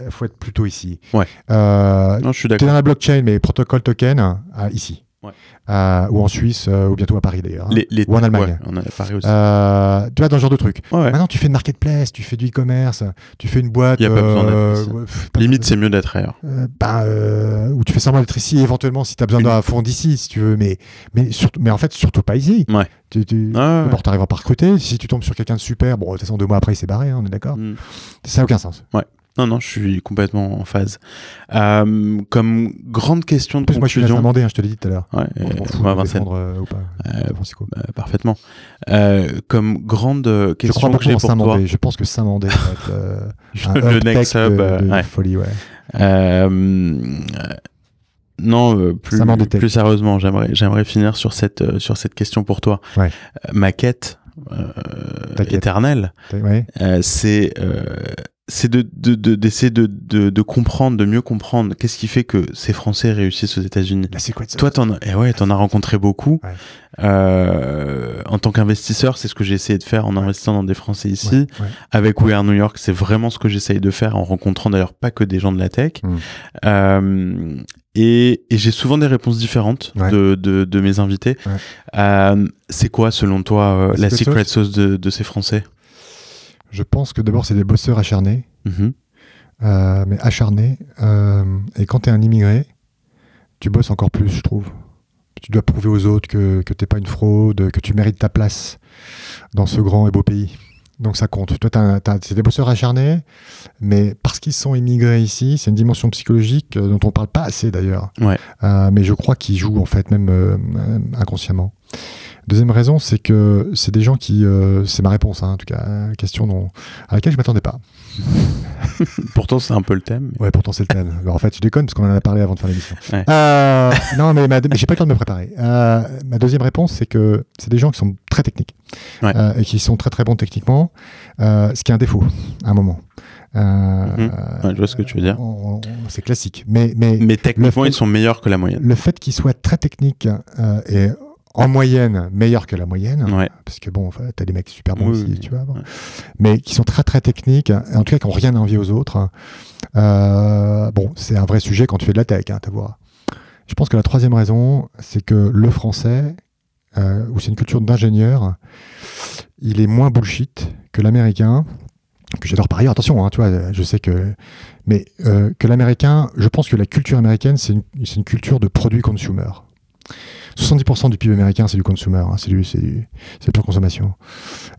Speaker 2: faut être plutôt ici.
Speaker 1: Ouais.
Speaker 2: Euh,
Speaker 1: t'es- Non, je suis
Speaker 2: tu es
Speaker 1: d'accord.
Speaker 2: dans la blockchain, mais protocole token, euh, ici.
Speaker 1: Ouais.
Speaker 2: Euh, ou en Suisse, euh, ou bientôt à Paris d'ailleurs. hein.
Speaker 1: Les, les...
Speaker 2: Ou en Allemagne.
Speaker 1: ouais, on a Paris aussi.
Speaker 2: Euh, tu vois, dans ce genre de truc.
Speaker 1: Ouais, ouais.
Speaker 2: Maintenant, tu fais une marketplace, tu fais du e-commerce, tu fais une boîte.
Speaker 1: Y a pas besoin
Speaker 2: euh,
Speaker 1: d'être
Speaker 2: ouais, pff, pas
Speaker 1: Limite,
Speaker 2: besoin
Speaker 1: c'est mieux d'être ailleurs.
Speaker 2: d'être- euh, bah, euh, Ou tu fais semblant d'être ici, éventuellement, si tu as besoin
Speaker 1: Une-
Speaker 2: d'un fonds d'ici, si tu veux. Mais, mais, surtout, mais en fait, surtout pas ici.
Speaker 1: Ouais.
Speaker 2: Tu, tu...
Speaker 1: Ah, ouais,
Speaker 2: D'abord, t'arriveras pas à recruter. Si tu tombes sur quelqu'un de super, bon, de toute façon, deux mois après, il s'est barré, hein, on est d'accord.
Speaker 1: Mm.
Speaker 2: Ça n'a aucun sens.
Speaker 1: Non, non, je suis complètement en phase. Euh, comme grande question
Speaker 2: En
Speaker 1: de
Speaker 2: plus, moi, je suis
Speaker 1: conclusion.
Speaker 2: demandé, hein, je te l'ai dit tout à l'heure.
Speaker 1: Ouais,
Speaker 2: Bon, je
Speaker 1: euh,
Speaker 2: m'en fous
Speaker 1: on va
Speaker 2: de
Speaker 1: Vincennes.
Speaker 2: défendre, euh, ou pas,
Speaker 1: Euh,
Speaker 2: San Francisco.
Speaker 1: euh, parfaitement. Euh, comme grande euh,
Speaker 2: Je crois
Speaker 1: question que
Speaker 2: beaucoup
Speaker 1: j'ai
Speaker 2: en
Speaker 1: pour toi,
Speaker 2: Saint-Mandé. Je pense que Saint-Mandé va être euh,
Speaker 1: <laughs>
Speaker 2: un
Speaker 1: le
Speaker 2: hub
Speaker 1: next
Speaker 2: tech
Speaker 1: hub,
Speaker 2: de,
Speaker 1: euh,
Speaker 2: de
Speaker 1: ouais.
Speaker 2: folie. Ouais.
Speaker 1: Euh, euh, non, euh, plus,
Speaker 2: Ça m'en détecte.
Speaker 1: plus sérieusement, j'aimerais, j'aimerais finir sur cette, euh, sur cette question pour toi.
Speaker 2: Ouais.
Speaker 1: Euh, ma quête, euh,
Speaker 2: T'inquiète.
Speaker 1: éternel,
Speaker 2: Ouais.
Speaker 1: euh, c'est euh, c'est de de- de- d'essayer de, de, de comprendre, de mieux comprendre qu'est-ce qui fait que ces Français réussissent aux États-Unis.
Speaker 2: La séquence.
Speaker 1: Toi, t'en as, eh ouais, t'en as rencontré beaucoup.
Speaker 2: Ouais.
Speaker 1: Euh, en tant qu'investisseur, c'est ce que j'ai essayé de faire en investissant dans des Français ici.
Speaker 2: Ouais, ouais.
Speaker 1: Avec We Are New York, c'est vraiment ce que j'essaye de faire en rencontrant d'ailleurs pas que des gens de la tech.
Speaker 2: Mm.
Speaker 1: Euh, et et j'ai souvent des réponses différentes
Speaker 2: Ouais.
Speaker 1: de, de, de mes invités.
Speaker 2: Ouais.
Speaker 1: Euh, c'est quoi, selon toi, euh, la secret
Speaker 2: Secret
Speaker 1: sauce de, de ces Français
Speaker 2: Je pense que d'abord, c'est des bosseurs acharnés,
Speaker 1: Mhm.
Speaker 2: euh, mais acharnés. euh, et quand tu es un immigré, tu bosses encore plus, je trouve. Tu dois prouver aux autres que, que t'es pas une fraude, que tu mérites ta place dans ce grand et beau pays. Donc ça compte. Toi, t'as un- t'as- c'est des bosseurs acharnés, mais parce qu'ils sont immigrés ici, c'est une dimension psychologique euh, dont on parle pas assez d'ailleurs.
Speaker 1: Ouais.
Speaker 2: Euh, mais je crois qu'ils jouent en fait, même euh, inconsciemment. Deuxième raison, c'est que c'est des gens qui, euh, c'est ma réponse hein, en tout cas, euh, question dont, à laquelle je m'attendais pas.
Speaker 1: Pourtant, c'est un peu le thème.
Speaker 2: Ouais, pourtant c'est le thème. Alors, en fait, je déconne parce qu'on en a parlé avant de faire l'émission.
Speaker 1: Ouais.
Speaker 2: Euh, non, mais, ma- mais j'ai pas le temps de me préparer. Euh, ma deuxième réponse, c'est que c'est des gens qui sont très techniques
Speaker 1: Ouais.
Speaker 2: Euh, et qui sont très très bons techniquement, euh, ce qui est un défaut à un moment. Euh,
Speaker 1: Mhm. Ouais, Mm. je vois ce que tu veux dire.
Speaker 2: on- on- c'est classique, mais mais
Speaker 1: Mais techniquement,
Speaker 2: Le fait-
Speaker 1: ils sont meilleurs que la moyenne.
Speaker 2: le fait qu'ils soient très techniques euh, et en moyenne meilleurs que la moyenne,
Speaker 1: Ouais.
Speaker 2: parce que bon, enfin, t'as des mecs super bons
Speaker 1: Oui,
Speaker 2: aussi,
Speaker 1: oui,
Speaker 2: tu vois, bon.
Speaker 1: ouais.
Speaker 2: mais qui sont très très techniques, hein, en tout cas qui n'ont rien à envier aux autres. Euh, bon, c'est un vrai sujet quand tu fais de la tech, hein, t'as voir. Je pense que la troisième raison, c'est que le français, euh, où c'est une culture d'ingénieur, il est moins bullshit que l'américain, que j'adore par ailleurs, attention, hein, tu vois, je sais que. Mais euh, que l'américain, je pense que la culture américaine, c'est une, c'est une culture de produits consumer. 70% du PIB américain, c'est du consumer, hein, c'est du, c'est du- c'est de la pure consommation.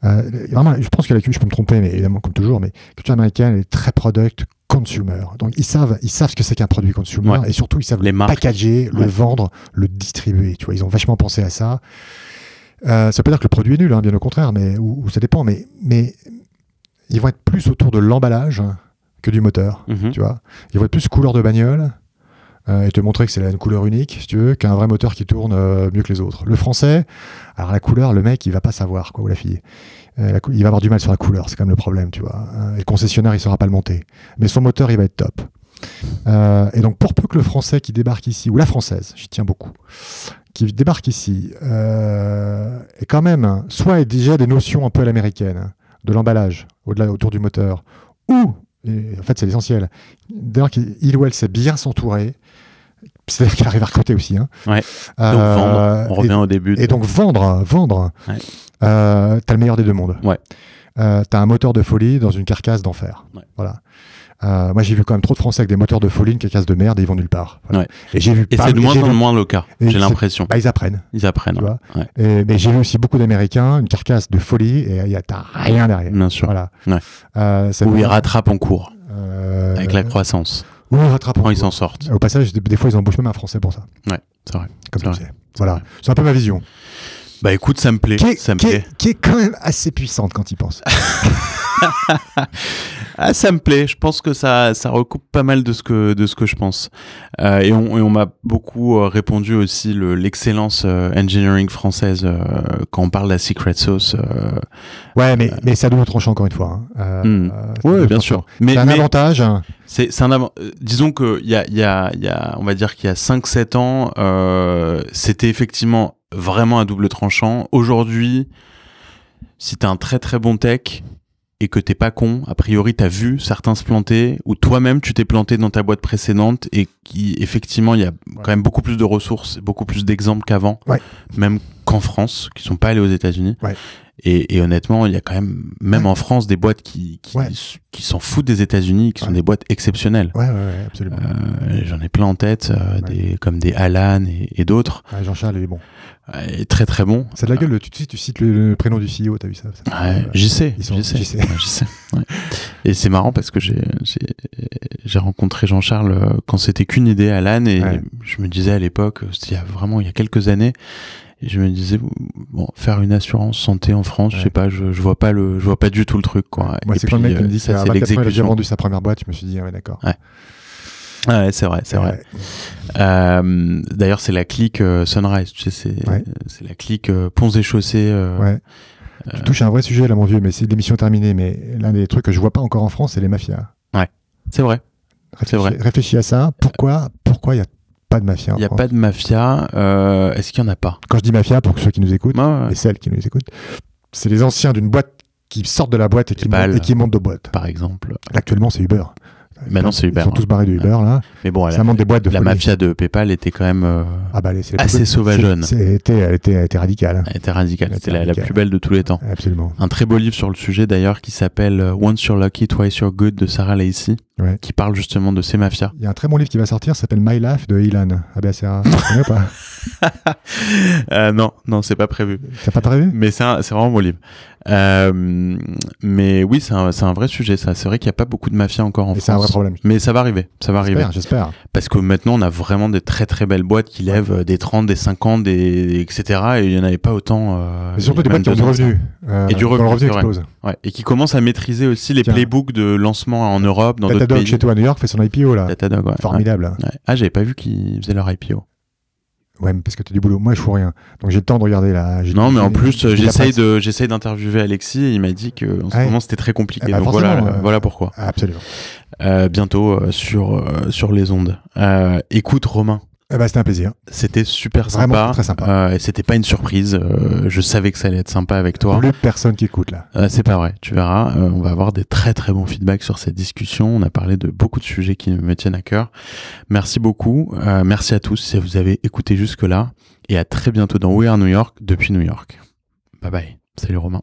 Speaker 2: Euh, vraiment, je pense que la culture, je peux me tromper, mais évidemment, comme toujours, mais la culture américaine elle est très product consumer. Donc, ils savent, ils savent ce que c'est qu'un produit consumer
Speaker 1: Ouais.
Speaker 2: et surtout, ils savent
Speaker 1: Les
Speaker 2: le
Speaker 1: marques.
Speaker 2: packager,
Speaker 1: Ouais.
Speaker 2: le vendre, le distribuer. Tu vois, ils ont vachement pensé à ça. Euh, ça peut dire que le produit est nul, hein, bien au contraire, mais ou, ou ça dépend, mais, mais ils vont être plus autour de l'emballage que du moteur.
Speaker 1: Mhm.
Speaker 2: Tu vois, ils vont être plus couleur de bagnole euh, et te montrer que c'est la une couleur unique, si tu veux, qu'un vrai moteur qui tourne euh, mieux que les autres. Le français, alors la couleur, le mec, il va pas savoir, quoi, ou la fille. Euh, la cou- il va avoir du mal sur la couleur, c'est quand même le problème, tu vois. Euh, et le concessionnaire, il saura pas le monter. Mais son moteur, il va être top. Euh, et donc, pour peu que le français qui débarque ici, ou la française, j'y tiens beaucoup, qui débarque ici, euh, et quand même, soit ait déjà des notions un peu à l'américaine, de l'emballage, au-delà, autour du moteur, ou, et en fait, c'est l'essentiel, d'ailleurs, qu'il- il ou elle sait bien s'entourer, c'est-à-dire qu'il arrive à recruter aussi. Hein.
Speaker 1: Ouais.
Speaker 2: Euh,
Speaker 1: Donc, vendre, on
Speaker 2: et-
Speaker 1: revient au début. de-
Speaker 2: et donc vendre, vendre,
Speaker 1: Ouais.
Speaker 2: euh, t'as le meilleur des deux mondes.
Speaker 1: Ouais.
Speaker 2: Euh, t'as un moteur de folie dans une carcasse d'enfer.
Speaker 1: Ouais.
Speaker 2: Voilà. Euh, moi j'ai vu quand même trop de Français avec des moteurs de folie, une carcasse de merde et ils vont nulle part. Voilà.
Speaker 1: Ouais.
Speaker 2: Et j'ai vu
Speaker 1: Et
Speaker 2: pas-
Speaker 1: c'est de moins
Speaker 2: j'ai vu-
Speaker 1: en moins le cas,
Speaker 2: et
Speaker 1: j'ai
Speaker 2: c'est-
Speaker 1: l'impression.
Speaker 2: bah, ils apprennent.
Speaker 1: Ils apprennent,
Speaker 2: tu vois.
Speaker 1: ouais.
Speaker 2: Et- mais j'ai vu aussi beaucoup d'Américains, une carcasse de folie et euh, y a- t'as rien derrière.
Speaker 1: bien sûr.
Speaker 2: Voilà.
Speaker 1: Mm. Ouais.
Speaker 2: Euh, ça
Speaker 1: Ou
Speaker 2: veut-
Speaker 1: ils rattrapent en cours,
Speaker 2: euh,
Speaker 1: avec la croissance,
Speaker 2: ou ils rattrapent
Speaker 1: quand
Speaker 2: en
Speaker 1: ils
Speaker 2: cours.
Speaker 1: s'en sortent.
Speaker 2: Au passage, des, des fois ils embauchent même un Français pour ça,
Speaker 1: C'est vrai. C'est
Speaker 2: comme tu
Speaker 1: vrai.
Speaker 2: sais. Voilà. C'est un peu ma vision.
Speaker 1: Bah écoute, ça me plaît,
Speaker 2: Qui est,
Speaker 1: ça me
Speaker 2: qui est-
Speaker 1: plaît.
Speaker 2: qui est quand même assez puissante quand il pense.
Speaker 1: Ah, ça me plaît, je pense que ça, ça recoupe pas mal de ce que, de ce que je pense. Euh, et on, et on m'a beaucoup euh, répondu aussi le- l'excellence euh, engineering française euh, quand on parle de la secret sauce. euh,
Speaker 2: Ouais, mais, mais ça double tranchant encore une fois. hein. Euh,
Speaker 1: Hmm.
Speaker 2: euh, ça
Speaker 1: ouais, bien
Speaker 2: double tranchant.
Speaker 1: sûr. Mais,
Speaker 2: C'est un
Speaker 1: mais
Speaker 2: avantage. hein.
Speaker 1: c'est c'est un avant- euh, disons que il y a, il y a, il y a, on va dire qu'il y a 5-7 ans, euh, c'était effectivement vraiment un double tranchant. Aujourd'hui, si t'es un très très bon tech et que t'es pas con, a priori t'as vu certains se planter ou toi-même tu t'es planté dans ta boîte précédente et qui effectivement il y a quand même beaucoup plus de ressources, beaucoup plus d'exemples qu'avant,
Speaker 2: Ouais.
Speaker 1: même qu'en France, qui sont pas allés aux États-Unis.
Speaker 2: Ouais.
Speaker 1: Et, et honnêtement, il y a quand même, même
Speaker 2: Ouais.
Speaker 1: en France, des boîtes qui, qui,
Speaker 2: Ouais.
Speaker 1: qui s'en foutent des États-Unis, qui sont
Speaker 2: Ouais.
Speaker 1: des boîtes exceptionnelles.
Speaker 2: Ouais, ouais, ouais, absolument.
Speaker 1: Euh, J'en ai plein en tête, euh,
Speaker 2: Ouais.
Speaker 1: des, comme des Alan et, et d'autres.
Speaker 2: Ouais, Jean-Charles, il est bon.
Speaker 1: Euh, et très très bons.
Speaker 2: C'est de la gueule, le- tu, tu- tu cites le, le prénom du CEO, t'as vu ça, ça
Speaker 1: euh, Ouais, j'y sais,
Speaker 2: Ils sont-
Speaker 1: j'y sais,
Speaker 2: j'y sais.
Speaker 1: ouais, j'y sais, ouais. Et c'est marrant parce que j'ai j'ai j'ai rencontré Jean-Charles euh, quand c'était qu'une idée à l'âne et
Speaker 2: Ouais.
Speaker 1: je me disais à l'époque, c'était il y a vraiment il y a quelques années, et je me disais bon faire une assurance santé en France, je
Speaker 2: Ouais.
Speaker 1: sais pas, je, je vois pas le je vois pas du tout le truc quoi.
Speaker 2: Moi,
Speaker 1: Et
Speaker 2: c'est quand le
Speaker 1: puis,
Speaker 2: mec qui me
Speaker 1: euh,
Speaker 2: dit
Speaker 1: ça,
Speaker 2: qu'à
Speaker 1: c'est
Speaker 2: 24 ans, il a déjà
Speaker 1: l'exécution. Ah
Speaker 2: vendu sa première boîte, je me suis dit, ah ouais, d'accord.
Speaker 1: Ouais, c'est vrai, c'est vrai.
Speaker 2: Ouais.
Speaker 1: Euh, D'ailleurs, c'est la clique euh, Sunrise, tu sais, c'est
Speaker 2: Ouais.
Speaker 1: c'est la clique euh, Ponts et Chaussées. euh,
Speaker 2: Ouais. Tu touches à un vrai sujet là, mon vieux, mais c'est l'émission est terminée. Mais l'un des trucs que je vois pas encore en France, c'est les mafias.
Speaker 1: C'est vrai.
Speaker 2: Réfléchis,
Speaker 1: vrai.
Speaker 2: réfléchis à ça. Pourquoi pourquoi il n'y a pas de mafia en
Speaker 1: Il n'y a
Speaker 2: France
Speaker 1: pas de mafia. euh, Est-ce qu'il n'y en a pas
Speaker 2: Quand je dis mafia, pour ceux qui nous écoutent,
Speaker 1: Moi,
Speaker 2: et celles qui nous écoutent, c'est les anciens d'une boîte qui sortent de la boîte et qui,
Speaker 1: Les
Speaker 2: montent,
Speaker 1: balles.
Speaker 2: et qui montent de boîte.
Speaker 1: par exemple.
Speaker 2: Là, Actuellement, c'est Uber.
Speaker 1: Maintenant, c'est Uber,
Speaker 2: Ils sont
Speaker 1: hein.
Speaker 2: tous barrés de Uber, là.
Speaker 1: Mais bon,
Speaker 2: ça
Speaker 1: la,
Speaker 2: monte des boîtes de
Speaker 1: la
Speaker 2: folie.
Speaker 1: mafia de PayPal était quand même euh,
Speaker 2: Ah bah, allez, c'est la
Speaker 1: assez
Speaker 2: plus-
Speaker 1: sauvageonne.
Speaker 2: c'est- c'est- Elle était, elle était, elle était radicale.
Speaker 1: elle était radicale.
Speaker 2: Elle
Speaker 1: C'était
Speaker 2: était
Speaker 1: la, la
Speaker 2: radicale.
Speaker 1: plus belle de tous les temps.
Speaker 2: Absolument.
Speaker 1: Un très beau livre sur le sujet d'ailleurs qui s'appelle euh, Once You're Lucky, Twice You're Good de Sarah Lacey,
Speaker 2: Ouais.
Speaker 1: qui parle justement de ces mafias. <laughs>
Speaker 2: Il y a un très bon livre qui va sortir, ça s'appelle My Life de Ilan. Ah bah, c'est un. tu connais ou pas
Speaker 1: Euh, non, non, c'est pas prévu.
Speaker 2: T'as pas prévu
Speaker 1: Mais c'est un- c'est vraiment mon livre. Euh, mais oui, c'est un, c'est un vrai sujet, ça. C'est vrai qu'il n'y a pas beaucoup de mafias encore en
Speaker 2: Et
Speaker 1: France.
Speaker 2: c'est un vrai problème.
Speaker 1: Mais ça va arriver, ça va arriver.
Speaker 2: J'espère, j'espère.
Speaker 1: Parce que maintenant, on a vraiment des très très belles boîtes qui lèvent euh, des 30, des 50, des, etc. Et il n'y en avait pas autant. euh, il y
Speaker 2: Mais
Speaker 1: a
Speaker 2: surtout des
Speaker 1: même
Speaker 2: boîtes
Speaker 1: deux
Speaker 2: qui ont du
Speaker 1: ans de ça.
Speaker 2: revenu. euh,
Speaker 1: Et du
Speaker 2: quand
Speaker 1: revenu,
Speaker 2: Le revenu
Speaker 1: c'est vrai.
Speaker 2: explose.
Speaker 1: Ouais. Et qui commencent à maîtriser aussi les
Speaker 2: Tiens.
Speaker 1: playbooks de lancement en Europe, dans d'autres
Speaker 2: Datadog
Speaker 1: pays.
Speaker 2: chez toi à New York fait son IPO, là.
Speaker 1: Datadog, ouais.
Speaker 2: Formidable.
Speaker 1: Ouais. Ouais. Ah, j'avais pas vu qu'ils faisaient leur IPO.
Speaker 2: Ouais, mais parce que t'as du boulot. Moi, je fous rien. Donc, j'ai le temps de regarder là. J'ai-
Speaker 1: Non, mais en
Speaker 2: j'ai-
Speaker 1: plus,
Speaker 2: j'ai
Speaker 1: euh,
Speaker 2: la
Speaker 1: j'essaye
Speaker 2: presse.
Speaker 1: de j'essaye d'interviewer Alexis et il m'a dit que en ce
Speaker 2: Ouais.
Speaker 1: moment c'était très compliqué.
Speaker 2: Eh ben,
Speaker 1: Donc voilà,
Speaker 2: forcément,
Speaker 1: euh,
Speaker 2: euh,
Speaker 1: voilà pourquoi.
Speaker 2: Absolument.
Speaker 1: Euh, bientôt euh, sur euh, sur les ondes. Euh, écoute Romain,
Speaker 2: Eh ben, c'était un plaisir.
Speaker 1: c'était super
Speaker 2: Vraiment
Speaker 1: sympa.
Speaker 2: très sympa.
Speaker 1: Euh, et c'était pas une surprise. Euh, je savais que ça allait être sympa avec toi.
Speaker 2: Plus personne qui écoute là.
Speaker 1: Euh, c'est pas vrai, tu verras. Euh, on va avoir des très très bons feedbacks sur cette discussion. On a parlé de beaucoup de sujets qui me tiennent à cœur. Merci beaucoup. Euh, merci à tous si vous avez écouté jusque-là. Et à très bientôt dans We Are New York depuis New York. Bye bye. Salut Romain.